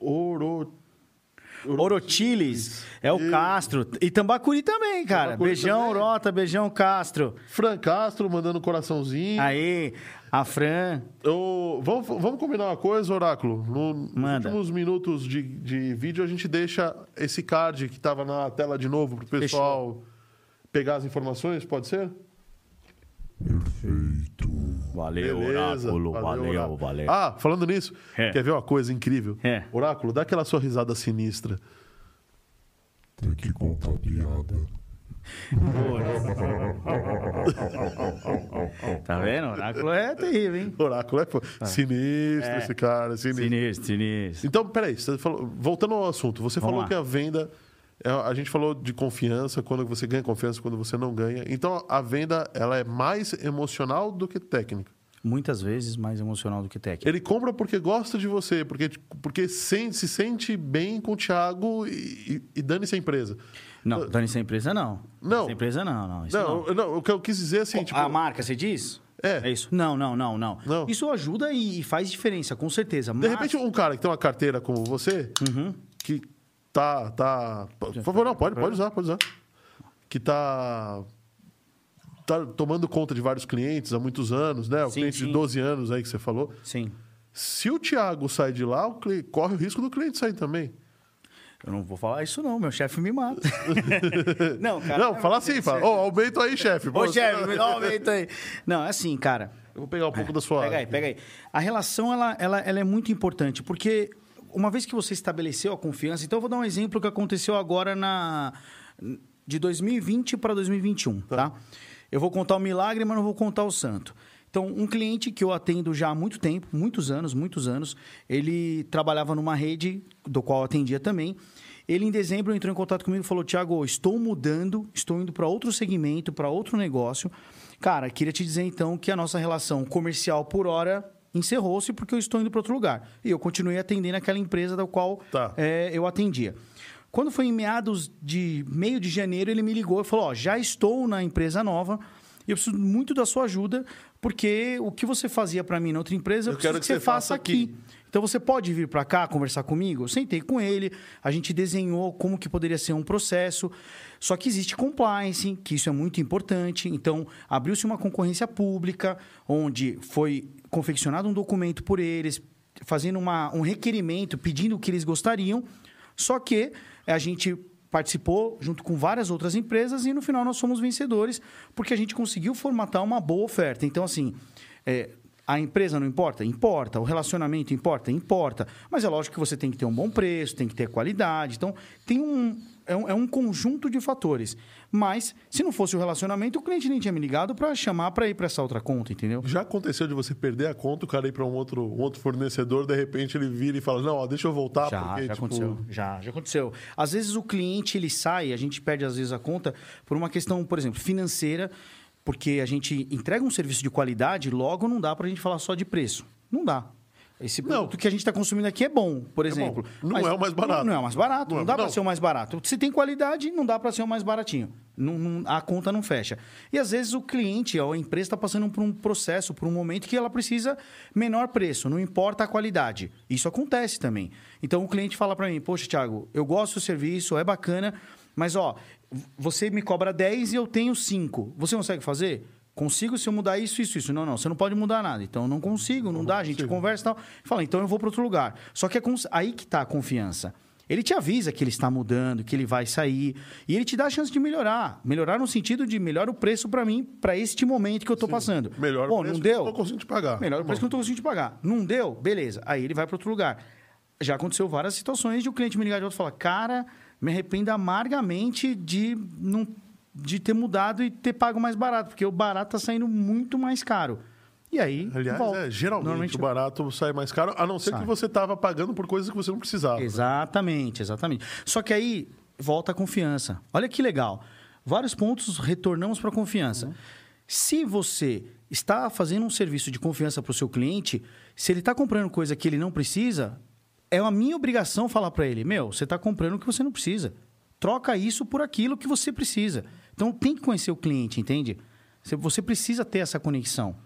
Speaker 1: Oro...
Speaker 2: Orotiles, é o Castro. E Tambacuri também, cara.
Speaker 1: Tambacuri
Speaker 2: beijão,
Speaker 1: também.
Speaker 2: Orota, beijão, Castro.
Speaker 1: Fran Castro mandando coraçãozinho.
Speaker 2: Aí, a Fran.
Speaker 1: Ô, vamos, vamos combinar uma coisa, Oráculo? No,
Speaker 2: Manda.
Speaker 1: Nos últimos minutos de, de vídeo, a gente deixa esse card que estava na tela de novo pro pessoal pegar as informações, pode ser?
Speaker 3: Perfeito.
Speaker 2: Valeu,
Speaker 1: Oráculo. Ah, falando nisso,
Speaker 2: É.
Speaker 1: quer ver uma coisa incrível?
Speaker 2: É.
Speaker 1: Oráculo, dá aquela sorrisada sinistra.
Speaker 3: Tem que contar piada.
Speaker 2: Tá vendo? Oráculo é terrível, hein?
Speaker 1: Oráculo é, pô, sinistro
Speaker 2: Ah. É.
Speaker 1: esse cara, sinistro.
Speaker 2: Sinistro, sinistro.
Speaker 1: Então, peraí, você falou- voltando ao assunto, você
Speaker 2: Vamos
Speaker 1: falou
Speaker 2: lá.
Speaker 1: que a venda. é, A gente falou de confiança, quando você ganha confiança, quando você não ganha. Então, a venda ela é mais emocional do que técnica.
Speaker 2: Muitas vezes mais emocional do que técnico.
Speaker 1: Ele compra porque gosta de você, porque, porque sente- se sente bem com o Thiago e, e, e dane-se a empresa.
Speaker 2: Não, dane-se a empresa não.
Speaker 1: Não.
Speaker 2: Essa empresa não, ah, não. Isso não.
Speaker 1: Não, eu- não, o que eu quis dizer assim, tipo,
Speaker 2: A marca, você diz?
Speaker 1: É.
Speaker 2: É isso? Não, não, não, não.
Speaker 1: Não.
Speaker 2: Isso ajuda e e faz diferença, com certeza.
Speaker 1: De
Speaker 2: mas-
Speaker 1: repente, um cara que tem uma carteira como você,
Speaker 2: Uhum.
Speaker 1: que tá, tá. Por favor, não, pode, pode usar, pode usar. Que tá. Tá tomando conta de vários clientes há muitos anos, né? O
Speaker 2: Sim,
Speaker 1: cliente de
Speaker 2: sim.
Speaker 1: 12 anos aí que você falou.
Speaker 2: Sim.
Speaker 1: Se o Thiago sai de lá, o cli- corre o risco do cliente sair também.
Speaker 2: Eu não vou falar isso, não. Meu chefe me mata. não, cara. é
Speaker 1: não, fala assim, fala. Ô, aumento aí, chefe.
Speaker 2: Ô,
Speaker 1: Você-
Speaker 2: chefe, me dá um aumento aí. Não, é assim, cara.
Speaker 1: Eu vou pegar um pouco da sua.
Speaker 2: Pega aí, pega aí. A relação, ela, ela, ela é muito importante, porque uma vez que você estabeleceu a confiança... Então, eu vou dar um exemplo que aconteceu agora na... De 2020 para 2021, tá? Eu vou contar o milagre, mas não vou contar o santo. Então, um cliente que eu atendo já há muito tempo, muitos anos, muitos anos, ele trabalhava numa rede, do qual eu atendia também, ele, em dezembro, entrou em contato comigo e falou: Tiago, estou mudando, estou indo para outro segmento, para outro negócio. Cara, queria te dizer então que a nossa relação comercial por hora encerrou-se porque eu estou indo para outro lugar. E eu continuei atendendo aquela empresa da qual
Speaker 1: Tá.
Speaker 2: eh, eu atendia. Quando foi em meados de meio de janeiro, ele me ligou e falou: Ó, já estou na empresa nova. e Eu preciso muito da sua ajuda, porque o que você fazia para mim na outra empresa, eu,
Speaker 1: Eu quero
Speaker 2: preciso que, você faça aqui. Então você pode vir para cá conversar comigo? Eu sentei com ele, a gente desenhou como que poderia ser um processo. Só que existe compliance, que isso é muito importante. Então abriu-se uma concorrência pública, onde foi confeccionado um documento por eles, fazendo uma- um requerimento, pedindo o que eles gostariam. Só que eh, a gente participou junto com várias outras empresas e no final nós somos vencedores porque a gente conseguiu formatar uma boa oferta. Então assim, é, a empresa não importa? Importa. O relacionamento importa? Importa. Mas é lógico que você tem que ter um bom preço, tem que ter qualidade. Então, tem um. É um, é um conjunto de fatores. Mas, se não fosse o relacionamento, o cliente nem tinha me ligado para chamar para ir para essa outra conta, entendeu?
Speaker 1: Já aconteceu de você perder a conta, o cara ir para um outro, um outro fornecedor, de repente ele vira e fala: Não, ó, deixa eu voltar,
Speaker 2: já,
Speaker 1: porque,
Speaker 2: já
Speaker 1: tipo,
Speaker 2: aconteceu. Já, já aconteceu. Às vezes o cliente ele sai, a gente perde às vezes a conta por uma questão, por exemplo, financeira, porque a gente entrega um serviço de qualidade, logo não dá para a gente falar só de preço. Não dá. Esse produto que a gente está consumindo aqui é bom, por exemplo.
Speaker 1: bom. Não é o mais barato.
Speaker 2: Não, não é o mais barato.
Speaker 1: Não
Speaker 2: Não,
Speaker 1: é-
Speaker 2: dá para
Speaker 1: não.
Speaker 2: ser o mais barato. Se tem qualidade, não dá para ser o mais baratinho. Não- não- a conta não fecha. E às vezes o cliente, ou a empresa, está passando por um processo, por um momento que ela precisa menor preço, não importa a qualidade. Isso acontece também. Então o cliente fala para mim: Poxa, Thiago, eu gosto do serviço, é bacana, mas ó, você me cobra 10 e eu tenho 5. Você consegue fazer? Consigo se eu mudar isso, isso, isso. Não, não, você não pode mudar nada. Então, não consigo, não, dá, a gente conversa e tal. Fala, então eu vou para outro lugar. Só que é cons- aí que está a confiança. Ele te avisa que ele está mudando, que ele vai sair. E ele te dá a chance de melhorar. Melhorar no sentido de melhor o preço para mim, para este momento que eu estou passando.
Speaker 1: melhor
Speaker 2: Bom,
Speaker 1: preço
Speaker 2: não
Speaker 1: que eu
Speaker 2: deu?
Speaker 1: tô conseguindo te pagar.
Speaker 2: Melhor o
Speaker 1: Tá
Speaker 2: preço que
Speaker 1: bom.
Speaker 2: eu não estou conseguindo te pagar. Não deu? Beleza. Aí ele vai para outro lugar. Já aconteceu várias situações de o cliente me ligar de volta e falar: Cara, me arrependo amargamente de não de ter mudado e ter pago mais barato, porque o barato está saindo muito mais caro. E aí.
Speaker 1: Aliás,
Speaker 2: volta.
Speaker 1: é, geralmente
Speaker 2: Normalmente
Speaker 1: o barato sai mais caro, a não ser
Speaker 2: Sai.
Speaker 1: que você tava pagando por coisas que você não precisava.
Speaker 2: Exatamente, exatamente. Só que aí volta a confiança. Olha que legal. Vários pontos retornamos para a confiança. Se você está fazendo um serviço de confiança para o seu cliente, se ele está comprando coisa que ele não precisa, é a minha obrigação falar para ele: meu, você está comprando o que você não precisa. Troca isso por aquilo que você precisa. Então tem que conhecer o cliente, entende? Você- Você precisa ter essa conexão.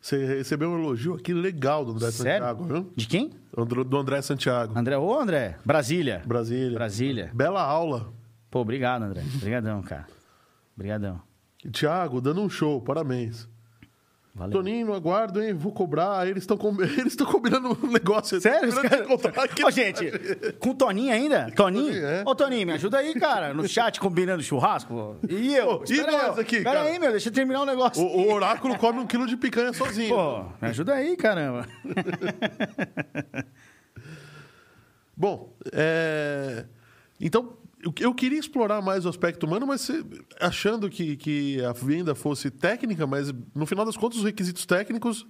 Speaker 1: Você recebeu um elogio aqui legal do André Santiago,
Speaker 2: Sério?
Speaker 1: viu?
Speaker 2: De quem?
Speaker 1: Andro- Do André Santiago.
Speaker 2: André? Ô, André. Brasília.
Speaker 1: Brasília.
Speaker 2: Brasília.
Speaker 1: Bela aula.
Speaker 2: Pô, obrigado, André. Obrigadão, cara. Obrigadão.
Speaker 1: Tiago, dando um show, parabéns.
Speaker 2: Valeu.
Speaker 1: Toninho, aguardo, hein? Vou cobrar. Eles estão com... eles tão combinando um negócio.
Speaker 2: Sério?
Speaker 1: Eles
Speaker 2: Os
Speaker 1: tão
Speaker 2: caras...
Speaker 1: combinando de encontrar aqui.
Speaker 2: Ô, gente, com o Toninho ainda? Toninho?
Speaker 1: Toninho, é.
Speaker 2: Ô, Toninho, me ajuda aí, cara. No chat combinando churrasco. E eu?
Speaker 1: Ô, e
Speaker 2: Espera
Speaker 1: nós
Speaker 2: aí, ó.
Speaker 1: aqui,
Speaker 2: Espera
Speaker 1: cara?
Speaker 2: aí, meu. Deixa eu terminar o negócio.
Speaker 1: O, o oráculo come um quilo de picanha sozinho.
Speaker 2: Pô, me ajuda aí, caramba.
Speaker 1: Bom, é, então eu- eu queria explorar mais o aspecto humano, mas se- achando que, que a venda fosse técnica, mas no final das contas os requisitos técnicos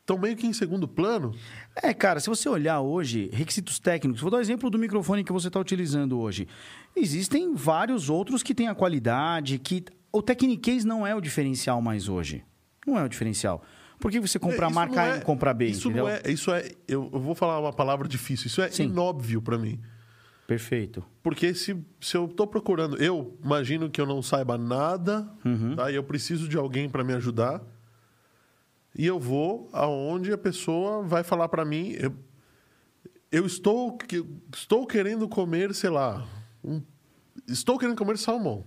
Speaker 1: estão meio que em segundo plano.
Speaker 2: É, cara, se você olhar hoje, requisitos técnicos, vou dar o exemplo do microfone que você está utilizando hoje. Existem vários outros que têm a qualidade, que. O Tecniquez não é o diferencial mais hoje. Não é o diferencial. Por que você comprar
Speaker 1: Isso
Speaker 2: marca
Speaker 1: não
Speaker 2: A e
Speaker 1: é-
Speaker 2: não comprar B,
Speaker 1: Isso
Speaker 2: entendeu?
Speaker 1: não é, isso é, eu eu vou falar uma palavra difícil, isso é
Speaker 2: Sim.
Speaker 1: inóbvio para mim.
Speaker 2: Perfeito.
Speaker 1: Porque se, se eu estou procurando, eu
Speaker 2: Uhum.
Speaker 1: imagino que eu não saiba nada, tá? E eu preciso de alguém para me ajudar. e eu vou aonde a pessoa vai falar para mim. Eu, eu estou, que- estou querendo comer, sei lá. um- estou querendo comer salmão.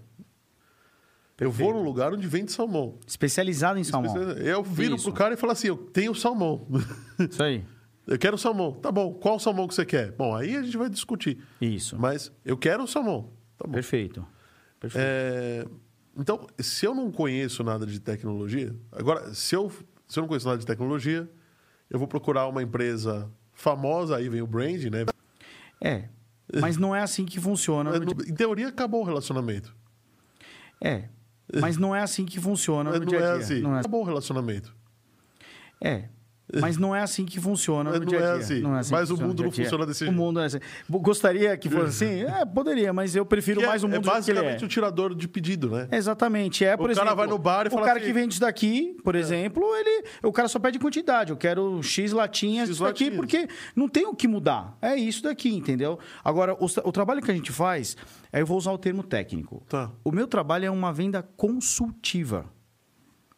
Speaker 1: Eu vou num lugar onde vende salmão.
Speaker 2: Especializado em salmão.
Speaker 1: Eu viro
Speaker 2: Isso.
Speaker 1: pro cara e falo assim: eu tenho salmão.
Speaker 2: Isso aí.
Speaker 1: eu quero salmão. Tá bom, qual salmão que você quer? Bom, aí a gente vai discutir.
Speaker 2: Isso.
Speaker 1: Mas eu quero salmão. Tá bom.
Speaker 2: Perfeito. Perfeito.
Speaker 1: É, então, se eu não conheço nada de tecnologia, agora, se eu, se eu não conheço nada de tecnologia, eu vou procurar uma empresa famosa, aí vem o brand, né?
Speaker 2: É. Mas não é assim que funciona.
Speaker 1: É, no- Em teoria, acabou o relacionamento.
Speaker 2: É. Mas não é assim que funciona
Speaker 1: É,
Speaker 2: no
Speaker 1: Não
Speaker 2: dia a
Speaker 1: é
Speaker 2: dia.
Speaker 1: assim.
Speaker 2: Não é
Speaker 1: Acabou o relacionamento.
Speaker 2: É. Mas não é assim que funciona
Speaker 1: É,
Speaker 2: no
Speaker 1: não
Speaker 2: dia a
Speaker 1: é
Speaker 2: dia.
Speaker 1: assim.
Speaker 2: Não que
Speaker 1: Mas o
Speaker 2: funciona
Speaker 1: mundo
Speaker 2: no
Speaker 1: não
Speaker 2: dia a dia.
Speaker 1: funciona desse
Speaker 2: o
Speaker 1: jeito.
Speaker 2: mundo é assim. Bo- Gostaria que fosse assim? É, poderia, mas eu prefiro
Speaker 1: Que é-
Speaker 2: mais o
Speaker 1: é,
Speaker 2: mundo do que ele
Speaker 1: basicamente
Speaker 2: é.
Speaker 1: o tirador de pedido, né?
Speaker 2: Exatamente. É, por
Speaker 1: O cara
Speaker 2: exemplo,
Speaker 1: vai no bar e
Speaker 2: o
Speaker 1: fala É.
Speaker 2: cara
Speaker 1: assim-
Speaker 2: que vende isso daqui, por exemplo, ele, o cara só pede quantidade. Eu quero X latinhas
Speaker 1: X
Speaker 2: disso daqui,
Speaker 1: latinhas.
Speaker 2: porque não tem o que mudar. É isso daqui, entendeu? Agora, o, tra- o trabalho que a gente faz, aí eu vou usar o termo técnico.
Speaker 1: Tá.
Speaker 2: O meu trabalho é uma venda consultiva.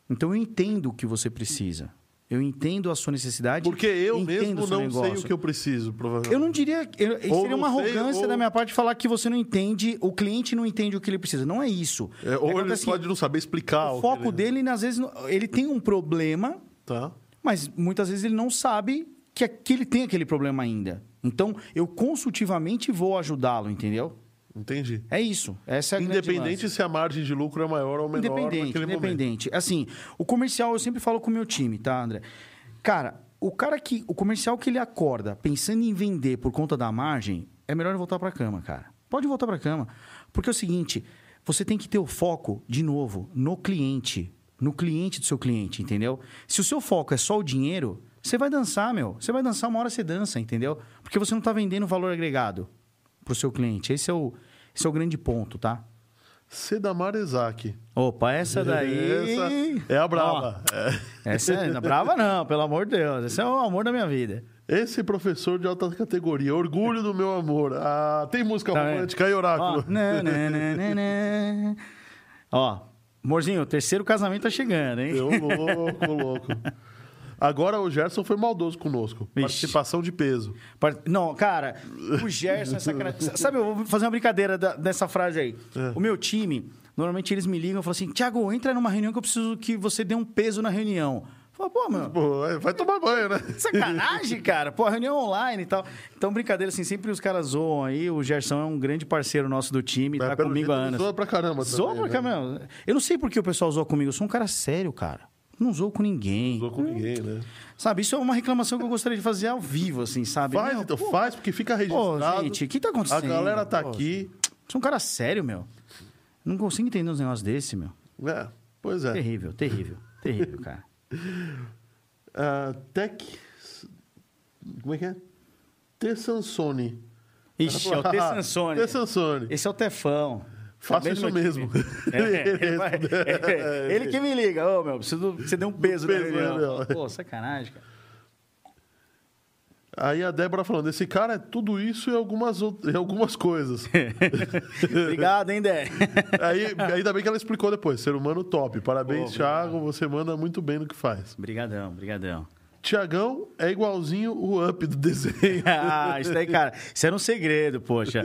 Speaker 2: Então eu entendo o que você precisa. Eu entendo a sua necessidade.
Speaker 1: Porque eu
Speaker 2: É, entendo
Speaker 1: mesmo
Speaker 2: o seu
Speaker 1: não sei o
Speaker 2: negócio.
Speaker 1: que eu preciso, provavelmente.
Speaker 2: Eu não diria. Eu,
Speaker 1: Ou
Speaker 2: seria
Speaker 1: não
Speaker 2: uma
Speaker 1: sei,
Speaker 2: arrogância
Speaker 1: ou-
Speaker 2: da minha parte falar que você não entende, o cliente não entende o que ele precisa. Não é isso.
Speaker 1: É, ou
Speaker 2: que
Speaker 1: ele
Speaker 2: acontece- assim,
Speaker 1: pode não saber explicar.
Speaker 2: o
Speaker 1: que
Speaker 2: foco
Speaker 1: ele- é.
Speaker 2: dele, às vezes, não- ele tem um problema,
Speaker 1: Tá.
Speaker 2: mas muitas vezes ele não sabe que, é- que ele tem aquele problema ainda. Então, eu consultivamente vou ajudá-lo, entendeu?
Speaker 1: Entendi.
Speaker 2: É isso. Essa é a grande
Speaker 1: Independente se a margem de lucro é maior ou menor
Speaker 2: Independente,
Speaker 1: naquele momento.
Speaker 2: independente. Assim, o comercial eu sempre falo com o meu time, tá, André? Cara, o cara que o comercial que ele acorda pensando em vender por conta da margem, é melhor ele voltar pra cama, cara. Pode voltar pra cama, porque é o seguinte, você tem que ter o foco de novo no cliente, no cliente do seu cliente, entendeu? Se o seu foco é só o dinheiro, você vai dançar, meu. Você vai dançar uma hora você dança, entendeu? Porque você não tá vendendo valor agregado pro seu cliente. Esse é o esse é o grande ponto, tá?
Speaker 1: Sedamar Ezaki.
Speaker 2: Opa, essa daí.
Speaker 1: Essa é a brava.
Speaker 2: Ó, essa é não, brava, não, pelo amor de Deus. Esse é o amor da minha vida.
Speaker 1: Esse professor de alta categoria, orgulho do meu amor. Ah, tem música
Speaker 2: Tá vendo?
Speaker 1: romântica e oráculo.
Speaker 2: Ó, né, né, né, né, né. Ó, amorzinho, o terceiro casamento tá chegando, hein?
Speaker 1: Eu louco, louco. Agora o Gerson foi maldoso conosco.
Speaker 2: Vixe.
Speaker 1: Participação de peso.
Speaker 2: Par- Não, cara, o Gerson é sacanagem. Sabe, eu vou fazer uma brincadeira da- dessa frase aí.
Speaker 1: É.
Speaker 2: O meu time, normalmente eles me ligam e falam assim: Thiago, entra numa reunião que eu preciso que você dê um peso na reunião. Eu falo, pô, mano,
Speaker 1: Pô, é, vai tomar banho, né?
Speaker 2: Sacanagem, cara. Pô, reunião online e tal. Então, brincadeira, assim, sempre os caras zoam aí. O Gerson é um grande parceiro nosso do time,
Speaker 1: Mas
Speaker 2: tá
Speaker 1: pelo
Speaker 2: comigo
Speaker 1: jeito
Speaker 2: há
Speaker 1: ele
Speaker 2: anos.
Speaker 1: Zoa pra caramba.
Speaker 2: Zoa
Speaker 1: também,
Speaker 2: pra cá,
Speaker 1: né?
Speaker 2: meu. Eu não sei por que o pessoal zoa comigo. Eu sou um cara sério, cara. Não zoo com ninguém.
Speaker 1: Zoa com ninguém, né?
Speaker 2: Sabe, isso é uma reclamação que eu gostaria de fazer ao vivo, assim, sabe?
Speaker 1: Faz,
Speaker 2: Meu,
Speaker 1: então,
Speaker 2: pô,
Speaker 1: faz, porque fica
Speaker 2: Pô,
Speaker 1: registrado.
Speaker 2: gente, o que tá acontecendo?
Speaker 1: A galera tá
Speaker 2: Pô,
Speaker 1: aqui.
Speaker 2: Sou um cara sério, meu. Não consigo entender uns negócios desse, meu.
Speaker 1: É, pois é.
Speaker 2: Terrível, terrível, terrível, cara.
Speaker 1: Ah, Tech. Como é que é? Tessansone.
Speaker 2: Ixi, é o T. Sansone.
Speaker 1: T. Sansone.
Speaker 2: Esse é o Tefão.
Speaker 1: Faça
Speaker 2: Tá
Speaker 1: isso
Speaker 2: vendo, meu
Speaker 1: mesmo.
Speaker 2: time? É, ele, vai-
Speaker 1: É.
Speaker 2: é, ele que me liga. Ô, meu, preciso que você dê um peso,
Speaker 1: peso,
Speaker 2: na reunião.
Speaker 1: né, meu?
Speaker 2: Pô, sacanagem, cara.
Speaker 1: Aí a Débora falando: esse cara é tudo isso e algumas, out- e algumas coisas.
Speaker 2: Obrigado, hein, Dé?
Speaker 1: aí, ainda bem que ela explicou depois: ser humano top. Parabéns,
Speaker 2: Pô,
Speaker 1: Thiago. Você manda muito bem no que faz.
Speaker 2: Brigadão, brigadão.
Speaker 1: Tiagão é igualzinho o up do desenho.
Speaker 2: Ah, isso daí, cara, isso era um segredo, poxa.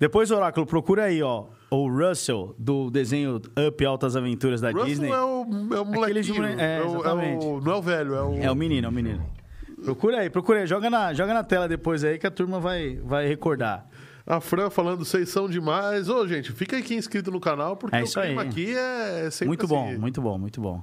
Speaker 2: Depois, Oráculo, procura aí, ó, o Russell, do desenho Up Altas Aventuras da
Speaker 1: Russell
Speaker 2: Disney.
Speaker 1: é o, é o molequinho.
Speaker 2: mole- é,
Speaker 1: o- o-
Speaker 2: exatamente.
Speaker 1: não é o velho, é o.
Speaker 2: É o menino, é o menino. Procura aí, procura aí. Joga na, joga na tela depois aí que a turma vai, vai recordar.
Speaker 1: A Fran falando, vocês são demais. Ô, gente, fica aqui inscrito no canal, porque
Speaker 2: É
Speaker 1: o
Speaker 2: isso aí.
Speaker 1: clima aqui é sempre
Speaker 2: muito bom,
Speaker 1: assim.
Speaker 2: muito bom, muito bom.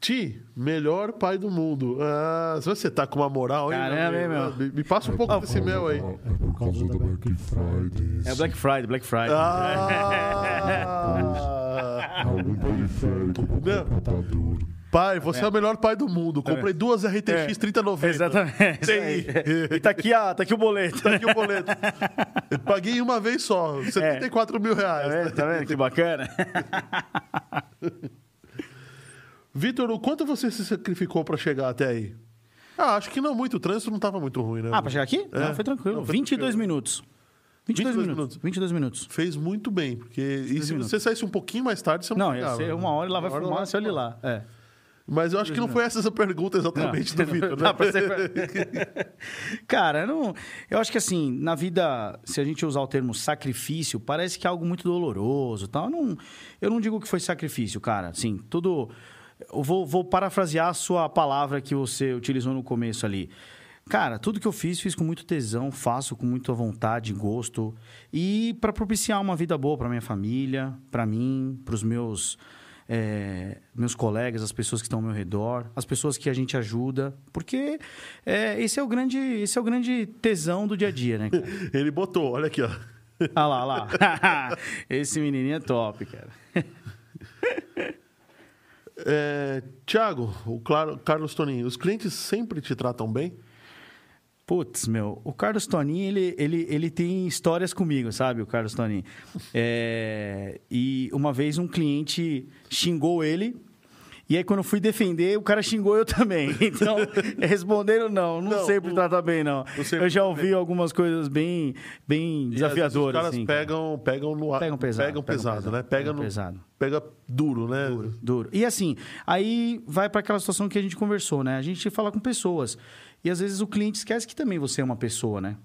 Speaker 1: Ti, melhor pai do mundo. Ah, se você tá com uma moral, hein?
Speaker 2: Caramba, hein, meu?
Speaker 1: Me, me passa um pouco
Speaker 2: Ah,
Speaker 1: desse mel aí.
Speaker 3: É por causa da Black Friday.
Speaker 2: É Black Friday, Black Friday.
Speaker 1: Ah!
Speaker 3: Algum periférico pro
Speaker 1: Não.
Speaker 3: computador.
Speaker 1: pai, você é o melhor pai do mundo. Comprei duas RTX
Speaker 2: É.
Speaker 1: 3090.
Speaker 2: Exatamente. isso
Speaker 1: Tem.
Speaker 2: aí. E tá aqui, a, tá aqui o boleto.
Speaker 1: Aqui o boleto. Paguei uma vez só, 74 mil reais.
Speaker 2: É, tá vendo que bacana?
Speaker 1: Vitor, o quanto você se sacrificou pra chegar até aí? Ah, acho que não muito. O trânsito não tava muito ruim, né?
Speaker 2: Ah, pra chegar aqui?
Speaker 1: É.
Speaker 2: Não, foi tranquilo.
Speaker 1: Não, foi
Speaker 2: 22 minutos. 22,
Speaker 1: 22
Speaker 2: minutos.
Speaker 1: minutos.
Speaker 2: 22 minutos.
Speaker 1: Fez muito bem, porque e se
Speaker 2: minutos.
Speaker 1: você saísse um pouquinho mais tarde, você não
Speaker 2: Não, ia
Speaker 1: chegava.
Speaker 2: ser uma hora e lá vai
Speaker 1: Uma hora
Speaker 2: fumar,
Speaker 1: lá
Speaker 2: se olha
Speaker 1: vai
Speaker 2: lá. É.
Speaker 1: Mas eu acho que não foi essa a pergunta exatamente do Vitor. Né?
Speaker 2: Ah, pra ser- Cara, não, eu acho que assim, na vida, se a gente usar o termo sacrifício, parece que é algo muito doloroso, e tal. Eu não, eu não digo que foi sacrifício, cara. Assim, tudo eu vou, vou parafrasear a sua palavra que você utilizou no começo ali. Cara, tudo que eu fiz, fiz com muito tesão, faço com muita vontade, gosto e para propiciar uma vida boa para minha família, para mim, para os meus é, meus colegas, as pessoas que estão ao meu redor, as pessoas que a gente ajuda, porque é, esse é o grande, esse é o grande tesão do dia a dia, né? Cara?
Speaker 1: Ele botou, olha aqui, ó.
Speaker 2: Ah lá, lá. esse menininho é top, cara.
Speaker 1: É, Tiago, o Claro- Carlos Toninho, os clientes sempre te tratam bem?
Speaker 2: Putz, meu, o Carlos Tonin, ele, ele, ele tem histórias comigo, sabe, o Carlos Tonin. É, e uma vez um cliente xingou ele, e aí quando eu fui defender, o cara xingou eu também. Então, responderam não, não,
Speaker 1: Não,
Speaker 2: sempre
Speaker 1: o-
Speaker 2: trata bem, não.
Speaker 1: não sempre
Speaker 2: Eu já ouvi algumas coisas bem, bem
Speaker 1: Os
Speaker 2: desafiadoras,
Speaker 1: caras
Speaker 2: assim. cara.
Speaker 1: pegam, pegam no ar.
Speaker 2: Pegam pesado,
Speaker 1: Pegam
Speaker 2: pegam
Speaker 1: pesado,
Speaker 2: pesado,
Speaker 1: né? Pega,
Speaker 2: pegam
Speaker 1: no,
Speaker 2: pesado.
Speaker 1: pega duro, né? Duro.
Speaker 2: Duro. E assim, aí vai para aquela situação que a gente conversou, né? A gente fala com pessoas. E às vezes o cliente esquece que também você é uma pessoa, né?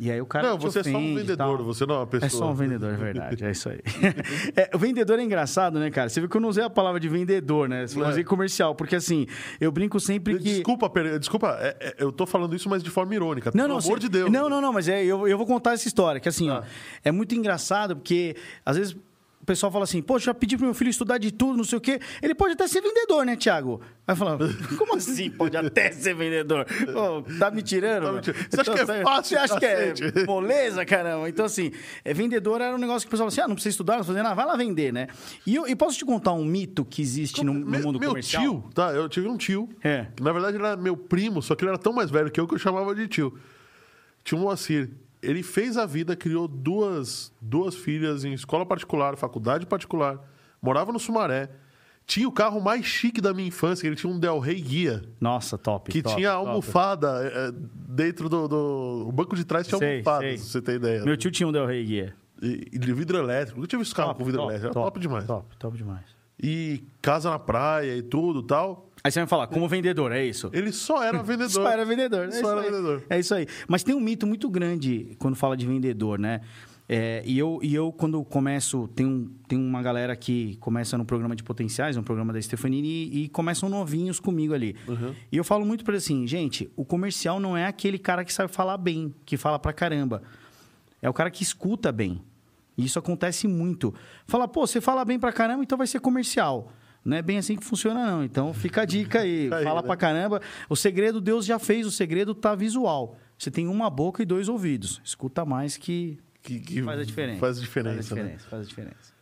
Speaker 2: E aí o cara.
Speaker 1: Não,
Speaker 2: te
Speaker 1: você é só um
Speaker 2: ofende e
Speaker 1: vendedor,
Speaker 2: tal.
Speaker 1: você não é uma pessoa.
Speaker 2: É só um vendedor, é verdade. É isso aí. É, o vendedor é engraçado, né, cara? Você viu que eu não usei a palavra de vendedor, né? Eu
Speaker 1: É.
Speaker 2: usei comercial, porque assim, eu brinco sempre que.
Speaker 1: Desculpa, per- desculpa, é- é- eu tô falando isso, mas de forma irônica.
Speaker 2: Não,
Speaker 1: pelo
Speaker 2: não,
Speaker 1: amor de
Speaker 2: sim.
Speaker 1: Deus. Ah.
Speaker 2: Não, não, não, mas é, eu, eu vou contar essa história, que assim, ó, é muito engraçado, porque às vezes o pessoal fala assim, poxa, já pedi pro meu filho estudar de tudo, não sei o quê. Ele pode até ser vendedor, né, Thiago? Aí fala, como assim pode até ser vendedor? Pô, tá me tirando?
Speaker 1: Tá me
Speaker 2: mano?
Speaker 1: tirando. Você acha que é
Speaker 2: sabe-
Speaker 1: fácil,
Speaker 2: Você acha que
Speaker 1: cacete?
Speaker 2: é moleza, caramba? Então, assim, é, vendedor era um negócio que o pessoal fala assim, ah, não precisa estudar, não precisa fazer nada, vai lá vender, né? E, eu- e posso te contar um mito que existe no, no
Speaker 1: Me-
Speaker 2: mundo
Speaker 1: meu
Speaker 2: comercial?
Speaker 1: tio, tá? Eu tive um tio.
Speaker 2: É.
Speaker 1: Que, na verdade, era meu primo, só que ele era tão mais velho que eu que eu chamava de tio. Tio Moacir. Ele fez a vida, criou duas, duas filhas em escola particular, faculdade particular, morava no Sumaré. Tinha o carro mais chique da minha infância, ele tinha um Del Rey Guia,
Speaker 2: Nossa, top,
Speaker 1: que
Speaker 2: top,
Speaker 1: tinha
Speaker 2: top.
Speaker 1: almofada eh, eh, dentro do, do- O banco de trás tinha
Speaker 2: Sei,
Speaker 1: almofada,
Speaker 2: sei.
Speaker 1: se você tem ideia. né?
Speaker 2: Meu tio tinha um Del Rey Guia.
Speaker 1: E, e de vidro elétrico. Eu tive esse carro Tá, com vidro elétrico, era top, demais.
Speaker 2: Top, top demais.
Speaker 1: E casa na praia e tudo tal.
Speaker 2: Aí você vai falar, como vendedor, é isso?
Speaker 1: Ele só era vendedor.
Speaker 2: Só era vendedor. É
Speaker 1: Só
Speaker 2: isso
Speaker 1: era
Speaker 2: aí.
Speaker 1: vendedor.
Speaker 2: É isso aí. Mas tem um mito muito grande quando fala de vendedor, né? É, e, eu, e eu, quando começo, tem, um, tem uma galera que começa no programa de potenciais, um programa da Stefanini, e, e começam novinhos comigo ali.
Speaker 1: Uhum.
Speaker 2: E eu falo muito pra eles assim, gente, o comercial não é aquele cara que sabe falar bem, que fala pra caramba. É o cara que escuta bem. E isso acontece muito. Fala, pô, você fala bem pra caramba, então vai ser comercial. Não é bem assim que funciona, não. Então fica a dica aí.
Speaker 1: Fica aí,
Speaker 2: fala
Speaker 1: né?
Speaker 2: pra caramba. O segredo Deus já fez, o segredo tá visual. Você tem uma boca e dois ouvidos. Escuta mais que
Speaker 1: Que, que
Speaker 2: faz a diferença.
Speaker 1: Faz a diferença,
Speaker 2: Faz a
Speaker 1: né?
Speaker 2: diferença, faz a diferença.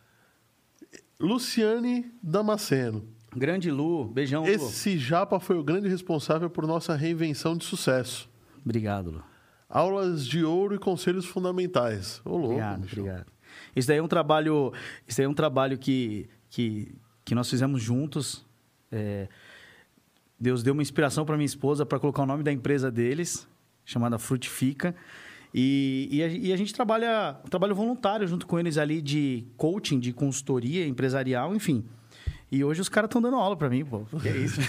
Speaker 1: Luciane Damasceno.
Speaker 2: Grande Lu, beijão, Lu.
Speaker 1: Esse japa foi o grande responsável por nossa reinvenção de sucesso.
Speaker 2: Obrigado, Lu.
Speaker 1: Aulas de ouro e conselhos fundamentais. Ô, louco.
Speaker 2: Obrigado,
Speaker 1: bicho.
Speaker 2: obrigado. Isso daí é um trabalho, isso daí é um trabalho que, que, que nós fizemos juntos. É, Deus deu uma inspiração para minha esposa para colocar o nome da empresa deles, chamada Frutifica. E, e, a, e a gente trabalha um trabalho voluntário junto com eles ali de coaching, de consultoria empresarial, enfim. E hoje os caras estão dando aula para mim, pô. Que é isso.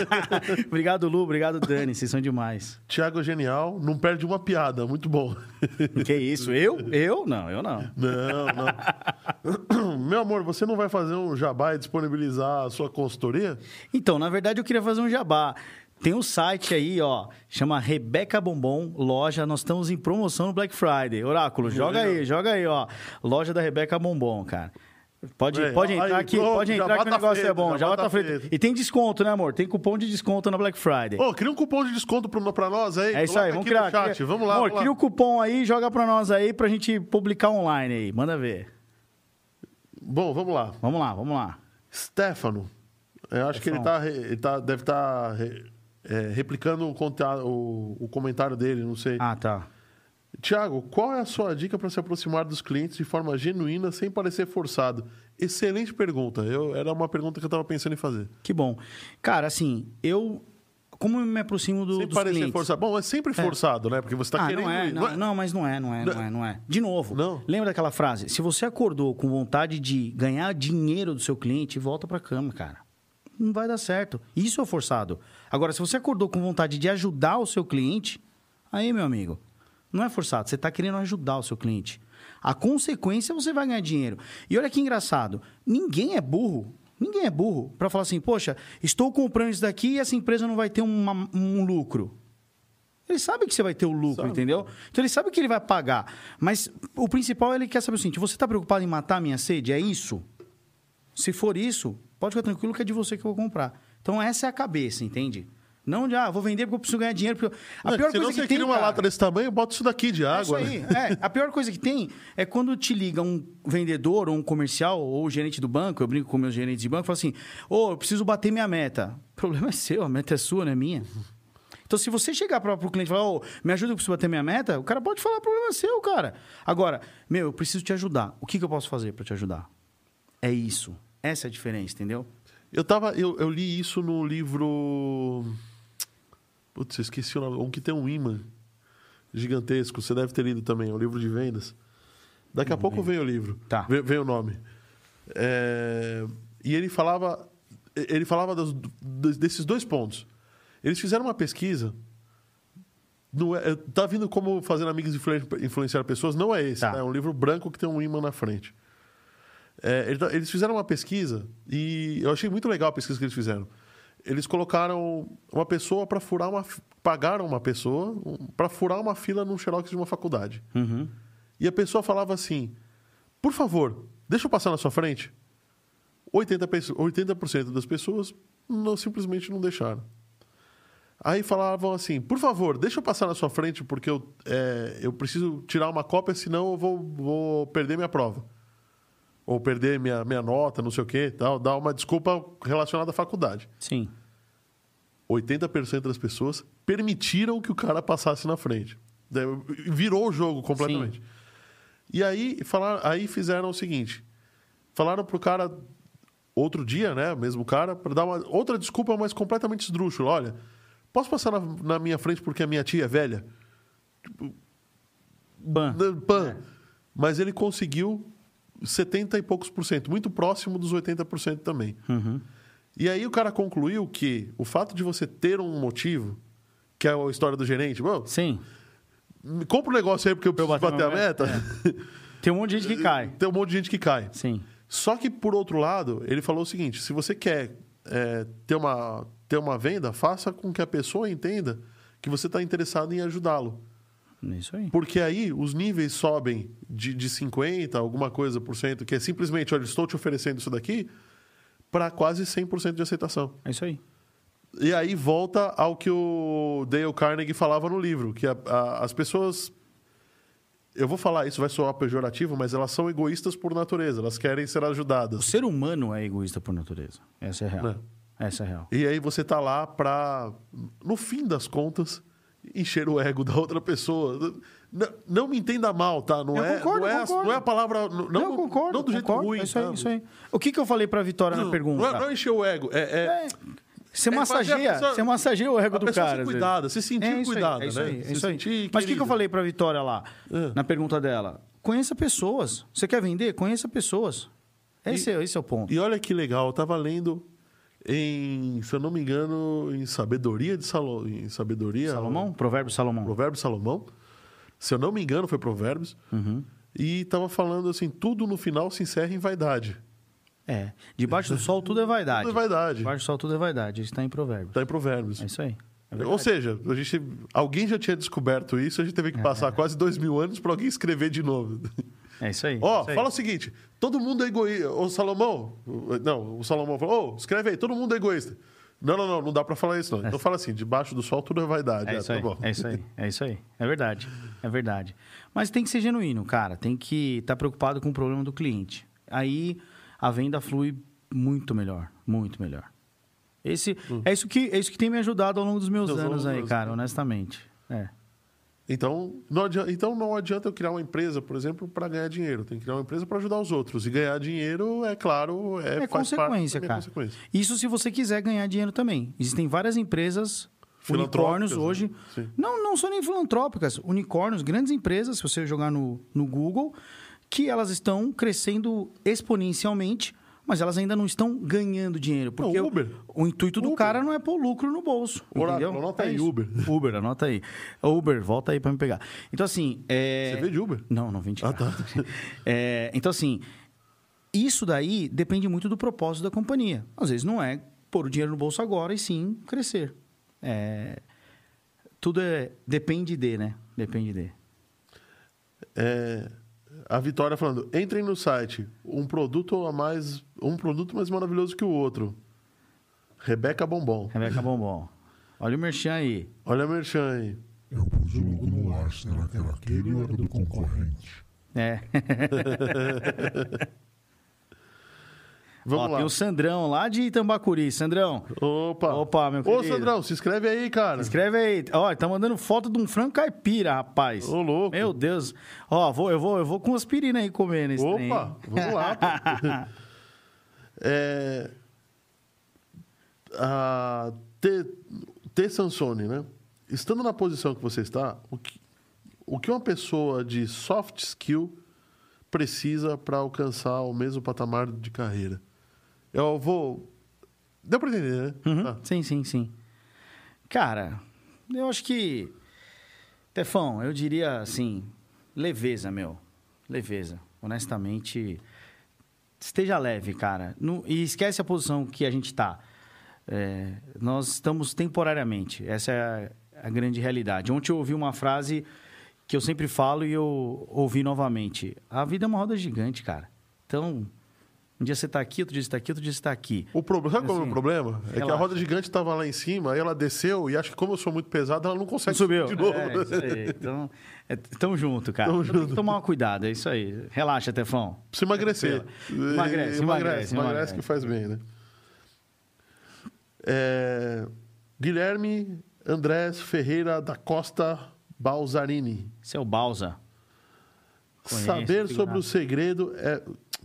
Speaker 2: obrigado, Lu. Obrigado, Dani. Vocês são demais.
Speaker 1: Tiago é Genial, não perde uma piada, muito bom.
Speaker 2: Que isso? Eu? Eu? Não, eu não.
Speaker 1: Não, não. Meu amor, você não vai fazer um jabá e disponibilizar a sua consultoria?
Speaker 2: Então, na verdade, eu queria fazer um jabá. Tem um site aí, ó, chama Rebeca Bombom Loja. Nós estamos em promoção no Black Friday. Oráculo, joga aí, joga aí, ó. Loja da Rebeca Bombom, cara. Pode,
Speaker 1: Bem,
Speaker 2: pode
Speaker 1: aí,
Speaker 2: entrar aqui,
Speaker 1: pronto,
Speaker 2: pode entrar
Speaker 1: jabá
Speaker 2: que o
Speaker 1: tá
Speaker 2: negócio
Speaker 1: feito,
Speaker 2: é bom, já
Speaker 1: jabá
Speaker 2: vai
Speaker 1: tá
Speaker 2: tá feito.
Speaker 1: feito.
Speaker 2: E tem desconto, né, amor? Tem cupom de desconto na Black Friday.
Speaker 1: Ô, cria um cupom de desconto pro- pra nós aí.
Speaker 2: é isso
Speaker 1: coloca
Speaker 2: aí, vamos
Speaker 1: aqui no
Speaker 2: criar.
Speaker 1: chat.
Speaker 2: cria-
Speaker 1: Vamos lá.
Speaker 2: Amor,
Speaker 1: vamos lá.
Speaker 2: cria um o cupom aí, joga pra nós aí pra gente publicar online aí. Manda ver.
Speaker 1: Bom, vamos lá.
Speaker 2: Vamos lá, vamos lá.
Speaker 1: Stefano. Eu acho que ele, tá, re- ele tá, deve estar replicando o, conta- o- o comentário dele, não sei.
Speaker 2: Ah, tá.
Speaker 1: Tiago, qual é a sua dica para se aproximar dos clientes de forma genuína, sem parecer forçado? Excelente pergunta. Eu, era uma pergunta que eu estava pensando em fazer.
Speaker 2: Que bom. Cara, assim, eu. Como eu me aproximo do,
Speaker 1: sem
Speaker 2: dos
Speaker 1: parecer
Speaker 2: clientes?
Speaker 1: forçado. Bom, é sempre forçado, né? Porque você está
Speaker 2: ah,
Speaker 1: querendo
Speaker 2: não é,
Speaker 1: ir.
Speaker 2: não,
Speaker 1: Não é?
Speaker 2: não, mas não é, não é, não é, não é. De novo,
Speaker 1: Não?
Speaker 2: lembra daquela frase? Se você acordou com vontade de ganhar dinheiro do seu cliente, volta pra cama, cara. não vai dar certo. Isso é forçado. Agora, se você acordou com vontade de ajudar o seu cliente, aí, meu amigo, não é forçado. Você está querendo ajudar o seu cliente. A consequência, você vai ganhar dinheiro. E olha que engraçado, ninguém é burro. Ninguém é burro para falar assim, poxa, estou comprando isso daqui e essa empresa não vai ter uma- um lucro. Ele sabe que você vai ter o lucro, entendeu? Então ele sabe que ele vai pagar. Mas o principal é ele quer saber o seguinte: você está preocupado em matar a minha sede? É isso? Se for isso, pode ficar tranquilo que é de você que eu vou comprar. Então essa é a cabeça, entende? Não de, ah, vou vender porque eu preciso ganhar dinheiro. Porque... eu- A
Speaker 1: Não,
Speaker 2: pior
Speaker 1: se não
Speaker 2: coisa é que
Speaker 1: você
Speaker 2: tem.
Speaker 1: queria uma
Speaker 2: cara-
Speaker 1: lata desse tamanho, bota isso daqui de
Speaker 2: é isso
Speaker 1: água.
Speaker 2: aí.
Speaker 1: né?
Speaker 2: É, a pior coisa que tem é quando te liga um vendedor ou um comercial ou o gerente do banco, eu brinco com meus gerentes de banco, fala assim: "Ô, eu preciso bater minha meta". O problema é seu, a meta é sua, não é minha. Então, se você chegar para o cliente e falar, ô, me ajuda, eu preciso bater minha meta, o cara pode falar, problema é seu, cara. Agora, meu, eu preciso te ajudar. O que, que eu posso fazer para te ajudar? É isso. Essa é a diferença, entendeu?
Speaker 1: Eu, tava, eu, eu li isso no livro. Putz, eu esqueci o nome. Um que tem um imã gigantesco. Você deve ter lido também. É um livro de vendas. Daqui a pouco vem o livro.
Speaker 2: Tá.
Speaker 1: Vem, vem o nome. É, E ele falava. Ele falava dos- dos- desses dois pontos. Eles fizeram uma pesquisa. Não é, tá vindo como fazendo amigos influen- influenciar pessoas? Não é esse.
Speaker 2: Tá.
Speaker 1: né? É um livro branco que tem um imã na frente. É, ele tá- eles fizeram uma pesquisa e eu achei muito legal a pesquisa que eles fizeram. Eles colocaram uma pessoa para furar uma. fi- Pagaram uma pessoa para furar uma fila num xerox de uma faculdade.
Speaker 2: Uhum.
Speaker 1: E a pessoa falava assim: por favor, deixa eu passar na sua frente. 80%, pesso- 80 das pessoas não, simplesmente não deixaram. Aí falavam assim: por favor, deixa eu passar na sua frente porque eu, é, eu preciso tirar uma cópia, senão eu vou, vou perder minha prova. Ou perder minha, minha nota, não sei o quê, tal, dar uma desculpa relacionada à faculdade.
Speaker 2: Sim.
Speaker 1: 80% das pessoas permitiram que o cara passasse na frente. Daí Virou o jogo completamente. E aí, falaram, aí fizeram o seguinte: falaram pro cara outro dia, né? Mesmo cara, para dar uma outra desculpa, mas completamente esdrúxula. Olha, posso passar na, na minha frente porque a minha tia é velha?
Speaker 2: Ban.
Speaker 1: Né, Pan. Mas ele conseguiu 70 e poucos por cento, muito próximo dos 80% também. E aí o cara concluiu que o fato de você ter um motivo, que é a história do gerente, bom,
Speaker 2: Sim.
Speaker 1: me compra um negócio aí porque eu preciso
Speaker 2: bater
Speaker 1: bater a
Speaker 2: minha
Speaker 1: meta.
Speaker 2: Tem um monte de gente que cai.
Speaker 1: Tem um monte de gente que cai.
Speaker 2: Sim.
Speaker 1: Só que, por outro lado, ele falou o seguinte: se você quer é, ter, uma, ter uma venda, faça com que a pessoa entenda que você está interessado em ajudá-lo.
Speaker 2: É Isso aí.
Speaker 1: Porque aí os níveis sobem de, de 50%, alguma coisa por cento, que é simplesmente, olha, estou te oferecendo isso daqui, para quase 100% de aceitação.
Speaker 2: É isso aí.
Speaker 1: E aí volta ao que o Dale Carnegie falava no livro, que a- a- as pessoas. Eu vou falar isso, vai soar pejorativo, mas elas são egoístas por natureza, elas querem ser
Speaker 2: O
Speaker 1: ajudadas.
Speaker 2: ser humano é egoísta por natureza. Essa é a real.
Speaker 1: Né?
Speaker 2: Essa é a real.
Speaker 1: E aí você tá lá pra, no fim das contas, encher o ego da outra pessoa. N- não me entenda mal, tá? Não,
Speaker 2: Eu
Speaker 1: é,
Speaker 2: concordo,
Speaker 1: não, é, a-
Speaker 2: concordo.
Speaker 1: não é a palavra. Não,
Speaker 2: Não, concordo.
Speaker 1: Não do jeito
Speaker 2: concordo.
Speaker 1: ruim.
Speaker 2: É Isso aí,
Speaker 1: tá?
Speaker 2: isso aí. O que, que eu falei pra Vitória na pergunta?
Speaker 1: Não é, não é encher o ego. É, é-
Speaker 2: É, Você
Speaker 1: É, mas é a
Speaker 2: massageia,
Speaker 1: pessoa-
Speaker 2: você massageia o ego
Speaker 1: a
Speaker 2: do
Speaker 1: pessoa
Speaker 2: cara.
Speaker 1: se
Speaker 2: às vezes.
Speaker 1: cuidada, se sentir
Speaker 2: isso aí,
Speaker 1: cuidada,
Speaker 2: isso
Speaker 1: né?
Speaker 2: aí, é
Speaker 1: Se
Speaker 2: isso aí.
Speaker 1: sentir
Speaker 2: Mas o que, que
Speaker 1: querida.
Speaker 2: eu falei pra Vitória lá,
Speaker 1: Ah.
Speaker 2: na pergunta dela? Conheça pessoas. Você quer vender? Conheça pessoas. Esse, é, esse é o ponto.
Speaker 1: E olha que legal, eu tava lendo em, se eu não me engano, em Sabedoria de Salo, em Sabedoria,
Speaker 2: Salomão? Provérbio Salomão.
Speaker 1: Provérbio de Salomão. Se eu não me engano, foi Provérbios.
Speaker 2: Uhum.
Speaker 1: E tava falando assim, tudo no final se encerra em vaidade.
Speaker 2: É. Debaixo do sol tudo é vaidade.
Speaker 1: Tudo é vaidade.
Speaker 2: Debaixo do sol tudo é vaidade. Isso está em Provérbio.
Speaker 1: Tá em Provérbios.
Speaker 2: É isso aí. É verdade.
Speaker 1: Ou seja, a gente, alguém já tinha descoberto isso, a gente teve que passar quase dois mil anos para alguém escrever de novo.
Speaker 2: É isso aí.
Speaker 1: Ó,
Speaker 2: é isso aí.
Speaker 1: fala o seguinte: todo mundo é egoísta. Ô, Salomão. o- Não, o Salomão falou: ô, escreve aí, todo mundo é egoísta. Não, não, não, não dá pra falar isso, não. Então fala assim: debaixo do sol tudo é vaidade.
Speaker 2: É
Speaker 1: É,
Speaker 2: isso,
Speaker 1: tá
Speaker 2: aí,
Speaker 1: bom.
Speaker 2: é isso aí, é isso aí. É verdade, é verdade. Mas tem que ser genuíno, cara. Tem que estar preocupado com o problema do cliente. Aí a venda flui muito melhor, muito melhor. Esse, é, isso que, é isso que tem me ajudado ao longo dos meus
Speaker 1: Dos
Speaker 2: anos aí,
Speaker 1: anos,
Speaker 2: cara,
Speaker 1: né?
Speaker 2: honestamente. É.
Speaker 1: Então, não adianta, então não adianta eu criar uma empresa, por exemplo, pra ganhar dinheiro. Tem que criar uma empresa pra ajudar os outros. E ganhar dinheiro, é claro, é,
Speaker 2: É,
Speaker 1: faz
Speaker 2: consequência,
Speaker 1: parte da minha
Speaker 2: cara.
Speaker 1: consequência.
Speaker 2: Isso se você quiser ganhar dinheiro também. Existem várias empresas
Speaker 1: Filantrópicas,
Speaker 2: unicórnios hoje.
Speaker 1: né? Sim.
Speaker 2: Não, não são nem filantrópicas, unicórnios, grandes empresas, se você jogar no, no Google, que elas estão crescendo exponencialmente, mas elas ainda não estão ganhando dinheiro. Porque
Speaker 1: Não, Uber.
Speaker 2: O, o intuito do
Speaker 1: Uber.
Speaker 2: cara não é pôr lucro no bolso.
Speaker 1: Ora,
Speaker 2: entendeu?
Speaker 1: anota
Speaker 2: É
Speaker 1: aí,
Speaker 2: isso.
Speaker 1: Uber.
Speaker 2: Uber, anota aí. Uber, volta aí pra me pegar. Então, assim. é-
Speaker 1: Você veio de Uber?
Speaker 2: Não, não vim de
Speaker 1: Ah,
Speaker 2: carro.
Speaker 1: tá.
Speaker 2: É, então, assim, isso daí depende muito do propósito da companhia. Às vezes não é pôr o dinheiro no bolso agora e sim crescer. É, tudo é, depende de, né? Depende de.
Speaker 1: É, a Vitória falando, entrem no site, um produto a mais, um produto mais maravilhoso que o outro. Rebeca Bombom.
Speaker 2: Rebeca Bombom. Olha o merchan aí.
Speaker 1: Olha a merchan aí.
Speaker 3: Eu pus o logo no ar, será que era aquele ou era do concorrente?
Speaker 2: É.
Speaker 1: Vamos
Speaker 2: Ó,
Speaker 1: lá.
Speaker 2: Tem o Sandrão lá de Itambacuri. Sandrão,
Speaker 1: Opa.
Speaker 2: Opa, meu
Speaker 1: Ô,
Speaker 2: querido.
Speaker 1: Sandrão, se inscreve aí, cara.
Speaker 2: escreve aí. Ó, tá mandando foto de um frango caipira, rapaz.
Speaker 1: Ô, louco.
Speaker 2: Meu Deus. Ó, vou, eu, vou, eu vou com aspirina aí comendo esse trem.
Speaker 1: Opa, vamos lá. pô. é, a T, T. Sansone, né? Estando na posição que você está, o que, o que uma pessoa de soft skill precisa para alcançar o mesmo patamar de carreira? Eu vou... Deu para entender, né?
Speaker 2: Uhum.
Speaker 1: Tá.
Speaker 2: Sim, sim, sim. Cara, eu acho que. Tefão, eu diria assim: leveza, meu. Leveza. Honestamente, esteja leve, cara. Não- e esquece a posição que a gente tá. É, nós estamos temporariamente. Essa é a, a grande realidade. Ontem eu ouvi uma frase que eu sempre falo e eu ouvi novamente: a vida é uma roda gigante, cara. Então, um dia você está aqui, outro dia você está aqui, outro dia você está aqui.
Speaker 1: O problema, sabe qual é o
Speaker 2: Assim,
Speaker 1: problema? É que a
Speaker 2: relaxa.
Speaker 1: roda gigante estava lá em cima, aí ela desceu e acho que como eu sou muito pesado, ela não consegue
Speaker 2: subiu.
Speaker 1: subir Tá de novo.
Speaker 2: É, isso aí. Então, é, tamo junto, cara.
Speaker 1: Tamo
Speaker 2: Então Tem
Speaker 1: junto.
Speaker 2: que tomar um cuidado, é isso aí. Relaxa, Tefão.
Speaker 1: Precisa emagrecer.
Speaker 2: Tranquilo. Emagrece,
Speaker 1: Eh,
Speaker 2: emagrece,
Speaker 1: Emagrece
Speaker 2: emagrece.
Speaker 1: que faz bem, né? É, Guilherme Andrés Ferreira da Costa Balzarini.
Speaker 2: Seu Balsa. Conheço,
Speaker 1: saber
Speaker 2: figuraça.
Speaker 1: sobre o segredo é...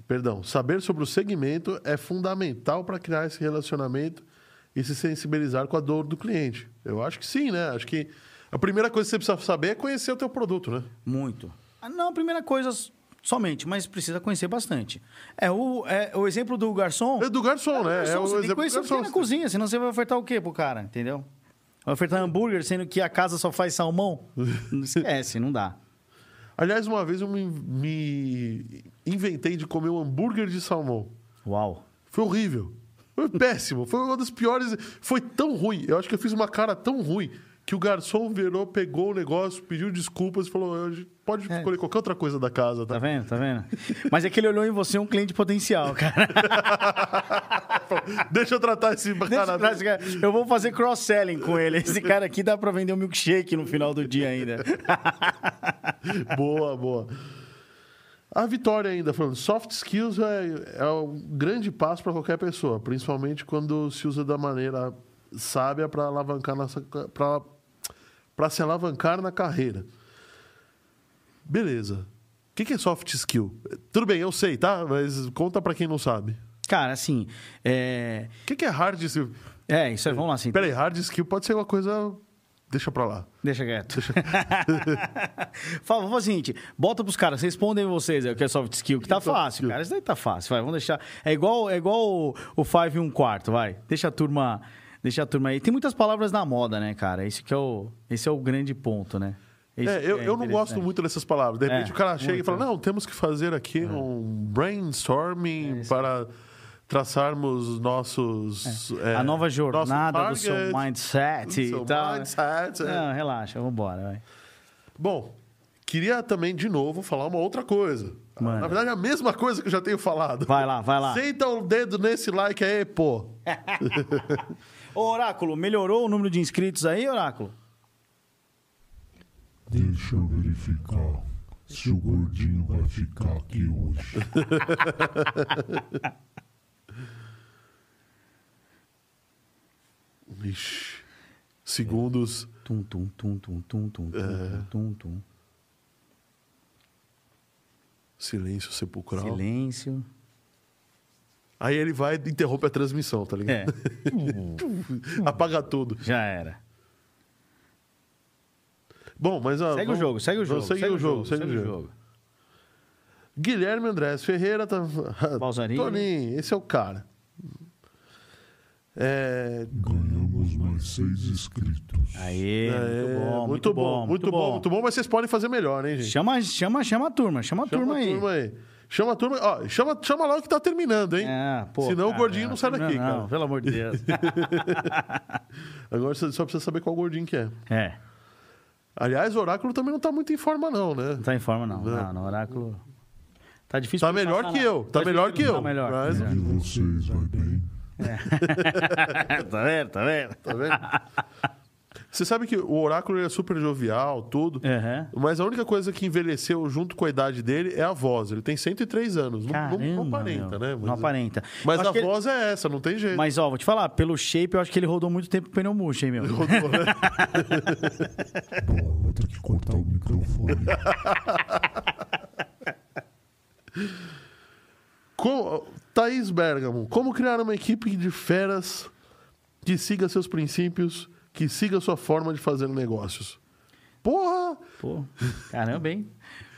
Speaker 1: Perdão. Saber sobre o segmento é fundamental para criar esse relacionamento e se sensibilizar com a dor do cliente. Eu acho que sim, né? Acho que a primeira coisa que você precisa saber é conhecer o teu produto, né?
Speaker 2: Muito. Ah, Não, a primeira coisa s- somente, mas precisa conhecer bastante. É o, é o exemplo do garçom.
Speaker 1: É do garçom, né?
Speaker 2: garçom,
Speaker 1: é o
Speaker 2: você
Speaker 1: exemplo do
Speaker 2: tem que conhecer o que tem na
Speaker 1: garçom.
Speaker 2: cozinha, senão você vai ofertar o quê pro cara, entendeu? Vai ofertar hambúrguer, sendo que a casa só faz salmão? Não esquece, não dá.
Speaker 1: Aliás, uma vez eu me, me inventei de comer um hambúrguer de salmão.
Speaker 2: Uau.
Speaker 1: Foi horrível. Foi péssimo. Foi uma das piores. Foi tão ruim. Eu acho que eu fiz uma cara tão ruim que o garçom virou, pegou o negócio, pediu desculpas e falou: "Eu- pode
Speaker 2: É.
Speaker 1: escolher qualquer outra coisa da casa,
Speaker 2: Tá
Speaker 1: tá?
Speaker 2: vendo? Tá vendo? Mas é que ele olhou em você um cliente potencial, cara.
Speaker 1: Deixa eu tratar esse
Speaker 2: Deixa eu
Speaker 1: cara.
Speaker 2: atrás, cara. Eu vou fazer cross-selling com ele. Esse cara aqui dá pra vender um milkshake no final do dia ainda.
Speaker 1: Boa, boa. A Vitória ainda falando, soft skills é, é um grande passo para qualquer pessoa, principalmente quando se usa da maneira sábia para alavancar para se alavancar na carreira. Beleza. O que, que é soft skill? Tudo bem, eu sei, tá? Mas conta para quem não sabe.
Speaker 2: Cara, assim, é...
Speaker 1: O que, que é hard skill?
Speaker 2: É, isso aí, vamos lá, assim.
Speaker 1: Peraí, hard skill pode ser uma coisa. Deixa para lá.
Speaker 2: Deixa quieto. fala, fala o seguinte, bota pros caras, respondem vocês aí o que é soft skill, que tá
Speaker 1: soft
Speaker 2: fácil,
Speaker 1: skill?
Speaker 2: cara. Isso daí tá fácil, vai, vamos deixar... É igual, é igual o 5 e um quarto, vai. Deixa a turma... Deixa a turma aí. Tem muitas palavras na moda, né, cara? Esse que é o, esse é o grande ponto, né? Esse
Speaker 1: É,
Speaker 2: que
Speaker 1: eu, eu não gosto
Speaker 2: interessante.
Speaker 1: muito dessas palavras. De repente
Speaker 2: É,
Speaker 1: o cara chega e
Speaker 2: muito. É.
Speaker 1: fala: não, temos que fazer aqui um brainstorming para traçarmos nossos. é,
Speaker 2: a nova
Speaker 1: nosso
Speaker 2: jornada do
Speaker 1: target,
Speaker 2: seu mindset
Speaker 1: do seu
Speaker 2: e tal. Ah.
Speaker 1: mindset, é.
Speaker 2: Não, relaxa, vambora, vai.
Speaker 1: Bom, queria também, de novo, falar uma outra coisa.
Speaker 2: Manda.
Speaker 1: Na verdade, é a mesma coisa que eu já tenho falado.
Speaker 2: Vai lá, vai lá.
Speaker 1: Senta o dedo nesse like aí, pô.
Speaker 2: Ô, Oráculo, melhorou o número de inscritos aí, Oráculo?
Speaker 3: Deixa eu verificar se o gordinho vai ficar aqui hoje.
Speaker 1: Ixi. Segundos.
Speaker 2: Tum, tum, tum, tum, tum, tum, tum,
Speaker 1: É.
Speaker 2: tum, tum, tum.
Speaker 1: Silêncio sepulcral.
Speaker 2: Silêncio.
Speaker 1: Aí ele vai e interrompe a transmissão, tá ligado?
Speaker 2: É,
Speaker 1: Apaga tudo.
Speaker 2: já era.
Speaker 1: Bom, mas. ah,
Speaker 2: Segue o
Speaker 1: vamos- Tá
Speaker 2: jogo, segue o jogo.
Speaker 1: Segue o jogo, segue o jogo. Guilherme Andrés Ferreira. Tá...
Speaker 2: Balzarini.
Speaker 1: Toninho, esse é o cara. É,
Speaker 3: Ganhamos mais seis inscritos.
Speaker 2: Aê,
Speaker 1: é,
Speaker 2: muito bom, muito bom,
Speaker 1: muito bom, muito bom, mas vocês podem fazer melhor, hein, gente?
Speaker 2: Chama, chama, chama a turma, chama a turma aí.
Speaker 1: Chama a turma, ó, chama, chama lá o que tá terminando, hein?
Speaker 2: É, pô,
Speaker 1: Senão o
Speaker 2: cara,
Speaker 1: gordinho não sai daqui,
Speaker 2: não,
Speaker 1: cara.
Speaker 2: pelo amor de Deus.
Speaker 1: Agora você só precisa saber qual gordinho que é.
Speaker 2: é,
Speaker 1: Aliás, o Oráculo também não tá muito em forma, não, né?
Speaker 2: não tá em forma não. Não, no oráculo... Tá difícil...
Speaker 1: Tá
Speaker 2: pra ele
Speaker 1: melhor
Speaker 2: passar
Speaker 1: que
Speaker 2: lá.
Speaker 1: eu, tá melhor que eu.
Speaker 2: Tá melhor.
Speaker 1: Mas-
Speaker 3: E vocês, vai bem?
Speaker 2: É. tá vendo, tá vendo?
Speaker 1: Tá vendo? Você sabe que o Oráculo ele é super jovial, tudo.
Speaker 2: Aham.
Speaker 1: Mas a única coisa que envelheceu junto com a idade dele é a voz. Ele tem 103 anos. Não-
Speaker 2: Caramba,
Speaker 1: não, não aparenta,
Speaker 2: meu.
Speaker 1: né?
Speaker 2: Não aparenta.
Speaker 1: Mas
Speaker 2: Acho
Speaker 1: a
Speaker 2: que ele-
Speaker 1: voz é essa, não tem jeito.
Speaker 2: Mas, ó, vou te falar, pelo shape, eu acho que ele rodou muito tempo com pneu murcho, hein, meu?
Speaker 1: Rodou, né?
Speaker 3: Bom, vou ter que cortar o microfone.
Speaker 1: É, Co- Thaís Bergamo, como criar uma equipe de feras que siga seus princípios, que siga sua forma de fazer negócios? Porra!
Speaker 2: Pô, caramba, hein?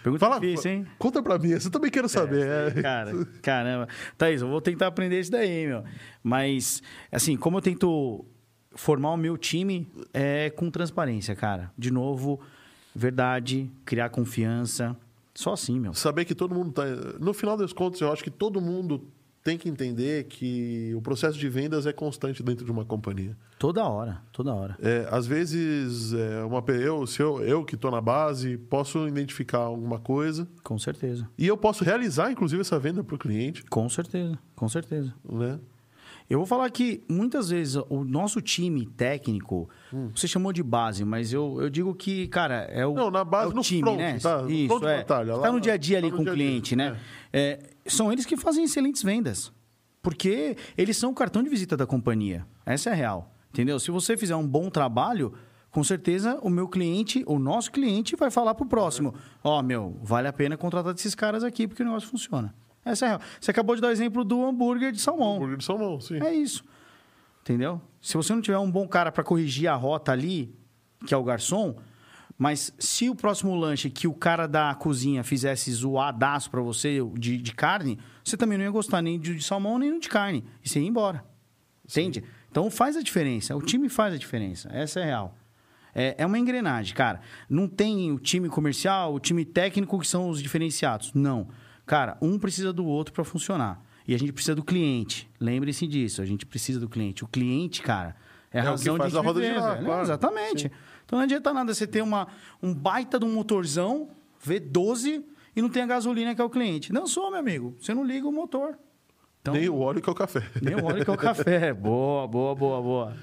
Speaker 2: Pergunta
Speaker 1: Fala,
Speaker 2: difícil, hein?
Speaker 1: conta pra mim, essa eu também quero saber. é.
Speaker 2: Cara, caramba. Thaís, eu vou tentar aprender isso daí, hein, meu. Mas, assim, como eu tento formar o meu time, é com transparência, cara. De novo, verdade, criar confiança. Só assim, meu.
Speaker 1: Saber que todo mundo tá. No final das contas, eu acho que todo mundo tem que entender que o processo de vendas é constante dentro de uma companhia.
Speaker 2: Toda hora, toda hora.
Speaker 1: É, às vezes, é, uma, pe- eu, se eu, eu que estou na base, posso identificar alguma coisa
Speaker 2: Com certeza.
Speaker 1: e eu posso realizar, inclusive, essa venda para o cliente,
Speaker 2: Com certeza, com certeza.
Speaker 1: né?
Speaker 2: Eu vou falar que muitas vezes o nosso time técnico, você chamou de base, mas eu, eu digo que, cara, é o.
Speaker 1: Hum. Não, na base,
Speaker 2: é o
Speaker 1: no
Speaker 2: time,
Speaker 1: front,
Speaker 2: né?
Speaker 1: tá? No
Speaker 2: Isso,
Speaker 1: front de
Speaker 2: é.
Speaker 1: batalha,
Speaker 2: Você
Speaker 1: lá
Speaker 2: tá no
Speaker 1: na-
Speaker 2: dia a dia ali
Speaker 1: tá no
Speaker 2: com o
Speaker 1: dia a dia,
Speaker 2: cliente, né? É, são eles que fazem excelentes vendas. Porque eles são o cartão de visita da companhia. Essa é a real. Entendeu? Se você fizer um bom trabalho. Com certeza, o meu cliente, o nosso cliente, vai falar pro próximo: Ó, meu, vale a pena contratar esses caras aqui porque o negócio funciona. Essa é a real. Você acabou de dar o exemplo do hambúrguer de salmão.
Speaker 1: Hambúrguer de salmão, sim.
Speaker 2: É isso. Entendeu? Se você não tiver um bom cara para corrigir a rota ali, que é o garçom, mas se o próximo lanche que o cara da cozinha fizesse zoadaço para você de, de carne, você também não ia gostar nem de, de salmão nem de carne. E você ia embora. Entende? Então faz a diferença. O time faz a diferença. Essa é a real. É, é uma engrenagem, cara. Não tem o time comercial, o time técnico que são os diferenciados. Não. Cara, um precisa do outro para funcionar. E a gente precisa do cliente. Lembre-se disso. A gente precisa do cliente. O cliente, cara, é,
Speaker 1: É
Speaker 2: a
Speaker 1: o que
Speaker 2: razão
Speaker 1: faz
Speaker 2: de
Speaker 1: a roda
Speaker 2: viver,
Speaker 1: girar,
Speaker 2: velho.
Speaker 1: claro.
Speaker 2: Exatamente. Então não adianta nada você ter uma, um baita de um motorzão V12 e não tem a gasolina que é o cliente. Não sou, meu amigo. Você não liga o motor. Então,
Speaker 1: Nem o óleo que é o café.
Speaker 2: nem o óleo que é o café. Boa, boa, boa, boa.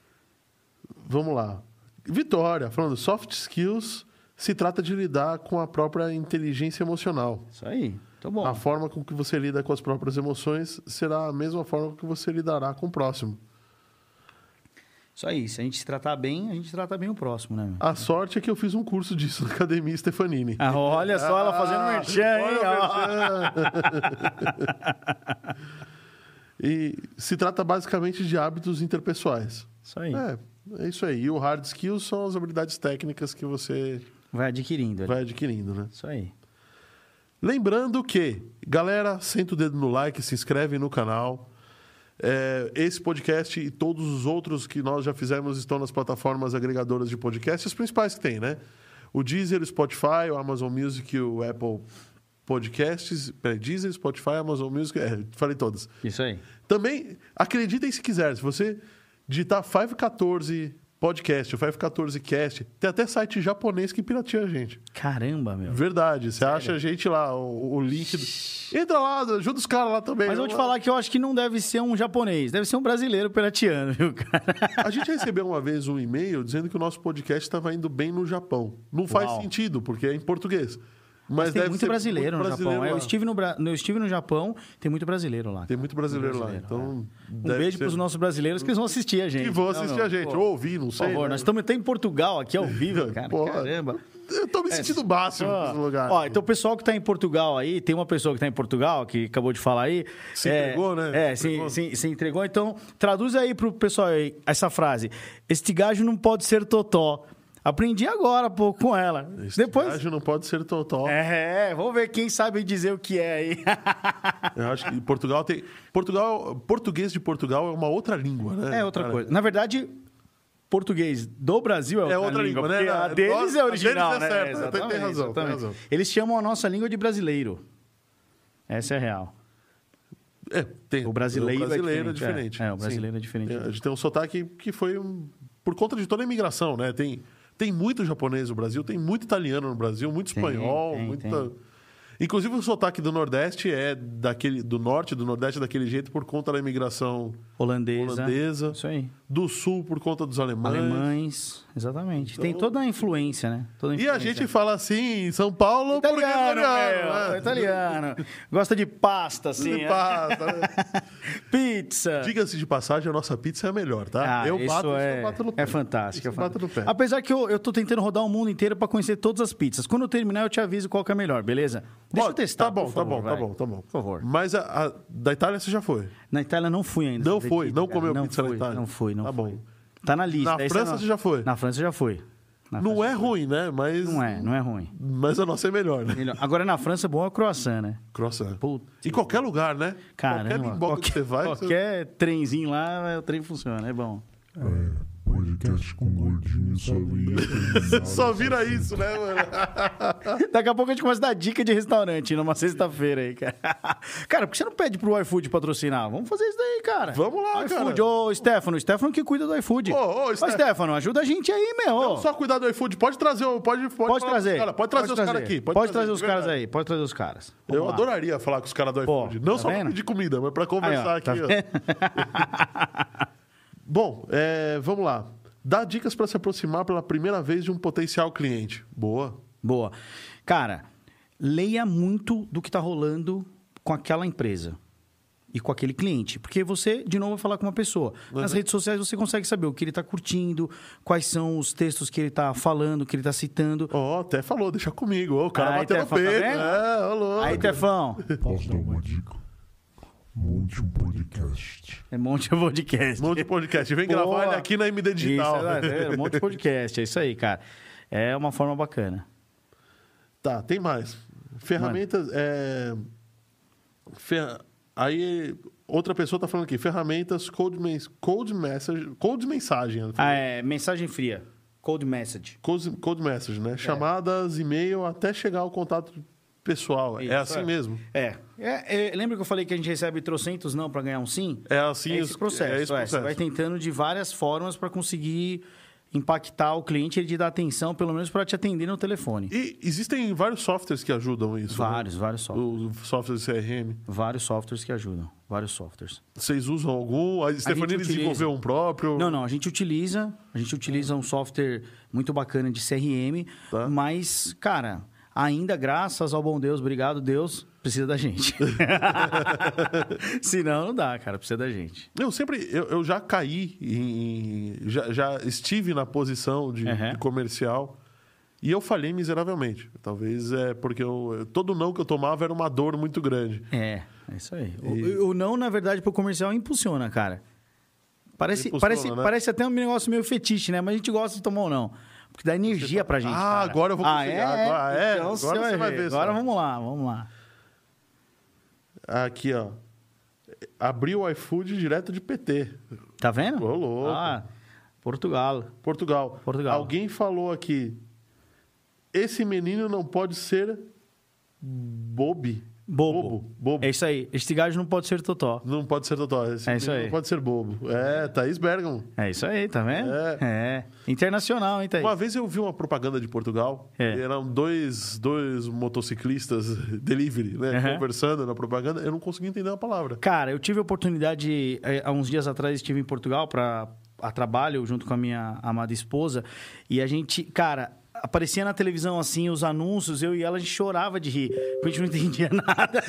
Speaker 1: Vamos lá. Vitória, falando soft skills, se trata de lidar com a própria inteligência emocional.
Speaker 2: Isso aí. Tô bom.
Speaker 1: A forma com que você lida com as próprias emoções será a mesma forma com que você lidará com o próximo.
Speaker 2: Isso aí. Se a gente se tratar bem, a gente trata bem o próximo, né? meu?
Speaker 1: A sorte é que eu fiz um curso disso na Academia Stefanini.
Speaker 2: Ah, olha só ela fazendo Ah, merchan, hein?
Speaker 1: olha
Speaker 2: Ó.
Speaker 1: E se trata basicamente de hábitos interpessoais.
Speaker 2: Isso aí.
Speaker 1: É, é isso aí. E o hard skills são as habilidades técnicas que você
Speaker 2: Vai adquirindo. ali.
Speaker 1: vai adquirindo, né?
Speaker 2: Isso aí.
Speaker 1: Lembrando que, galera, senta o dedo no like, se inscreve no canal. É, esse podcast e todos os outros que nós já fizemos estão nas plataformas agregadoras de podcast, as principais que tem, né? O Deezer, o Spotify, o Amazon Music e o Apple Podcasts. Peraí, Deezer, Spotify, Amazon Music. É, falei todas.
Speaker 2: Isso aí.
Speaker 1: Também, acreditem se quiser, se você digitar 514 Podcast, 514 Cast, tem até site japonês que pirateia a gente.
Speaker 2: Caramba, meu.
Speaker 1: Verdade, você acha a gente lá, o, o link. do- Entra lá, ajuda os caras lá também.
Speaker 2: Mas eu vou te falar que eu acho que não deve ser um japonês, deve ser um brasileiro piratiano, viu, cara?
Speaker 1: A gente recebeu uma vez um e-mail dizendo que o nosso podcast estava indo bem no Japão. Não faz
Speaker 2: Uau.
Speaker 1: sentido, porque é em português. Mas,
Speaker 2: Mas tem
Speaker 1: deve
Speaker 2: muito
Speaker 1: ser
Speaker 2: brasileiro
Speaker 1: muito
Speaker 2: no Japão. é
Speaker 1: brasileiro
Speaker 2: Eu
Speaker 1: lá.
Speaker 2: estive no, Bra- eu estive no Japão, tem muito brasileiro lá.
Speaker 1: Tem muito brasileiro, lá.
Speaker 2: brasileiro,
Speaker 1: Então,
Speaker 2: Um beijo para os nossos brasileiros que eles vão assistir a gente. né,
Speaker 1: Que vão
Speaker 2: Não,
Speaker 1: assistir
Speaker 2: não,
Speaker 1: a gente,
Speaker 2: pô,
Speaker 1: ou ouvir, não sei.
Speaker 2: Por favor,
Speaker 1: né?
Speaker 2: nós estamos até em Portugal aqui ao vivo, cara.
Speaker 1: Pô,
Speaker 2: Caramba.
Speaker 1: Eu tô me sentindo máximo
Speaker 2: Ó,
Speaker 1: nesse lugar.
Speaker 2: Ó, então o pessoal que tá em Portugal aí, tem uma pessoa que tá em Portugal, que acabou de falar aí.
Speaker 1: Se
Speaker 2: é,
Speaker 1: entregou, né?
Speaker 2: É,
Speaker 1: Se entregou.
Speaker 2: se, se, se entregou. Então, traduz aí pro pessoal aí essa frase. Este gajo não pode ser totó. Aprendi agora, pô, com ela.
Speaker 1: Esse
Speaker 2: Depois.
Speaker 1: estágio não pode ser total.
Speaker 2: É, vamos ver quem sabe dizer o que é aí.
Speaker 1: Eu acho que Portugal tem. Portugal, português de Portugal é uma outra língua, né?
Speaker 2: É outra
Speaker 1: cara?
Speaker 2: coisa. Na verdade, português do Brasil é outra,
Speaker 1: outra língua, né?
Speaker 2: porque A
Speaker 1: Nós-
Speaker 2: deles é
Speaker 1: a
Speaker 2: original,
Speaker 1: deles é
Speaker 2: né?
Speaker 1: certa. Tem- tem razão, tem
Speaker 2: exatamente.
Speaker 1: razão.
Speaker 2: Eles chamam a nossa língua de brasileiro. Essa é a real.
Speaker 1: É, tem.
Speaker 2: O brasileiro é
Speaker 1: o brasileiro é
Speaker 2: diferente,
Speaker 1: diferente.
Speaker 2: é. É, o brasileiro
Speaker 1: sim.
Speaker 2: é diferente.
Speaker 1: a gente tem um sotaque que foi um- por conta de toda a imigração, né? Tem, tem muito japonês no Brasil, tem muito italiano no Brasil, muito
Speaker 2: Tem,
Speaker 1: espanhol,
Speaker 2: tem,
Speaker 1: muita.
Speaker 2: tem.
Speaker 1: Inclusive o sotaque do Nordeste é daquele do norte, do Nordeste é daquele jeito por conta da imigração
Speaker 2: Holandesa.
Speaker 1: Holandesa.
Speaker 2: Isso aí.
Speaker 1: do Sul por conta dos alemães.
Speaker 2: Alemães. Exatamente. Tem
Speaker 1: Então-
Speaker 2: toda a influência, né? Toda
Speaker 1: E a
Speaker 2: influência.
Speaker 1: gente fala assim em São Paulo porque é
Speaker 2: Italiano,
Speaker 1: italiano,
Speaker 2: meu,
Speaker 1: né?
Speaker 2: italiano. Gosta de pasta, assim.
Speaker 1: Se
Speaker 2: é.
Speaker 1: passa, né?
Speaker 2: Pizza.
Speaker 1: Diga-se de passagem, a nossa pizza é a melhor, tá?
Speaker 2: Ah,
Speaker 1: eu bato, isso
Speaker 2: é,
Speaker 1: eu bato no pé.
Speaker 2: É fantástico.
Speaker 1: Isso
Speaker 2: é
Speaker 1: eu bato no
Speaker 2: fantástico.
Speaker 1: pé.
Speaker 2: Apesar que eu, eu tô tentando rodar o mundo inteiro pra conhecer todas as pizzas. Quando eu terminar, eu te aviso qual que é a melhor, beleza? Deixa
Speaker 1: Ó,
Speaker 2: eu testar.
Speaker 1: Tá bom, tá
Speaker 2: por favor,
Speaker 1: bom, tá
Speaker 2: vai.
Speaker 1: bom, tá bom. Por
Speaker 2: favor.
Speaker 1: Mas a- a- da Itália você já foi.
Speaker 2: Na Itália eu não fui ainda.
Speaker 1: Não
Speaker 2: você
Speaker 1: foi,
Speaker 2: acredita,
Speaker 1: não
Speaker 2: cara?
Speaker 1: comeu pizza na
Speaker 2: fui,
Speaker 1: Itália?
Speaker 2: Não fui, não
Speaker 1: Tá
Speaker 2: fui.
Speaker 1: bom.
Speaker 2: Tá na lista.
Speaker 1: Na
Speaker 2: essa
Speaker 1: França
Speaker 2: é a
Speaker 1: você já foi?
Speaker 2: Na França eu já fui. Na
Speaker 1: não
Speaker 2: França
Speaker 1: é ruim, né? Mas.
Speaker 2: Não é, não é ruim.
Speaker 1: Mas a nossa é melhor, né?
Speaker 2: Melhor. Agora na França bom é o croissant, né?
Speaker 1: Croissant.
Speaker 2: Puta.
Speaker 1: Em qualquer lugar, né?
Speaker 2: Caramba,
Speaker 1: qualquer bimboca que você vai. você-
Speaker 2: qualquer trenzinho lá, o trem funciona, é bom.
Speaker 3: É, podcast com gordinho só vira.
Speaker 1: Só vira isso, né, mano?
Speaker 2: Daqui a pouco a gente começa a dar dica de restaurante numa sexta-feira aí, cara. Cara, por que você não pede pro iFood patrocinar? Vamos fazer isso daí, cara.
Speaker 1: Vamos lá, cara.
Speaker 2: iFood, ô, Stefano. Stefano que cuida do iFood.
Speaker 1: Ô, ô, Stefano.
Speaker 2: Stefano, ajuda a gente aí, meu. ô.
Speaker 1: Só cuidar do iFood. Pode trazer, o- pode, pode, falar
Speaker 2: pode
Speaker 1: com os
Speaker 2: trazer.
Speaker 1: cara. Pode trazer os caras aqui.
Speaker 2: Pode, trazer os
Speaker 1: de
Speaker 2: caras
Speaker 1: verdade.
Speaker 2: aí. Pode trazer os caras.
Speaker 1: Eu
Speaker 2: Vamos lá.
Speaker 1: adoraria falar com os caras do
Speaker 2: Pô,
Speaker 1: iFood. Não
Speaker 2: tá
Speaker 1: só pra
Speaker 2: vendo?
Speaker 1: pedir comida, mas pra
Speaker 2: Aí,
Speaker 1: conversar
Speaker 2: ó, tá
Speaker 1: aqui, ó.
Speaker 2: vendo?
Speaker 1: Bom, é, vamos lá. Dá dicas para se aproximar pela primeira vez de um potencial cliente. Boa.
Speaker 2: Boa. Cara, leia muito do que está rolando com aquela empresa e com aquele cliente. Porque você, de novo, vai falar com uma pessoa.
Speaker 1: Uhum.
Speaker 2: Nas redes sociais você consegue saber o que ele está curtindo, quais são os textos que ele está falando, que ele está citando.
Speaker 1: Ó, até falou, deixa comigo. Ó, o cara
Speaker 2: Aí,
Speaker 1: bateu no
Speaker 2: Tefão, tá
Speaker 1: peito.
Speaker 2: vendo?
Speaker 1: é, ô louco.
Speaker 2: Aí, Tefão,
Speaker 3: Posso dar uma dica? Monte um podcast.
Speaker 2: é um monte de podcast.
Speaker 1: Um monte de podcast. Vem gravar
Speaker 2: Boa.
Speaker 1: ele aqui na MD Digital.
Speaker 2: Isso, é, é, um monte de podcast, é isso aí, cara. É uma forma bacana.
Speaker 1: Tá, tem mais. Ferramentas. é, fer- Aí, outra pessoa tá falando aqui. Ferramentas, code, mens... code message. Code mensagem. ela falou.
Speaker 2: Ah, é, mensagem fria, cold message.
Speaker 1: Code, code message,
Speaker 2: É.
Speaker 1: né? Chamadas, e-mail, até chegar ao contato pessoal.
Speaker 2: Isso,
Speaker 1: é assim mesmo.
Speaker 2: É. É, é, Lembra que eu falei que a gente recebe trocentos não para ganhar um sim?
Speaker 1: É assim
Speaker 2: é
Speaker 1: os-
Speaker 2: esse processo.
Speaker 1: é
Speaker 2: É
Speaker 1: esse
Speaker 2: Você
Speaker 1: processo.
Speaker 2: vai tentando de várias formas para conseguir impactar o cliente, ele te dar atenção, pelo menos para te atender no telefone.
Speaker 1: E existem vários softwares que ajudam isso. né?
Speaker 2: vários, vários softwares.
Speaker 1: O software de CRM.
Speaker 2: Vários softwares que ajudam. Vários softwares.
Speaker 1: Vocês usam algum? A Stephanie
Speaker 2: utiliza.
Speaker 1: desenvolveu um próprio?
Speaker 2: Não, não, a gente utiliza, a gente utiliza um software muito bacana de CRM,
Speaker 1: Tá.
Speaker 2: mas, cara, ainda graças ao bom Deus, obrigado Deus, precisa da gente. Senão não dá, cara, precisa da gente.
Speaker 1: Eu sempre, eu, eu já caí em, em- já, já estive na posição de,
Speaker 2: Uhum.
Speaker 1: de comercial e eu falhei miseravelmente. Talvez é porque eu, todo não que eu tomava era uma dor muito grande.
Speaker 2: É, é isso aí. O, o não, na verdade, pro comercial impulsiona, cara. Parece,
Speaker 1: Impulsiona,
Speaker 2: parece,
Speaker 1: né?
Speaker 2: parece até um negócio meio fetiche, né? Mas a gente gosta de tomar ou não. Porque dá energia pra gente.
Speaker 1: Ah,
Speaker 2: cara.
Speaker 1: agora eu vou
Speaker 2: ah,
Speaker 1: conseguir.
Speaker 2: é?
Speaker 1: Agora- é,
Speaker 2: Então
Speaker 1: agora
Speaker 2: você vai, ver. Agora
Speaker 1: só.
Speaker 2: vamos lá, vamos lá.
Speaker 1: Aqui, ó. Abri o iFood direto de PT.
Speaker 2: Tá vendo?
Speaker 1: Ô, louco.
Speaker 2: Ah, Portugal.
Speaker 1: Portugal.
Speaker 2: Portugal.
Speaker 1: Alguém falou aqui. Esse menino não pode ser bobe.
Speaker 2: Bobo.
Speaker 1: Bobo. Bobo.
Speaker 2: É isso aí. Este gajo não pode ser totó.
Speaker 1: Não pode ser totó. Esse
Speaker 2: É isso
Speaker 1: menino
Speaker 2: aí.
Speaker 1: Não pode ser bobo. É, Thaís Bergamo.
Speaker 2: É isso aí, tá vendo?
Speaker 1: É.
Speaker 2: É. Internacional, hein, Thaís?
Speaker 1: Uma vez eu vi uma propaganda de Portugal.
Speaker 2: É.
Speaker 1: Eram dois, dois motociclistas delivery, né?
Speaker 2: Uhum.
Speaker 1: Conversando na propaganda. Eu não consegui entender uma palavra.
Speaker 2: Cara, eu tive a oportunidade, eh, há uns dias atrás estive em Portugal para a trabalho, junto com a minha amada esposa, e a gente, cara, aparecia na televisão assim os anúncios, eu e ela, a gente chorava de rir, porque a gente não entendia nada.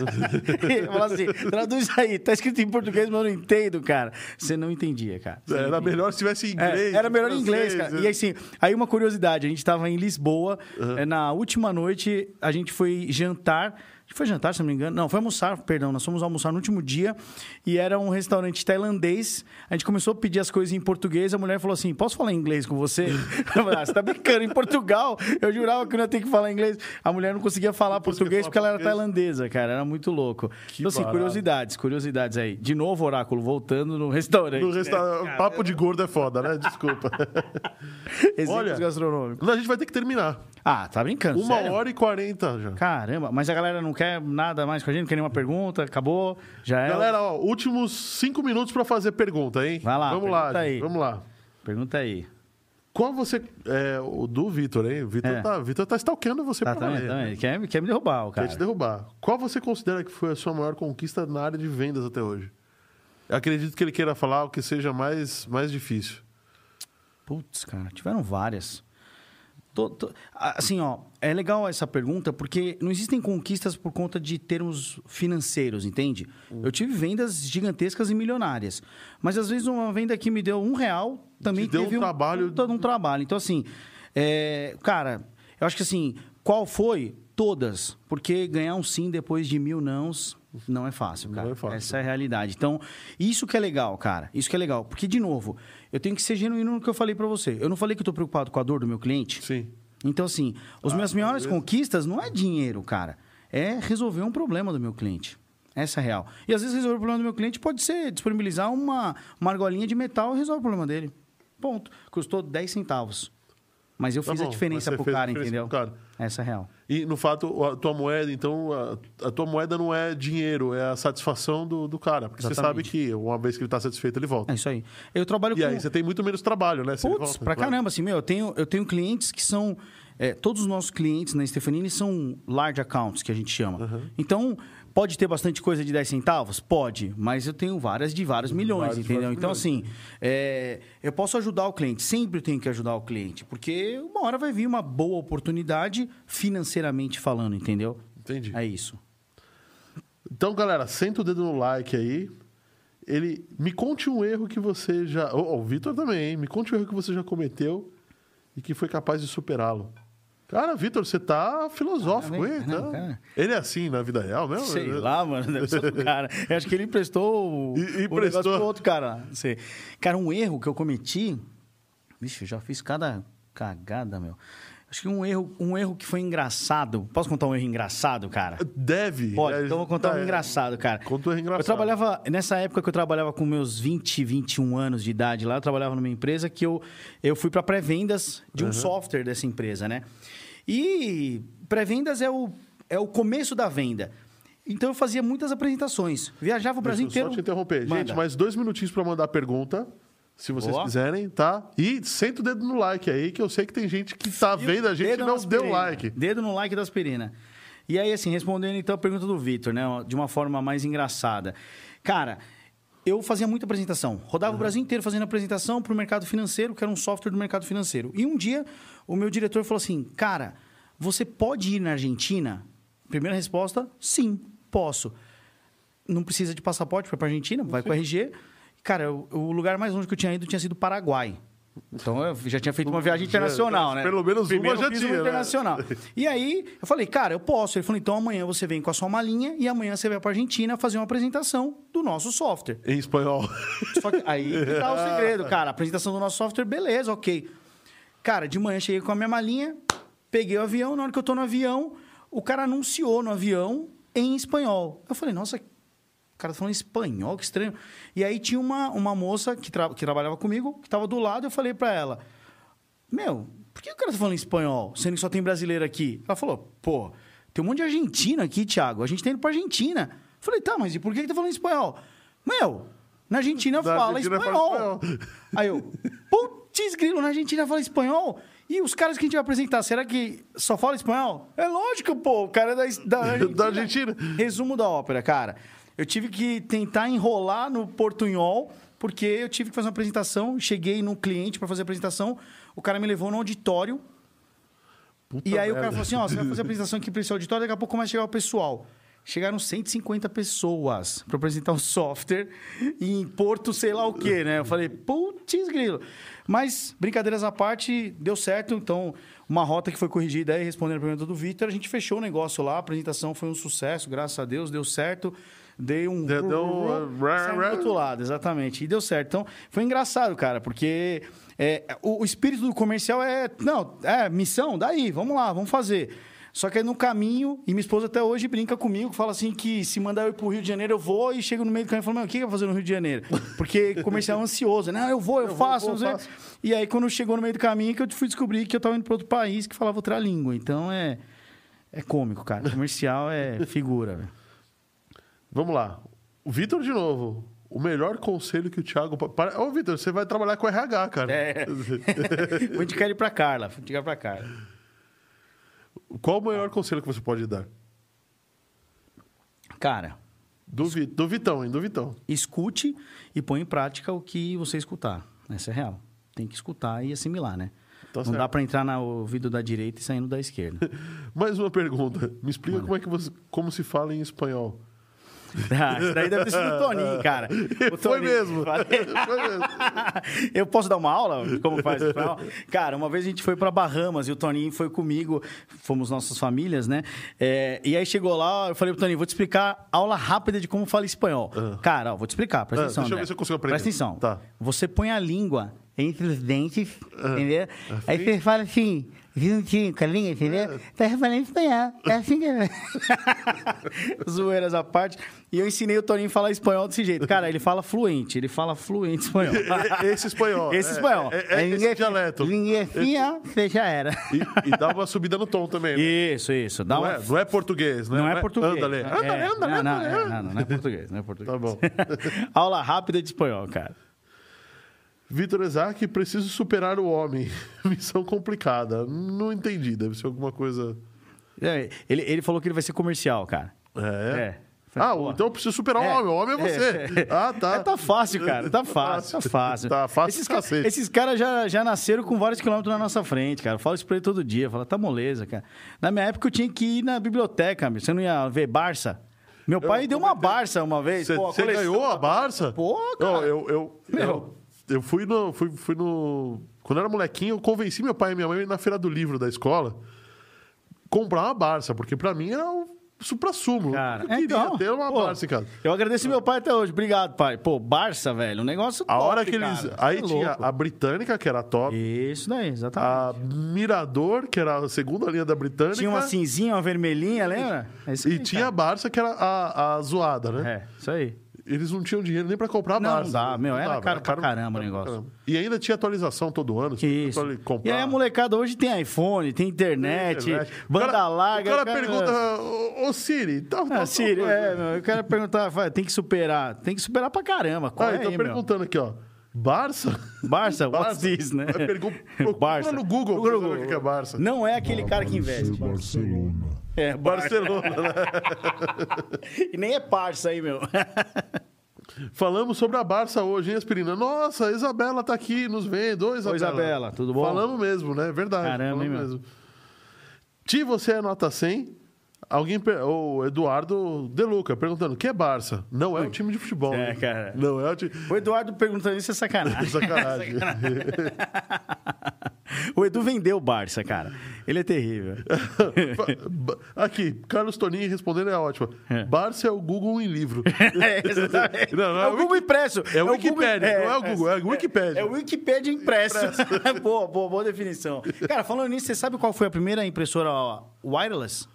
Speaker 2: Eu falava assim, traduz aí, tá escrito em português, mas eu não entendo, cara. Você não entendia, cara. Você não
Speaker 1: Era melhor se tivesse em
Speaker 2: é,
Speaker 1: inglês.
Speaker 2: era melhor em inglês,
Speaker 1: francês,
Speaker 2: cara.
Speaker 1: né?
Speaker 2: E assim, aí uma curiosidade, a gente estava em Lisboa, é, na última noite a gente foi jantar que foi jantar, se não me engano. Não, foi almoçar, perdão. Nós fomos almoçar no último dia e era um restaurante tailandês. A gente começou a pedir as coisas em português. A mulher falou assim: Posso falar inglês com você? Eu falei, ah, você tá brincando em Portugal? Eu jurava que eu não ia ter que falar inglês. A mulher não conseguia falar
Speaker 1: conseguia
Speaker 2: português
Speaker 1: falar
Speaker 2: porque ela era
Speaker 1: português.
Speaker 2: tailandesa, cara. Era muito louco.
Speaker 1: Que
Speaker 2: então, assim,
Speaker 1: barato.
Speaker 2: curiosidades, curiosidades aí. De novo, Oráculo, voltando no restaurante.
Speaker 1: né? No restaurante, papo de gordo é foda, né? Desculpa.
Speaker 2: Exemplos
Speaker 1: Olha.
Speaker 2: gastronômicos.
Speaker 1: a gente vai ter que terminar.
Speaker 2: Ah, tá brincando.
Speaker 1: Uma
Speaker 2: sério?
Speaker 1: hora e quarenta já.
Speaker 2: Caramba, mas a galera não quer nada mais com a gente, não quer nenhuma pergunta, acabou, já é.
Speaker 1: Galera, ó, últimos cinco minutos pra fazer pergunta, hein?
Speaker 2: Vai lá,
Speaker 1: vamos lá,
Speaker 2: pergunta aí.
Speaker 1: vamos lá.
Speaker 2: Pergunta aí.
Speaker 1: Qual você. É, o do Vitor, hein? O Vitor
Speaker 2: É.
Speaker 1: tá, Vitor tá stalkeando você
Speaker 2: Tá,
Speaker 1: pra
Speaker 2: também,
Speaker 1: valer.
Speaker 2: também. Quer, quer me derrubar, o
Speaker 1: Quer
Speaker 2: cara.
Speaker 1: te derrubar. Qual você considera que foi a sua maior conquista na área de vendas até hoje? Eu acredito que ele queira falar o que seja mais, mais difícil.
Speaker 2: Putz, cara, tiveram várias. Tô- tô- ah, Assim, ó, é legal essa pergunta porque não existem conquistas por conta de termos financeiros, entende?
Speaker 1: Hum.
Speaker 2: Eu tive vendas gigantescas e milionárias, mas às vezes uma venda que me deu um real também
Speaker 1: Te deu
Speaker 2: teve
Speaker 1: um trabalho-
Speaker 2: puta de um trabalho. Então, assim, é, cara, eu acho que assim, qual foi? Todas, porque ganhar um sim depois de mil nãos não é fácil, cara.
Speaker 1: é fácil.
Speaker 2: Essa é a realidade. Então, isso que é legal, cara. Isso que é legal. Porque, de novo, eu tenho que ser genuíno no que eu falei pra você. Eu não falei que eu tô preocupado com a dor do meu cliente?
Speaker 1: Sim. Ah,
Speaker 2: Então, assim, as minhas maiores conquistas não é dinheiro, cara. É resolver um problema do meu cliente. Essa é a real. E às vezes resolver o problema do meu cliente pode ser disponibilizar uma, uma argolinha de metal e resolve o problema dele. Ponto. Custou 10 centavos. Mas eu
Speaker 1: Tá
Speaker 2: fiz
Speaker 1: bom,
Speaker 2: a
Speaker 1: mas
Speaker 2: diferença
Speaker 1: você
Speaker 2: pro
Speaker 1: fez a
Speaker 2: cara,
Speaker 1: diferença
Speaker 2: entendeu?
Speaker 1: pro cara.
Speaker 2: Essa é a real.
Speaker 1: E no fato, a tua moeda, então, a, a tua moeda não é dinheiro, é a satisfação do, do cara. Porque você sabe
Speaker 2: Exatamente.
Speaker 1: que uma vez que ele tá satisfeito, ele volta.
Speaker 2: É isso aí. Eu trabalho
Speaker 1: E
Speaker 2: com.
Speaker 1: aí você tem muito menos trabalho, né? Se ele
Speaker 2: Putz,
Speaker 1: volta,
Speaker 2: pra
Speaker 1: claro.
Speaker 2: caramba, assim, meu, eu tenho, eu tenho clientes que são. é, todos os nossos clientes na Stefanini são large accounts, que a gente chama. Então, pode ter bastante coisa de 10 centavos? Pode, mas eu tenho várias de vários milhões,
Speaker 1: Vários,
Speaker 2: entendeu?
Speaker 1: vários
Speaker 2: então,
Speaker 1: milhões.
Speaker 2: assim, é, eu posso ajudar o cliente, sempre eu tenho que ajudar o cliente, porque uma hora vai vir uma boa oportunidade financeiramente falando, entendeu?
Speaker 1: Entendi.
Speaker 2: É isso.
Speaker 1: Então, galera, senta o dedo no like aí. Ele me conte um erro que você já. Ó, ó, o Vitor também, hein? Me conte um erro que você já cometeu e que foi capaz de superá-lo. Cara, Vitor, você tá filosófico,
Speaker 2: Caramba,
Speaker 1: hein?
Speaker 2: caramba,
Speaker 1: Tá?
Speaker 2: Ah, né? cara.
Speaker 1: Ele é assim na vida real mesmo? É.
Speaker 2: Sei lá, mano, deve ser outro cara. Eu acho que ele emprestou o,
Speaker 1: E- e
Speaker 2: o negócio
Speaker 1: emprestou.
Speaker 2: pro outro cara. lá. Não sei. Cara, um erro que eu cometi. Vixe, eu já fiz cada cagada, meu. Acho que um erro, um erro que foi engraçado. Posso contar um erro engraçado, cara?
Speaker 1: Deve.
Speaker 2: Pode,
Speaker 1: É,
Speaker 2: então eu vou contar
Speaker 1: tá,
Speaker 2: um
Speaker 1: é.
Speaker 2: engraçado, cara.
Speaker 1: Conta um erro engraçado.
Speaker 2: Eu trabalhava, nessa época que eu trabalhava com meus 20, 21 anos de idade lá, eu trabalhava numa empresa que eu, eu fui para pré-vendas de um software dessa empresa, né? E pré-vendas é o, é o começo da venda. Então eu fazia muitas apresentações, viajava o Brasil
Speaker 1: Deixa eu
Speaker 2: inteiro.
Speaker 1: Só te interromper.
Speaker 2: Manda.
Speaker 1: Gente, mais dois minutinhos pra mandar pergunta. Se vocês
Speaker 2: Boa.
Speaker 1: quiserem, tá? E senta o dedo no like aí, que eu sei que tem gente que tá
Speaker 2: E o
Speaker 1: vendo a gente e
Speaker 2: dedo
Speaker 1: não
Speaker 2: na
Speaker 1: deu
Speaker 2: aspirina.
Speaker 1: like.
Speaker 2: Dedo no like da aspirina. E aí, assim, respondendo então a pergunta do Vitor, né? De uma forma mais engraçada. Cara, eu fazia muita apresentação. Rodava o Brasil inteiro fazendo apresentação para o mercado financeiro, que era um software do mercado financeiro. E um dia, o meu diretor falou assim, cara, você pode ir na Argentina? Primeira resposta, sim, posso não precisa de passaporte para ir para Argentina, vai com RG. Cara, o, o lugar mais longe que eu tinha ido tinha sido Paraguai. Então eu já tinha feito uma viagem internacional, né?
Speaker 1: tá, Pelo menos uma
Speaker 2: Primeiro
Speaker 1: já
Speaker 2: eu fiz
Speaker 1: tinha, né?
Speaker 2: internacional. E aí eu falei, cara, eu posso. Ele falou, então amanhã você vem com a sua malinha e amanhã você vai para Argentina fazer uma apresentação do nosso software.
Speaker 1: Em espanhol.
Speaker 2: Só que aí que tá o segredo, cara. A apresentação do nosso software, beleza, ok. Cara, de manhã cheguei com a minha malinha, peguei o avião. Na hora que eu tô no avião, o cara anunciou no avião em espanhol. Eu falei, nossa, o cara tá falando espanhol, que estranho. E aí tinha uma, uma moça que, tra- que trabalhava comigo, que tava do lado, eu falei pra ela, meu, por que o cara tá falando espanhol, sendo que só tem brasileiro aqui? Ela falou, pô, tem um monte de argentino aqui, Thiago. A gente tá indo pra Argentina. Eu falei, tá, mas e por que que tá falando espanhol? Meu, na Argentina,
Speaker 1: Na
Speaker 2: fala,
Speaker 1: Argentina fala
Speaker 2: espanhol.
Speaker 1: espanhol.
Speaker 2: Aí eu, putz grilo, na Argentina fala espanhol? E os caras que a gente vai apresentar, será que só fala espanhol? É lógico, pô, o cara é da, da Argentina.
Speaker 1: Da Argentina.
Speaker 2: Resumo da ópera, cara. Eu tive que tentar enrolar no portunhol, porque eu tive que fazer uma apresentação. Cheguei num cliente para fazer a apresentação, o cara me levou no auditório.
Speaker 1: Puta
Speaker 2: E aí o cara
Speaker 1: merda.
Speaker 2: falou assim: ó, você vai fazer a apresentação aqui para esse auditório, daqui a pouco começa a chegar o pessoal. Chegaram 150 pessoas para apresentar um software em Porto, sei lá o quê, né? Eu falei, putz, grilo. Mas, brincadeiras à parte, deu certo. Então, Uma rota que foi corrigida aí, respondendo a pergunta do Vitor, a gente fechou o negócio lá, a apresentação foi um sucesso, graças a Deus, deu certo. Dei um.
Speaker 1: Deu- deu um-
Speaker 2: Saiu do outro lado, exatamente. E deu certo. Então, foi engraçado, cara, porque é, o, o espírito do comercial é. Não, é missão, daí, vamos lá, vamos fazer. Só que aí no caminho, e minha esposa até hoje brinca comigo, fala assim que se mandar eu ir pro Rio de Janeiro, eu vou, e chego no meio do caminho e falo, meu, o que eu vou fazer no Rio de Janeiro? Porque comercial é ansioso, né? "Ah, Eu vou, eu,
Speaker 1: Eu vou,
Speaker 2: faço,
Speaker 1: vou,
Speaker 2: não sei.
Speaker 1: faço.
Speaker 2: E aí, quando chegou no meio do caminho, que eu fui descobrir que eu tava indo pra outro país que falava outra língua. Então é. É cômico, cara. Comercial é figura, velho.
Speaker 1: Vamos lá. O Vitor de novo. O melhor conselho que o Thiago. pa- para- Ô, Vitor, você vai trabalhar com RH, cara.
Speaker 2: É. Vou indicar ele pra Carla. Vou indicar pra Carla.
Speaker 1: Qual o melhor conselho que você pode dar?
Speaker 2: Cara,
Speaker 1: Do, Vi- do Vitão, hein? Do Vitão.
Speaker 2: escute e põe em prática o que você escutar. Essa é real. Tem que escutar e assimilar, né?
Speaker 1: Tá
Speaker 2: Não
Speaker 1: certo.
Speaker 2: dá pra entrar no ouvido da direita e saindo da esquerda.
Speaker 1: Mais uma pergunta. Me explica como é que você. Como se fala em espanhol.
Speaker 2: ah, isso daí deve ter sido o Toninho, cara.
Speaker 1: Foi
Speaker 2: O Toninho.
Speaker 1: mesmo.
Speaker 2: Falei.
Speaker 1: Foi mesmo.
Speaker 2: Eu posso dar uma aula? de Como faz o final? Cara, uma vez a gente foi para Bahamas e o Toninho foi comigo, fomos nossas famílias, né? É, e aí chegou lá, eu falei pro Toninho, vou te explicar aula rápida de como fala espanhol. Cara, ó, vou te explicar, presta
Speaker 1: Ah,
Speaker 2: atenção.
Speaker 1: deixa eu
Speaker 2: André.
Speaker 1: ver se eu consigo aprender.
Speaker 2: Presta atenção.
Speaker 1: Tá.
Speaker 2: Você põe a língua entre os dentes, entendeu? Aí
Speaker 1: sim.
Speaker 2: você fala assim, juntinho com a língua, entendeu? Tá falando espanhol. É assim que é. Zoeiras à parte. E eu ensinei o Toninho a falar espanhol desse jeito. Cara, ele fala fluente, ele fala fluente espanhol.
Speaker 1: E- esse espanhol,
Speaker 2: Esse
Speaker 1: é,
Speaker 2: espanhol.
Speaker 1: é, é, esse
Speaker 2: ninguém-
Speaker 1: dialeto.
Speaker 2: ninguém assim, ó, você já era.
Speaker 1: E, e dá uma subida no tom também. né?
Speaker 2: Isso, isso. Dá
Speaker 1: Não,
Speaker 2: uma-
Speaker 1: é, não é português, né?
Speaker 2: Não é português.
Speaker 1: Anda, Lê.
Speaker 2: né?
Speaker 1: Anda,
Speaker 2: É,
Speaker 1: anda,
Speaker 2: não,
Speaker 1: anda,
Speaker 2: não,
Speaker 1: anda.
Speaker 2: não, não, não é português, não é português.
Speaker 1: Tá bom.
Speaker 2: Aula rápida de espanhol, cara.
Speaker 1: Vitor Isaac, preciso superar o homem. Missão complicada. Não entendi, deve ser alguma coisa.
Speaker 2: É, Ele, ele falou que ele vai ser comercial, cara.
Speaker 1: É.
Speaker 2: É.
Speaker 1: Ah,
Speaker 2: Pô.
Speaker 1: então eu preciso superar o
Speaker 2: É.
Speaker 1: homem. O homem é você. Ah, tá. Ah,
Speaker 2: É, tá fácil, cara. Tá fácil, tá fácil.
Speaker 1: Tá fácil
Speaker 2: Esses,
Speaker 1: pra cacete.
Speaker 2: esses caras já, já nasceram com vários quilômetros na nossa frente, cara. Eu falo isso pra ele todo dia. Fala, tá moleza, cara. Na minha época eu tinha que ir na biblioteca, meu. Você não ia ver Barça? Meu pai deu uma Barça uma vez.
Speaker 1: Você
Speaker 2: Pô, a
Speaker 1: você
Speaker 2: coleção-
Speaker 1: ganhou a Barça?
Speaker 2: Pô, cara.
Speaker 1: Não, eu, eu,
Speaker 2: Meu.
Speaker 1: eu, eu fui no. Fui, fui no. Quando eu era molequinho, eu convenci meu pai e minha mãe na feira do livro da escola comprar uma Barça, porque pra mim era o supra-sumo.
Speaker 2: Cara,
Speaker 1: eu queria
Speaker 2: então,
Speaker 1: ter uma
Speaker 2: pô,
Speaker 1: Barça em casa.
Speaker 2: Eu agradeço meu pai até hoje. Obrigado, pai. Pô, Barça, velho. Um negócio
Speaker 1: A
Speaker 2: top,
Speaker 1: hora que eles.
Speaker 2: cara.
Speaker 1: Aí
Speaker 2: Cê é
Speaker 1: tinha
Speaker 2: louco.
Speaker 1: a britânica, que era top.
Speaker 2: Isso daí, exatamente.
Speaker 1: A Mirador, que era a segunda linha da britânica.
Speaker 2: Tinha uma cinzinha, uma vermelhinha, lembra? É isso
Speaker 1: E
Speaker 2: aí,
Speaker 1: tinha a
Speaker 2: cara.
Speaker 1: Barça, que era a, a zoada, né?
Speaker 2: É, isso aí.
Speaker 1: Eles não tinham dinheiro nem pra comprar a
Speaker 2: Não,
Speaker 1: Barça.
Speaker 2: não dá, meu, era
Speaker 1: dava,
Speaker 2: caro pra caramba
Speaker 1: pra
Speaker 2: o negócio.
Speaker 1: E ainda tinha atualização todo ano.
Speaker 2: Que
Speaker 1: você podia
Speaker 2: isso.
Speaker 1: atuali- comprar.
Speaker 2: E aí a molecada hoje tem iPhone, tem internet,
Speaker 1: Internet. O
Speaker 2: banda
Speaker 1: cara-
Speaker 2: larga.
Speaker 1: O cara, pergunta, ô, ô Siri, tá, tá
Speaker 2: Ah, Siri,
Speaker 1: alguma
Speaker 2: é,
Speaker 1: coisa?"
Speaker 2: meu, eu quero perguntar, fala, tem que superar. Tem que superar pra caramba. Qual
Speaker 1: Ah,
Speaker 2: é
Speaker 1: então
Speaker 2: aí, meu?
Speaker 1: perguntando aqui, ó. Barça?
Speaker 2: Barça, what's this, né?
Speaker 1: Vai pergun- procura no Google pra você saber o que é Barça.
Speaker 2: Não é aquele cara que investe.
Speaker 3: Barcelona.
Speaker 2: É, Barça.
Speaker 1: Barcelona, né?
Speaker 2: E nem é parça aí, meu.
Speaker 1: Falamos sobre a Barça hoje, hein, Aspirina? Nossa, a Isabela tá aqui nos vendo. Ô, Isabela.
Speaker 2: Isabela, tudo bom?
Speaker 1: Falamos mesmo, né? Verdade.
Speaker 2: Caramba,
Speaker 1: falamos
Speaker 2: hein, meu?
Speaker 1: Ti, você é nota 100. Alguém, per- o Eduardo De Luca, perguntando, o que é Barça? Não é o time de futebol.
Speaker 2: É,
Speaker 1: hein?
Speaker 2: cara.
Speaker 1: Não é o time...
Speaker 2: O Eduardo perguntando isso é sacanagem.
Speaker 1: Sacanagem.
Speaker 2: o Edu vendeu o Barça, cara. Ele é terrível.
Speaker 1: Ba- Aqui, Carlos Toninho respondendo é ótimo.
Speaker 2: É.
Speaker 1: Barça é o Google em livro.
Speaker 2: É, exatamente.
Speaker 1: Não, não é
Speaker 2: é
Speaker 1: o
Speaker 2: o Google impresso.
Speaker 1: é o Wikipédia, não é o Google, é o Wikipédia.
Speaker 2: É o Wikipédia impresso. boa, boa, boa definição. Cara, falando nisso, você sabe qual foi a primeira impressora wireless?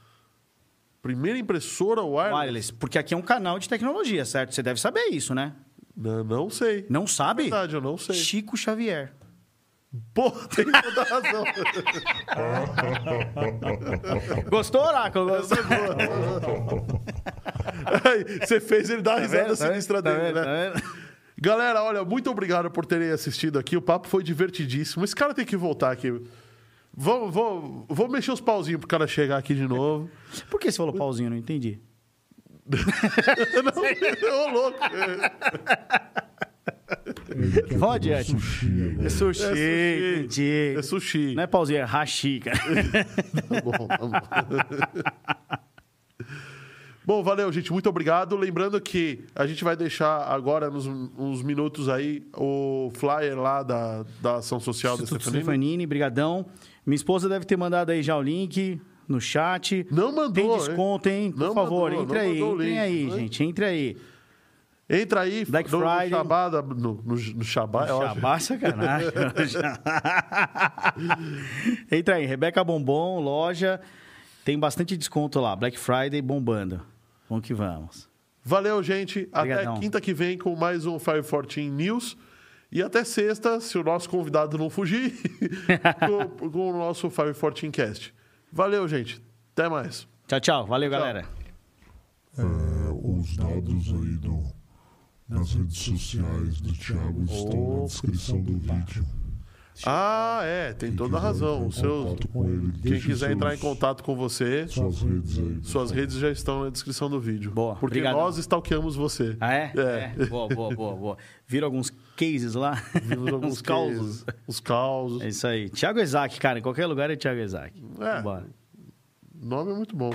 Speaker 1: Primeira impressora wireless?
Speaker 2: Wireless. Porque aqui é um canal de tecnologia, certo? Você deve saber isso, né?
Speaker 1: Não, não sei.
Speaker 2: Não sabe?
Speaker 1: É Verdade, eu não sei.
Speaker 2: Chico Xavier.
Speaker 1: Pô, tem toda a razão.
Speaker 2: Gostou, Oráculo? Gostou? Tá
Speaker 1: Aí, Você fez ele dar a risada
Speaker 2: vendo? Tá
Speaker 1: sinistra
Speaker 2: vendo? Tá
Speaker 1: dele,
Speaker 2: vendo?
Speaker 1: né?
Speaker 2: Tá vendo?
Speaker 1: Galera, olha, muito obrigado por terem assistido aqui. O papo foi divertidíssimo. Esse cara tem que voltar aqui. Vou, vou, vou mexer os pauzinhos pro cara chegar aqui de novo.
Speaker 2: Por que você falou pauzinho? Não entendi.
Speaker 1: Ô, louco.
Speaker 3: Ele quer
Speaker 2: Pode,
Speaker 3: comer
Speaker 2: Ed.
Speaker 3: um sushi né? agora.
Speaker 2: sushi,
Speaker 1: É
Speaker 2: entendi.
Speaker 1: É sushi.
Speaker 2: Não é pauzinho, é
Speaker 1: é
Speaker 2: hashi, cara.
Speaker 1: Tá bom, tá bom. Bom, valeu, gente. Muito obrigado. Lembrando que a gente vai deixar agora, nos uns minutos aí, o flyer lá da, da ação social da
Speaker 2: Instituto
Speaker 1: Stefanini.
Speaker 2: Stefanini, brigadão. Minha esposa deve ter mandado aí já o link no chat.
Speaker 1: Não mandou,
Speaker 2: Tem desconto, hein? Por
Speaker 1: Não
Speaker 2: favor,
Speaker 1: mandou,
Speaker 2: entre
Speaker 1: não
Speaker 2: aí,
Speaker 1: mandou o
Speaker 2: entrem
Speaker 1: link,
Speaker 2: aí,
Speaker 1: né?
Speaker 2: gente, entre aí.
Speaker 1: Entra aí,
Speaker 2: Black
Speaker 1: no,
Speaker 2: Friday.
Speaker 1: no Shabá, da- no, no, no Shabá, é ótimo.
Speaker 2: Jabá, sacanagem. Entra aí, Rebeca Bombom, loja. Tem bastante desconto lá. Black Friday bombando. Vamos que vamos.
Speaker 1: Valeu, gente.
Speaker 2: Obrigadão.
Speaker 1: Até quinta que vem com mais um Fire 14 News. E até sexta, se o nosso convidado não fugir, com, com o nosso Fire 14 Cast. Valeu, gente. Até mais.
Speaker 2: Tchau, tchau. Valeu, galera.
Speaker 3: É, os dados aí do, das redes sociais do Thiago estão na descrição do vídeo.
Speaker 1: Ah, é, tem toda a razão. Os seus,
Speaker 3: Contato com ele,
Speaker 1: quem
Speaker 3: deixa
Speaker 1: quiser
Speaker 3: seus-
Speaker 1: entrar em contato com você,
Speaker 3: Suas redes aí. né?
Speaker 1: suas redes já estão na descrição do vídeo.
Speaker 2: Boa,
Speaker 1: Porque
Speaker 2: obrigado.
Speaker 1: nós stalkeamos você.
Speaker 2: Ah, é?
Speaker 1: É.
Speaker 2: Boa, boa, boa, boa. Viram alguns cases lá?
Speaker 1: Vimos alguns
Speaker 2: Uns causos.
Speaker 1: cases, Os causos.
Speaker 2: É isso aí. Tiago Isaac, cara. Em qualquer lugar é Tiago Isaac.
Speaker 1: É.
Speaker 2: Vambora.
Speaker 1: O nome é muito bom.